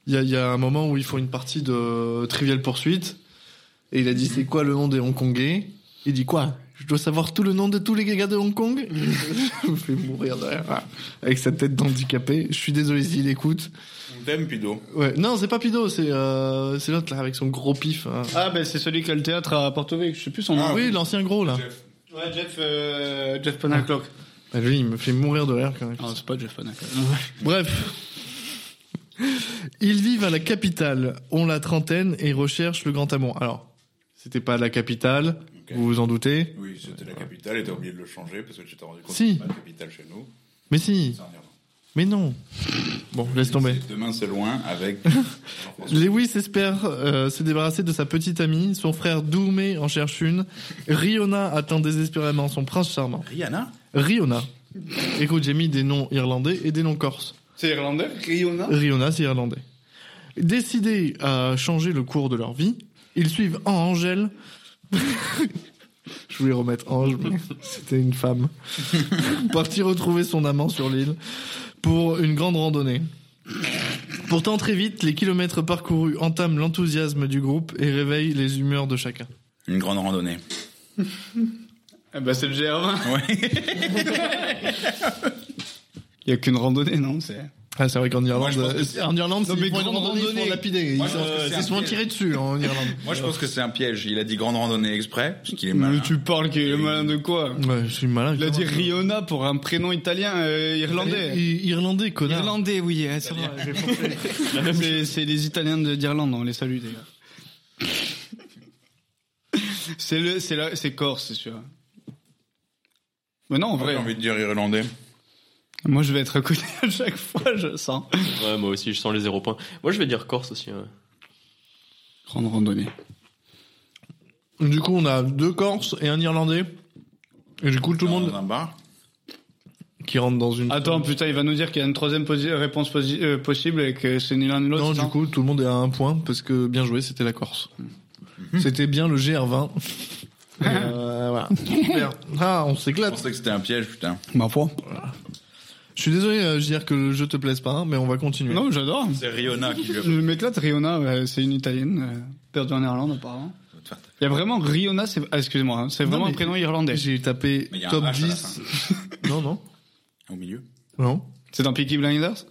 il y a, il y a un moment où ils font une partie de Trivial Poursuite et il a dit c'est quoi le nom des Hongkongais Il dit quoi Je dois savoir tout le nom de tous les gars de Hong Kong Je me fais mourir derrière. Avec sa tête d'handicapé. Je suis désolé s'il écoute. On t'aime, Pido. Ouais. Non, c'est pas Pido, c'est euh, c'est l'autre là avec son gros pif. hein. Ah, ben c'est celui qui a le théâtre à Porto Vecchio, je sais plus son nom. Ah, oui, l'ancien gros là. Ouais, Jeff, euh, Jeff Panaclock. Bah, lui, il me fait mourir de rire quand même. Non, c'est pas Jeff Panaclock. Bref. Ils vivent à la capitale, ont la trentaine et recherchent le grand amour. Alors, c'était pas la capitale, Ok. vous vous en doutez. Oui, c'était la capitale et t'as oublié de le changer parce que tu t'es rendu compte Si. que c'était pas la capitale chez nous. Mais si, C'est en Irlande. mais non. Bon, laisse tomber. C'est Demain c'est loin avec. Lewis espère euh, se débarrasser de sa petite amie, son frère Doumé en cherche une, Riona attend désespérément son prince charmant. Rihanna. Riona. Écoute, j'ai mis des noms irlandais et des noms corses. C'est irlandais Riona Riona, c'est irlandais. Décidés à changer le cours de leur vie, ils suivent Angèle. Je voulais remettre Ange, mais c'était une femme. Partir retrouver son amant sur l'île pour une grande randonnée. Pourtant, très vite, les kilomètres parcourus entament l'enthousiasme du groupe et réveillent les humeurs de chacun. Une grande randonnée. Eh ben c'est le GR20. Ouais. Il y a qu'une randonnée, non c'est... Ah, c'est vrai qu'en Moi, Irlande, je pense que c'est- euh, en Irlande, Non, c'est mais une grande grande randonnée, ils se font randonnée. lapider. Moi, Ils je pense que c'est se- ils se un font piège. tirer dessus en Irlande. Moi je pense que c'est un piège. Il a dit grande randonnée exprès parce qu'il est malin. Mais tu parles qu'il est malin de quoi Ouais, je suis malin. Il a dit évidemment. Riona pour un prénom italien, euh, irlandais. I- Irlandais, connard. Irlandais, oui, euh, c'est vrai, j'ai forcé. C'est- C'est les Italiens de- d'Irlande, on les salue d'ailleurs. C'est le, c'est la, c'est Corse, c'est sûr. Mais non, en Ouais, vrai. J'ai envie de dire irlandais. Moi, je vais être à côté à chaque fois, je sens. Ouais, moi aussi, je sens les 0 points. Moi, je vais dire Corse aussi. ouais. Grande randonnée. Du coup, on a deux Corses et un Irlandais. Et du coup, tout le Dans monde un bar. qui rentre dans une. Attends, putain, il va nous dire qu'il y a une troisième posi- réponse posi- euh, possible et que c'est ni l'un ni l'autre. non, du non coup, tout le monde est à un point parce que bien joué, c'était la Corse. C'était bien le GR20. Et, euh, voilà. Super. Ah, on Je s'éclate. pensais que c'était un piège, putain. Ma foi. Je suis désolé, euh, JR, que le jeu te plaise pas, mais on va continuer. Non, j'adore. C'est Rihanna qui lui a Je m'éclate, Riona, euh, c'est une italienne, euh, perdue en Irlande apparemment. Enfin, Il y a vraiment Riona, c'est, ah, excusez-moi, hein, c'est Non, vraiment mais- un prénom irlandais. J'ai tapé Mais il y a un top H à la 10. non, non. Au milieu. Non. C'est dans Peaky Blinders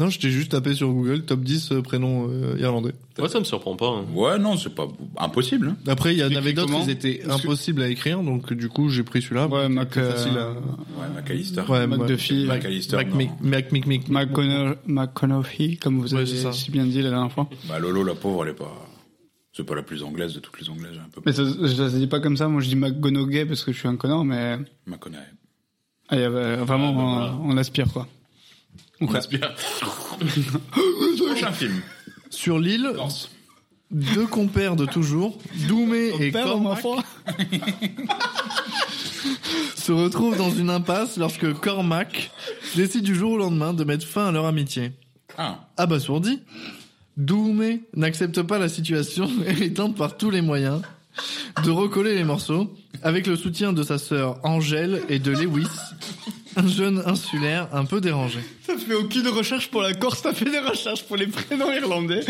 Non, je t'ai juste tapé sur Google top 10 euh, prénoms euh, irlandais. Moi, ça me surprend pas. hein. Ouais, non, c'est pas impossible. hein. Après, il y en Écrit avait d'autres, comment ils étaient Parce que- impossibles à écrire, donc du coup, j'ai pris celui-là. Ouais, Mac, euh, C'était facile à- Ouais, McAllister. Ouais, Mac ouais. de fille. Mac- euh, McAllister, Mac- non. Mic- Mac- Mic- Mic- McConaughey, McConaughey, comme vous Ouais, avez c'est ça. si bien dit la dernière fois. Bah Lolo, la pauvre, elle est pas. C'est pas la plus anglaise de toutes les anglaises, un peu. Mais ça, ça se dit pas comme ça, moi je dis McGonagay parce que je suis un connard, mais McConaughey. ah, il y avait- vraiment Ah, bah, on- voilà. on, aspire quoi. On respire. Prochain film. Sur l'île, Corse. deux compères de toujours, Doumé et Cormac, se retrouvent dans une impasse lorsque Cormac décide du jour au lendemain de mettre fin à leur amitié. Ah, Abasourdi, Doumé n'accepte pas la situation et tente par tous les moyens de recoller les morceaux avec le soutien de sa sœur Angèle et de Lewis, un jeune insulaire un peu dérangé. T'as fait aucune recherche pour la Corse, t'as fait des recherches pour les prénoms irlandais,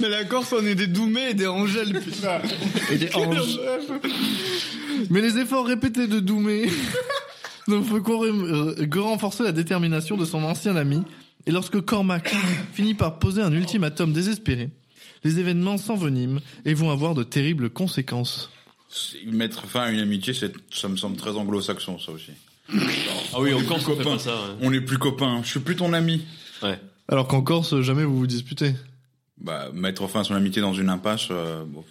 mais la Corse on est des Doumé et des Angèles putain. Et des anges. Mais les efforts répétés de Doumé ne font qu'on rem- euh, que renforcer la détermination de son ancien ami Et lorsque Cormac finit par poser un ultimatum désespéré, les événements s'enveniment et vont avoir de terribles conséquences. C'est- Mettre fin à une amitié, c'est- ça me semble très anglo-saxon, ça aussi. Ah oui, On est encore plus qu'on fait copains. pas ça. ouais. On n'est plus copains, je suis plus ton ami. Ouais. Alors qu'en Corse, jamais vous vous disputez. Bah, mettre fin à son amitié dans une impasse, euh, bon,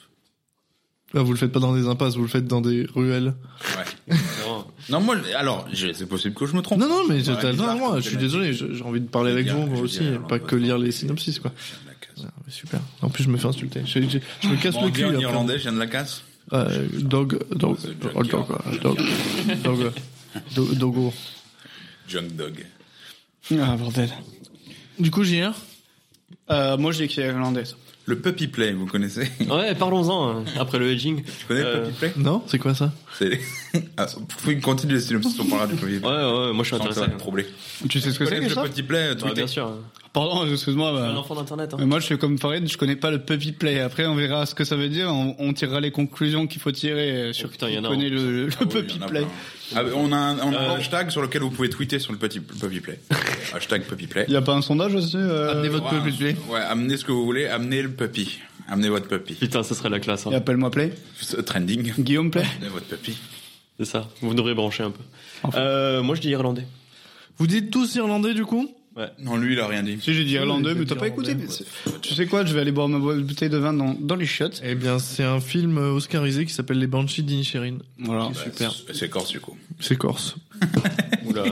Là, vous le faites pas dans des impasses, vous le faites dans des ruelles. ouais. c'est vrai. non, moi, je- alors, je- c'est possible que je me trompe. Non, non, mais Ouais, j'ai t'as le droit, bizarre moi, comme je suis thématique. désolé, je- j'ai envie de parler Je avec dirais- vous, moi je aussi, dirais, pas alors, que bah, lire les c'est- synopsis, quoi. Je viens de la casse. Ah, mais Super. En plus, je me fais insulter. Je, je- je me casse Bon, on le dit cul. en après. irlandais, je viens de la casse. Euh, dog, dog, The dog, dog, Junkyard. dog, dog, dog, dogo. Junk Dog. Ah, bordel. Du coup, j'ai un. Euh, moi, je dis qu'il est irlandais. ça. Le Puppy Play, vous connaissez Ouais, parlons-en hein, après le hedging. Tu connais le Euh, Puppy Play Non, c'est quoi ça C'est. Ah, vous pouvez continuer le synopsis, on parlera du Puppy Ouais, Play. ouais, moi je suis Sans que intéressé. ça va être troublé. Tu sais ce que c'est Connaître que ça le Puppy Play, euh, Bah, Ouais, tweeter. bien sûr. hein. Pardon, excuse-moi. bah, Un enfant d'internet. mais Hein. moi, je fais comme Farid, je connais pas le puppy play. Après, on verra ce que ça veut dire. On, on tirera les conclusions qu'il faut tirer euh, sur Oh, putain, qui y en a, connaît hein. le, le Ah oui, puppy il y en a play. plein. Ah, mais on a un, on a un Euh, hashtag sur lequel vous pouvez tweeter sur le petit Puppy Play. hashtag Puppy Play. Il y a pas un sondage aussi euh, Amenez votre Ouais, peuple, tu Ouais, amenez ce que vous voulez, amenez le puppy. Amenez votre puppy. Putain, ça serait la classe. et Hein. Appelle-moi play. Ce Trending. Guillaume play. Amenez votre puppy. C'est ça. Vous devriez brancher un peu. Euh, moi je dis irlandais. Vous dites tous irlandais, du coup Non, lui, il a rien dit. Si j'ai dit irlandais, j'ai mais dit t'as pas irlandais, écouté. ouais. mais c'est- Tu sais quoi Je vais aller boire ma bouteille de vin dans, dans les chiottes. Eh bien, c'est un film euh, oscarisé qui s'appelle Les Banshees d'Inisherin. Voilà. Bah, c'est- C'est corse, du coup. C'est corse. Oula.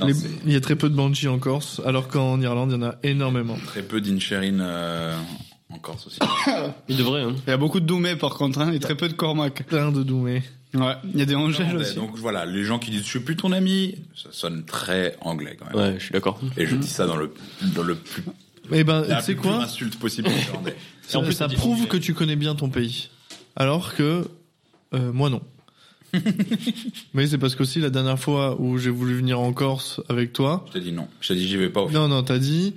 Non, Les- c'est Il y a très peu de Banshees en Corse, alors qu'en Irlande, il y en a énormément. très peu d'Incherin euh, en Corse aussi. Il devrait. Hein. Il y a beaucoup de Doumé par contre, hein, et très peu de Cormac. Plein de Doumé. Ouais, il y a des Angèles Irlandais. aussi. Donc voilà, les gens qui disent je suis plus ton ami, ça sonne très anglais quand même. Ouais, je suis d'accord. Et je dis ça dans le, dans le plus, Eh ben, la tu sais plus pure quoi insulte possible en irlandais. Et en ça, plus, ça t'as dit- prouve que tu connais bien ton pays. Alors que euh, moi non. Mais c'est parce qu'aussi la dernière fois où j'ai voulu venir en Corse avec toi, Je t'ai dit non. Je t'ai dit j'y vais pas. au non non, t'as dit,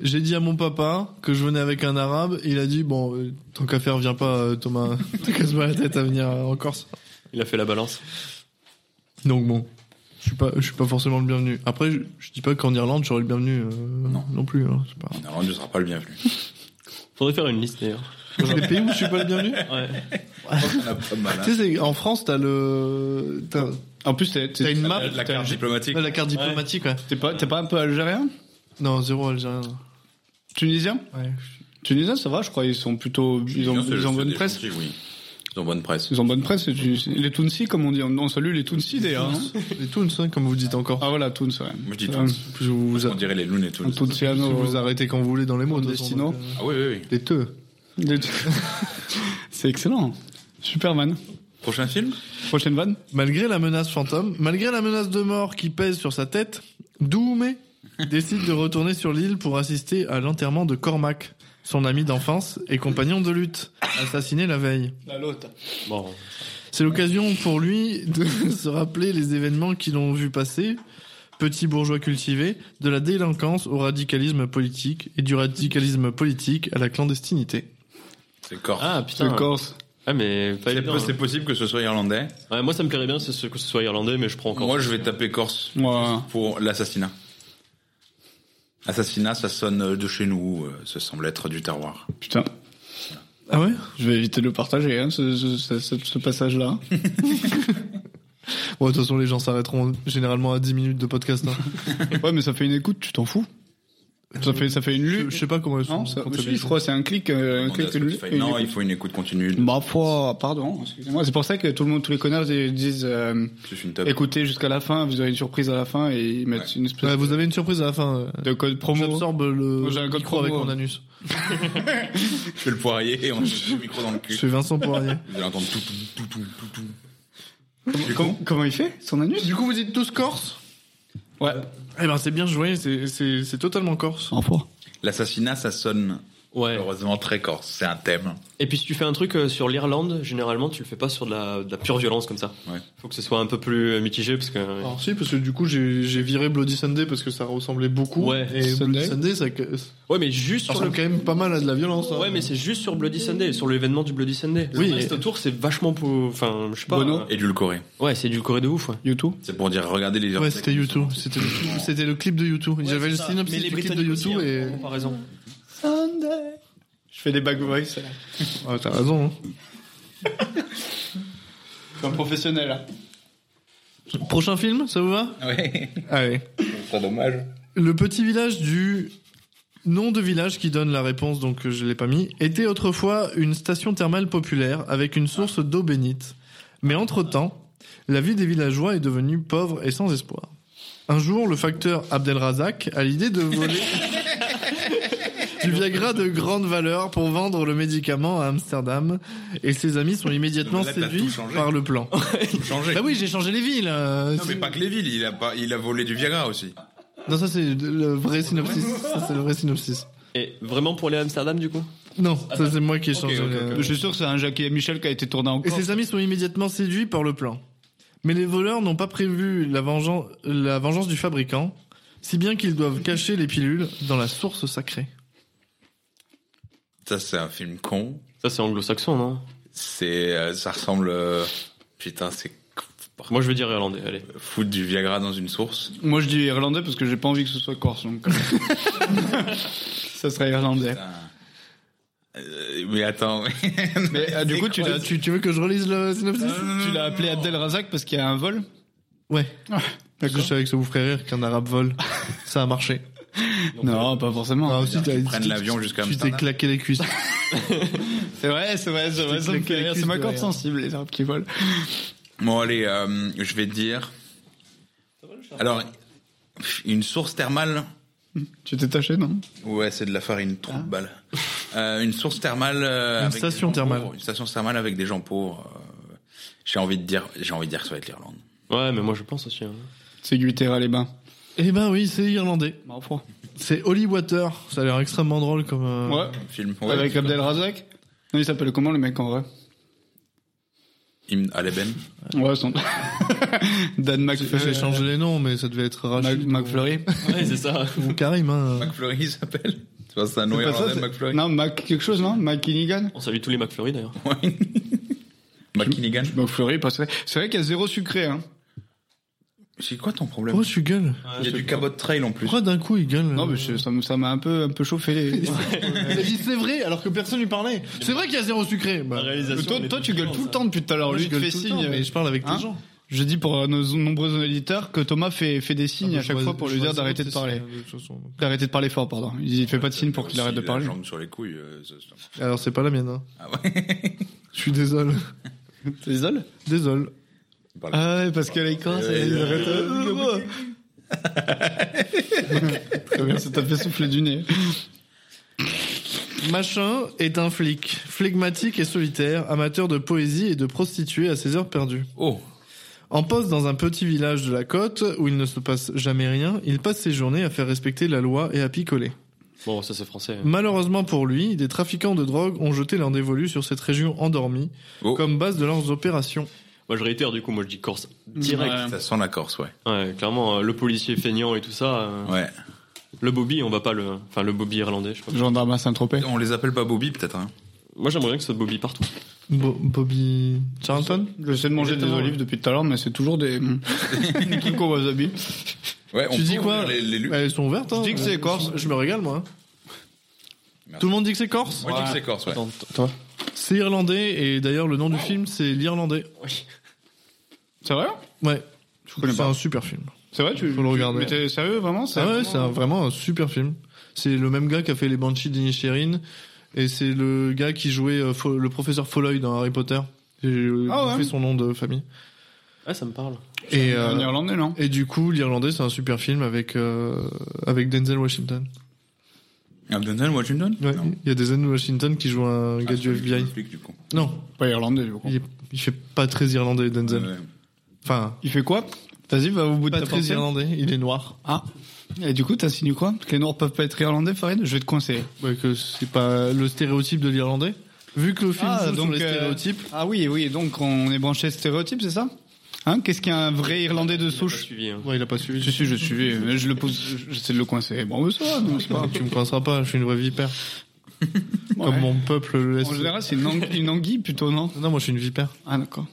j'ai dit à mon papa que je venais avec un arabe, il a dit bon, euh, tant qu'à faire, viens pas euh, Thomas, te casse pas la tête à venir euh, en Corse. Il a fait la balance. Donc bon, je suis pas, je suis pas forcément le bienvenu. Après, je, je dis pas qu'en Irlande, j'aurais le bienvenu euh, Non. non. plus. Hein, c'est pas... En Irlande, tu seras pas le bienvenu. Faudrait faire une liste d'ailleurs. Les pays où je suis pas le bienvenu. Ouais. Je crois qu'on a pas mal, hein. Tu sais, c'est- en France, t'as le, t'as En plus, t'es- t'as t'es une map. La la carte diplomatique. Ouais, la carte diplomatique, ouais. t'es pas, t'es pas un peu algérien Non, zéro algérien. Tunisien Ouais. Tunisiens, ça va, je crois, ils sont plutôt. Ils ont, Bien sûr, ils ont c'est bonne des presse. gentils, oui. Ils ont bonne presse. Ils ont bonne presse. les Tunis- Les Tunsis, comme on dit. On salue les Tunsis, d'ailleurs. hein. Les Toons, hein, comme vous dites encore. Ah voilà, Tunis, ouais. Moi, je dis Euh, Tunis. Je vous, vous, On dirait les Looney Tunes. Un Tunisiano. vous arrêtez quand vous voulez dans les mots. de toute façon, Clandestino. donc, Ah euh, oui, oui, oui. Les teux. Des- C'est excellent. Superman. Prochain film Prochaine vanne Malgré la menace fantôme, malgré la menace de mort qui pèse sur sa tête, Doumé décide de retourner sur l'île pour assister à l'enterrement de Cormac, son ami d'enfance et compagnon de lutte, assassiné la veille. La l'autre. Bon. C'est l'occasion pour lui de se rappeler les événements qui l'ont vu passer, petit bourgeois cultivé, de la délinquance au radicalisme politique et du radicalisme politique à la clandestinité. C'est corse. Ah C'est putain. le Corse. Ah mais pas c'est évident, po- hein. c'est possible que ce soit irlandais. Ouais, moi ça me plairait bien c'est ce- que ce soit irlandais, mais je prends encore. Moi, je vais taper corse Ouais. pour l'assassinat. Assassinat, ça sonne euh, de chez nous. euh, Ça semble être du terroir. Putain. Ah ouais Je vais éviter de le partager, hein, ce, ce- ce- ce- ce passage-là. Bon, de toute façon, les gens s'arrêteront généralement à 10 minutes de podcast. hein. ouais, mais ça fait une écoute, tu t'en fous. Ça fait, ça fait une Je, lutte. je sais pas comment ils sont. Non, ça, si, comptabilisés. je crois, c'est un clic, euh, un Demandez à clic, une- Spotify. une Non, écoute. il faut une écoute continue. Ma foi, pardon, excusez-moi. C'est pour ça que tout le monde, tous les connards ils disent euh, C'est une top. écoutez jusqu'à la fin, vous aurez une surprise à la fin et ils mettent Ouais. une espèce Ouais, vous avez une surprise à la fin. euh. de code promo. J'absorbe le Moi, j'ai un code micro avec promo. mon anus. Je fais le poirier et on met le micro dans le Je cul. suis Vincent Poirier. Vous allez entendre tout, tout, tout, tout, tout, Comment, Du comment- comment il fait Son anus du coup, vous dites tous corse Ouais. Eh ben, c'est bien joué, c'est- c'est c'est totalement corse. Sans foi. L'assassinat, ça sonne Ouais. Heureusement, très corse, c'est un thème. Et puis si tu fais un truc euh, sur l'Irlande, généralement tu le fais pas sur de la, de la pure violence comme ça. Ouais. Faut que ce soit un peu plus euh, mitigé parce que. Alors Ah, si, parce que du coup j'ai j'ai viré Bloody Sunday parce que ça ressemblait beaucoup. Ouais, et Bloody Sunday. Sunday, ça, ça Ouais, mais juste sur le. ressemble quand même pas mal à de la violence. hein. Ouais, mais c'est juste sur Bloody Sunday, sur l'événement du Bloody Sunday. Oui, Le reste et- autour, c'est vachement pour. Enfin, je sais pas. Bono. euh, Édulcoré. Ouais, c'est du Corée de ouf, ouais. YouTube. C'est pour dire, regardez les Ouais, c'était YouTube. C'était le, c'était le clip de YouTube. J'avais le synopsis du clip de YouTube et. en comparaison. Je fais des back voice. là. Ah, t'as raison. hein. Je suis un professionnel. hein. là. Prochain film, ça vous va Ouais. Allez. C'est dommage. Le petit village du nom de village qui donne la réponse, donc euh, je l'ai pas mis, était autrefois une station thermale populaire avec une source d'eau bénite. Mais entre-temps, la vie des villageois est devenue pauvre et sans espoir. Un jour, le facteur Abdelrazak a l'idée de voler du Viagra de grande valeur pour vendre le médicament à Amsterdam et ses amis sont immédiatement Mais là, t'as tout séduits changé. par le plan. Changer. Bah oui, j'ai changé les villes. euh, Non, mais pas que les villes, il a, pas, il a volé du Viagra aussi. non, ça c'est le vrai synopsis. Ça c'est le vrai synopsis. Et vraiment pour les Amsterdam, du coup Non, ça c'est moi qui ai changé. ok, euh, Je suis sûr que c'est un Jackie et Michel qui a été tourné en Et Corse. ses amis sont immédiatement séduits par le plan. Mais les voleurs n'ont pas prévu la vengeance, la vengeance du fabricant, si bien qu'ils doivent cacher les pilules dans la source sacrée. Ça, c'est un film con. Ça, c'est anglo-saxon, non C'est, euh, ça ressemble, euh, putain, c'est Moi, je veux dire irlandais, allez. foutre du Viagra dans une source. Moi, je dis irlandais parce que j'ai pas envie que ce soit corse. Donc... ça serait irlandais. Euh, mais attends. Mais euh, du coup, tu l'as, tu, Tu, tu veux que je relise le synopsis tu l'as appelé Abdel Razak parce qu'il y a un vol Ouais. Ah, Parce que je savais que ça vous ferait rire qu'un arabe vole. Ça a marché. Non, pas forcément. Ah, aussi, t'as- prennent tu- l'avion jusqu'à Tu t'es Amsterdam. claqué les cuisses. C'est vrai, c'est vrai, c'est vrai. ça me fait rire. C'est ma corde sensible, les arbres qui volent. Bon, allez, euh, je vais te dire. Alors, une source thermale. Tu t'es taché, non Ouais, c'est de la farine, trop de balles. Euh, une source thermale. euh, Une avec des station gens thermale. pauvres. Une station thermale avec des gens pauvres. euh, j'ai envie de dire, j'ai envie de dire que ça va être l'Irlande. Ouais, mais moi, je pense aussi. hein. C'est Guitera les bains. Eh ben oui, c'est irlandais. Bah, froid. C'est Holy Water. Ça a l'air extrêmement drôle comme. euh, Ouais. Un film. Ouais, Avec Abdel Razak. Non, il s'appelle comment le mec en vrai Hymne à l'ébène. Ouais, son. Dan J'ai j'ai McFlurry. changé les noms, mais ça devait être Rachid McFlurry. Ouais, c'est ça. ou, ou Karim. hein. McFlurry, il s'appelle. Tu vois, c'est un nom C'est pas ça, irlandais, c'est- McFlurry. Non, Mac quelque chose, non McKinnigan On salue tous les McFlurry, d'ailleurs. Ouais. McKinnigan. McFlurry, parce que c'est vrai qu'il y a zéro sucré. Hein. C'est quoi ton problème Pourquoi Oh, je suis gueule Il y a du cabot trail en plus. Pourquoi d'un coup il gueule euh, Non, mais je- ça me- ça m'a un peu, un peu chauffé. Les... Il a dit c'est vrai alors que personne lui parlait. C'est vrai qu'il y a zéro sucré. Bah, La Euh, réalisation. toi, elle est toi, tu gueules dedans, tout le ça. temps depuis tout à l'heure. moi, Lui, je il te gueule fait tout le signe. temps, mais je parle avec Hein des gens. Je dis pour euh, nos nombreux auditeurs que Thomas fait, fait des Ah, signes à chaque fois pour lui dire d'arrêter de parler. euh, D'arrêter de parler fort, pardon. Il fait pas de signe pour qu'il Aussi, arrête de la parler. jambe sur les couilles. euh, ça, c'est- Alors c'est pas la mienne. hein. Ah ouais Je suis désolé. Désolé. Désolé. Il parle- Ah ouais, parce qu'elle est quand Ouais, ouais, euh, Très bien, ça t'a fait souffler du nez. Machin est un flic, flegmatique et solitaire, amateur de poésie et de prostituées à ses heures perdues. Oh En poste dans un petit village de la côte où il ne se passe jamais rien, il passe ses journées à faire respecter la loi et à picoler. Bon, ça, c'est français. hein. Malheureusement pour lui, des trafiquants de drogue ont jeté leur dévolu sur cette région endormie Oh. comme base de leurs opérations. Moi, je réitère, du coup, moi, je dis Corse direct. Ça sent la Corse, ouais. Ouais, clairement, euh, le policier feignant et tout ça. euh, Ouais. Le Bobby, on va pas le. Enfin, le Bobby irlandais, je sais pas. Gendarme à Saint-Tropez. On les appelle pas Bobby, peut-être, hein Moi, j'aimerais bien que ce soit Bobby partout. Bo- Bobby Charlton J'essaie de manger des Exactement, olives ouais. depuis tout à l'heure, mais c'est toujours des, des trucs au wasabi. Ouais, on Tu dis peut quoi ouvrir les, les lunes. Elles sont ouvertes. Hein. Je dis que c'est corse. Je me régale moi. hein. Merci. Tout le monde dit que c'est corse Moi, je dis que c'est Corse, ouais. Attends, Toi C'est irlandais et d'ailleurs le nom du film c'est l'irlandais. C'est vrai Ouais. Je connais C'est pas. un super film. C'est vrai, tu Faut le tu- regarder. Mais t'es sérieux, vraiment Ah ouais, c'est un- vraiment un super film. C'est le même gars qui a fait les Banshees d'Inisherin et c'est le gars qui jouait euh, Fo- le professeur Folloy dans Harry Potter. J'ai euh, Ah ouais. fait son nom de famille. Ouais, ça me parle. Et, un euh, irlandais, non et du coup, l'Irlandais, c'est un super film avec euh, avec Denzel Washington. Abdonton, Washington Ouais, Non. il y a Denzel Washington qui joue un Ah, gars du celui qui est FBI. le flic, du coup. Non, Pas irlandais, je crois. il, est- il fait pas très irlandais Denzel. Ouais. Enfin, Il fait quoi Vas-y, va au bout de ta Patrice pensée. Irlandais, il est noir. Ah. Et du coup, t'insinues quoi Que les noirs peuvent pas être irlandais, Farid Je vais te coincer. Ouais, que c'est pas le stéréotype de l'Irlandais. Vu que le film joue sur les euh, stéréotypes, Ah oui, oui, donc on est branché stéréotypes, c'est ça Hein Qu'est-ce qu'un vrai irlandais de Pas souche suivi, hein. ouais, il a pas suivi. Je suis, je suis, mais je le pose, j'essaie de le coincer. Bon, mais ça va, non, c'est pas. ah, Tu me coinceras pas, je suis une vraie vipère. Comme Ouais. mon peuple le laisse. En général, c'est une, ang- une anguille plutôt, non Non, moi je suis une vipère. Ah, d'accord.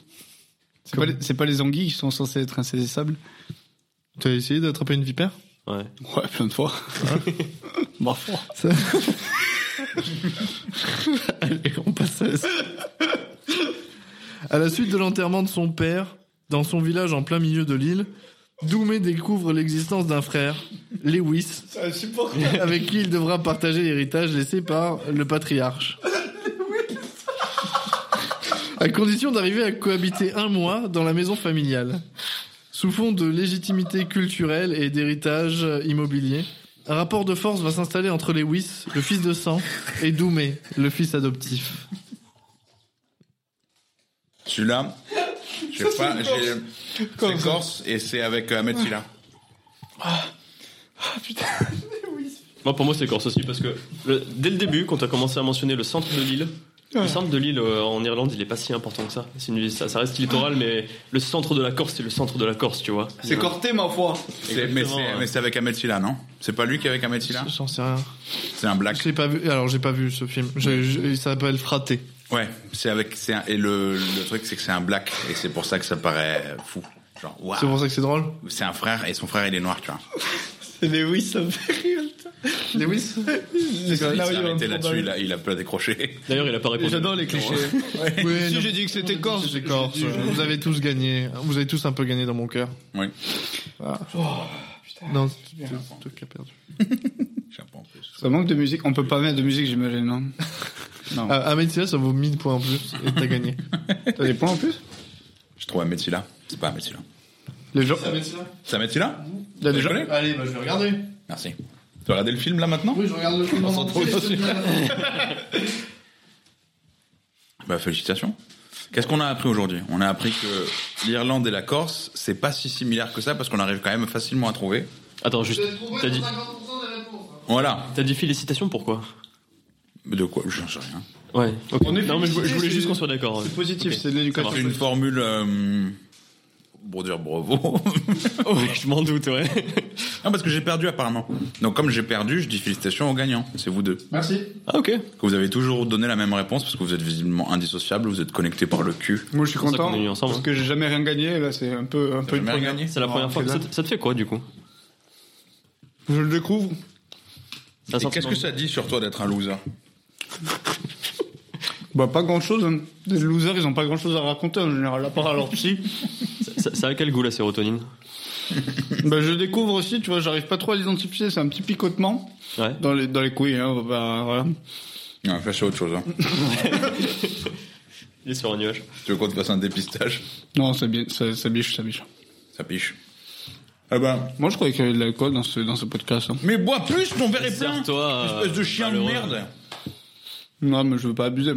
C'est Comme- pas, les- c'est pas les anguilles qui sont censées être insaisissables Tu as essayé d'attraper une vipère Ouais. Ouais, plein de fois. Bah, fort. Allez, on passe à la suite. À la suite de l'enterrement de son père, dans son village en plein milieu de l'île, Doumé découvre l'existence d'un frère, Lewis, avec qui il devra partager l'héritage laissé par le patriarche. À condition d'arriver à cohabiter un mois dans la maison familiale. Sous fond de légitimité culturelle et d'héritage immobilier, un rapport de force va s'installer entre Lewis, le fils de sang, et Doumé, le fils adoptif. Celui-là, j'ai pas, j'ai, c'est Corse et c'est avec euh, Ahmed Silla. Moi, pour moi, c'est Corse aussi parce que le- dès le début, quand t'as commencé à mentionner le centre de l'île, le centre de l'île euh, en Irlande, il est pas si important que ça. C'est une- ça, ça reste littoral, mais le centre de la Corse, c'est le centre de la Corse, tu vois. C'est corté, ma foi. C'est, mais Exactement, c'est, ouais. mais c'est avec Ahmed Silla, non? C'est pas lui qui est avec Ahmed Silla? J'en sais rien. C'est un black. Je l'ai pas vu. Alors j'ai pas vu ce film. Je- je- il s'appelle Fraté. Ouais, c'est avec, c'est un- et le, le truc, c'est que c'est un black. Et c'est pour ça que ça paraît fou. Genre, waouh. C'est pour ça que c'est drôle. C'est un frère et son frère, il est noir, tu vois. Mais oui, ça me fait rire. Lewis. Le Il s'est scénario, il va me arrêté prendre là-dessus, un- il a, il a pas décroché. D'ailleurs, il a pas répondu. J'adore les clichés. Oui, Si non, j'ai dit que c'était Corse, euh, c'est Corse. Vous avez tous gagné. Vous avez tous un peu gagné dans mon cœur. Ah. Oui. Oh, Non, c'est toi qui as perdu. J'ai un peu en plus. Ça manque de musique. On peut pas mettre de musique, j'imagine, non Non. Ah, Ahmed Silla, ça vaut 1000 points en plus et t'as gagné. T'as des points en plus Je trouve Ahmed Silla. C'est pas Ahmed Silla. Les gens. C'est Ahmed Silla? Il y a des Je gens. connais. Allez, bah je vais regarder. Merci. Tu as regardé le film là maintenant Oui, je regarde le film. en entier. Bah félicitations. Qu'est-ce qu'on a appris aujourd'hui On a appris que l'Irlande et la Corse, c'est pas si similaire que ça parce qu'on arrive quand même facilement à trouver. Attends, juste. T'as dit, Voilà. t'as dit félicitations, pourquoi Mais De quoi J'en sais rien. Ouais. ok. On est non, mais je, je félicité, voulais juste c'est- qu'on soit d'accord. C'est positif, Ok. c'est de l'éducation. C'est une formule. Euh... Bon dire bravo. Ouais, je m'en doute, ouais. non parce que j'ai perdu apparemment. Donc comme j'ai perdu, je dis félicitations aux gagnants. C'est vous deux. Merci. Ah, ok. Que vous avez toujours donné la même réponse parce que vous êtes visiblement indissociables, vous êtes connectés par le cul. Moi, je suis pour ça content qu'on est ensemble, parce hein. que j'ai jamais rien gagné. Là, c'est un peu, un peu une jamais première. gagné C'est la Non, première fois. c'est Ça, dingue. te- ça te fait quoi, du coup Je le découvre. C'est un Et qu'est-ce sentiment- que ça dit sur toi d'être un loser Bah, pas grand chose. Les losers, ils ont pas grand chose à raconter en général, à part à leur psy. ça, ça a quel goût la sérotonine bah, je découvre aussi, tu vois, j'arrive pas trop à l'identifier. C'est un petit picotement Ouais. dans les, dans les couilles. Hein, on va pas- voilà. Non, là c'est autre chose. hein. Il est sur un nuage. tu veux qu'on te fasse un dépistage Non, ça, bi- ça, ça biche, ça biche. Ça piche. Ah ben. Moi, je croyais qu'il y avait de l'alcool dans ce, dans ce podcast. hein. Mais bois plus, ton verre est plein Serre-toi, euh, Espèce de chien de malheureux. merde Non, mais je veux pas abuser.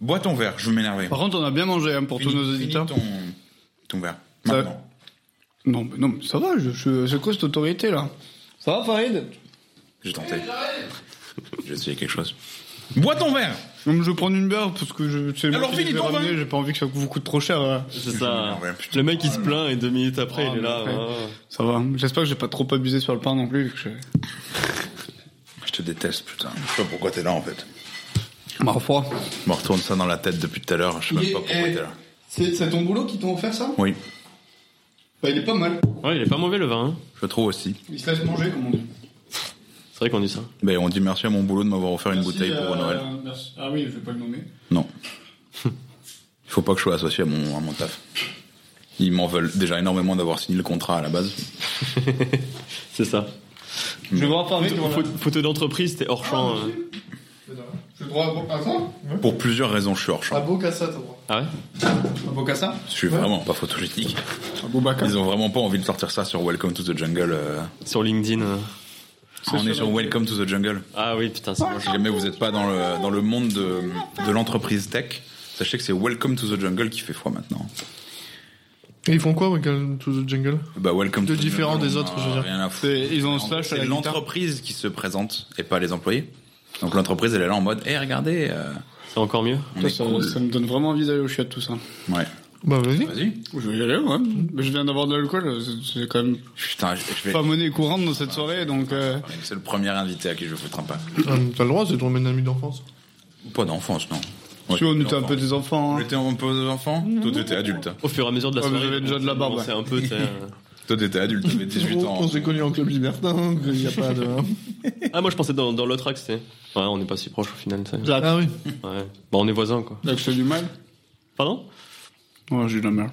Bois ton verre, je vais m'énerver. Par contre, on a bien mangé hein, pour Finis- tous nos finis auditeurs. Ton, ton verre. Ça- Maintenant. Non, mais non, mais ça va. Je, je, c'est quoi cette autorité là Ça va, Farid J'ai tenté. J'ai essayé quelque chose. Bois ton verre Non, mais je vais prendre une bière parce que je, c'est moi Alors, qui les ai finis ton ramenés, vin. J'ai pas envie que ça vous coûte trop cher. euh. C'est Je ça. m'énerve, putain. Le mec, il se plaint et deux minutes après, Ah, il est mais là. hein. après- ouais. Ça va. J'espère que j'ai pas trop abusé sur le pain non plus. vu que je- Je te déteste, putain. Je sais pas pourquoi t'es là, en fait. Bah, froid. Je me retourne ça dans la tête depuis tout à l'heure, je sais même pas pourquoi t'es là. eh, C'est, ton boulot qui t'ont offert ça Oui, Bah, il est pas mal. Ouais, il est pas mauvais le vin. hein. je trouve aussi. Il se laisse manger, comme on dit. C'est vrai qu'on dit ça. Ben, on dit merci à mon boulot de m'avoir offert une bouteille pour euh, Noël. Ah oui, je vais pas le nommer. Non. Il faut pas que je sois associé à mon, à mon taf. Ils m'en veulent déjà énormément d'avoir signé le contrat à la base. C'est ça. Je vais voir Farid. Faut- Photo d'entreprise, t'es hors champ. euh. Je suis droit à ça Pour plusieurs raisons, je suis hors champ. beau cassa, t'as droit. Ah ouais À Bocassa Je suis vraiment pas photogénique. À Bobaka. Ils ont vraiment pas envie de sortir ça sur Welcome to the Jungle. euh. Sur LinkedIn. euh. On est sur Welcome to the Jungle. Ah oui, putain, c'est moche. Si jamais vous n'êtes pas dans le, dans le monde de, de l'entreprise tech, sachez que c'est Welcome to the Jungle qui fait foi maintenant. Et ils font quoi, Welcome to the Jungle Bah, welcome De to the différents jungle, des on autres, a je veux dire. Rien à foutre. C'est- Ils ont un En gros, slash à C'est la guitare. l'entreprise qui se présente et pas les employés. Donc l'entreprise, elle est là en mode, hé, regardez, euh, C'est encore mieux. on Ça, est ça- cool. ça me donne vraiment envie d'aller au chiottes tout ça. Ouais. Bah vas-y. Vas-y. Je vais y aller, ouais. Mais Je viens d'avoir de l'alcool, c'est- c'est quand même Putain, je, je vais. pas monnaie courante dans cette soirée, donc euh, C'est le premier invité à qui je vais foutre un pas. Euh, T'as le droit, c'est ton meilleur ami d'enfance. Pas d'enfance, non. tu vois, on Ouais, était un peu des enfants. On hein. était un peu des enfants. Tout était adulte. Au fur et à mesure de la Ouais, Ah, vous soirée. avez déjà on- de la barbe, on ouais. s'est un peu. t'sais, euh, Toi, t'étais adulte, t'avais 18 ans. On s'est connus en club libertin, il n'y a pas de... hein. Ah, moi je pensais dans, dans l'autre axe, tu sais. Ouais, on n'est pas si proche au final, tu sais. Ouais. ah oui. Bah, on est voisins, quoi. Là que je fais du mal. Pardon Ouais, j'ai de la merde.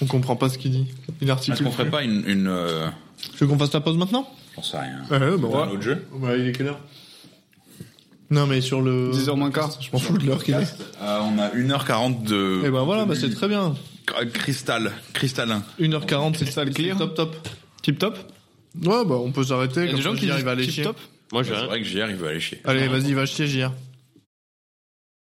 On comprend pas ce qu'il dit. Il Est-ce articule. qu'on ferait Ah, pas une. une euh, Tu veux qu'on fasse la pause maintenant J'en sais rien. Euh, bah Un autre jeu Bah, il est quelle heure Non, mais sur le... 10h moins quart. Je m'en fous de l'heure qu'il est. Euh, On a 1h40 de. Et ben voilà, bah, c'est très bien. Cr- Cristal, cristallin. 1h40, c'est ça le clear. clear. Top, top. Tip top Ouais, bah on peut s'arrêter. Il y a comme des gens ça, qui JR, disent il va aller tip chier. top. Moi C'est j'ai rien. Ah. vrai que JR, il veut aller chier. Allez, vas-y, va chier, JR.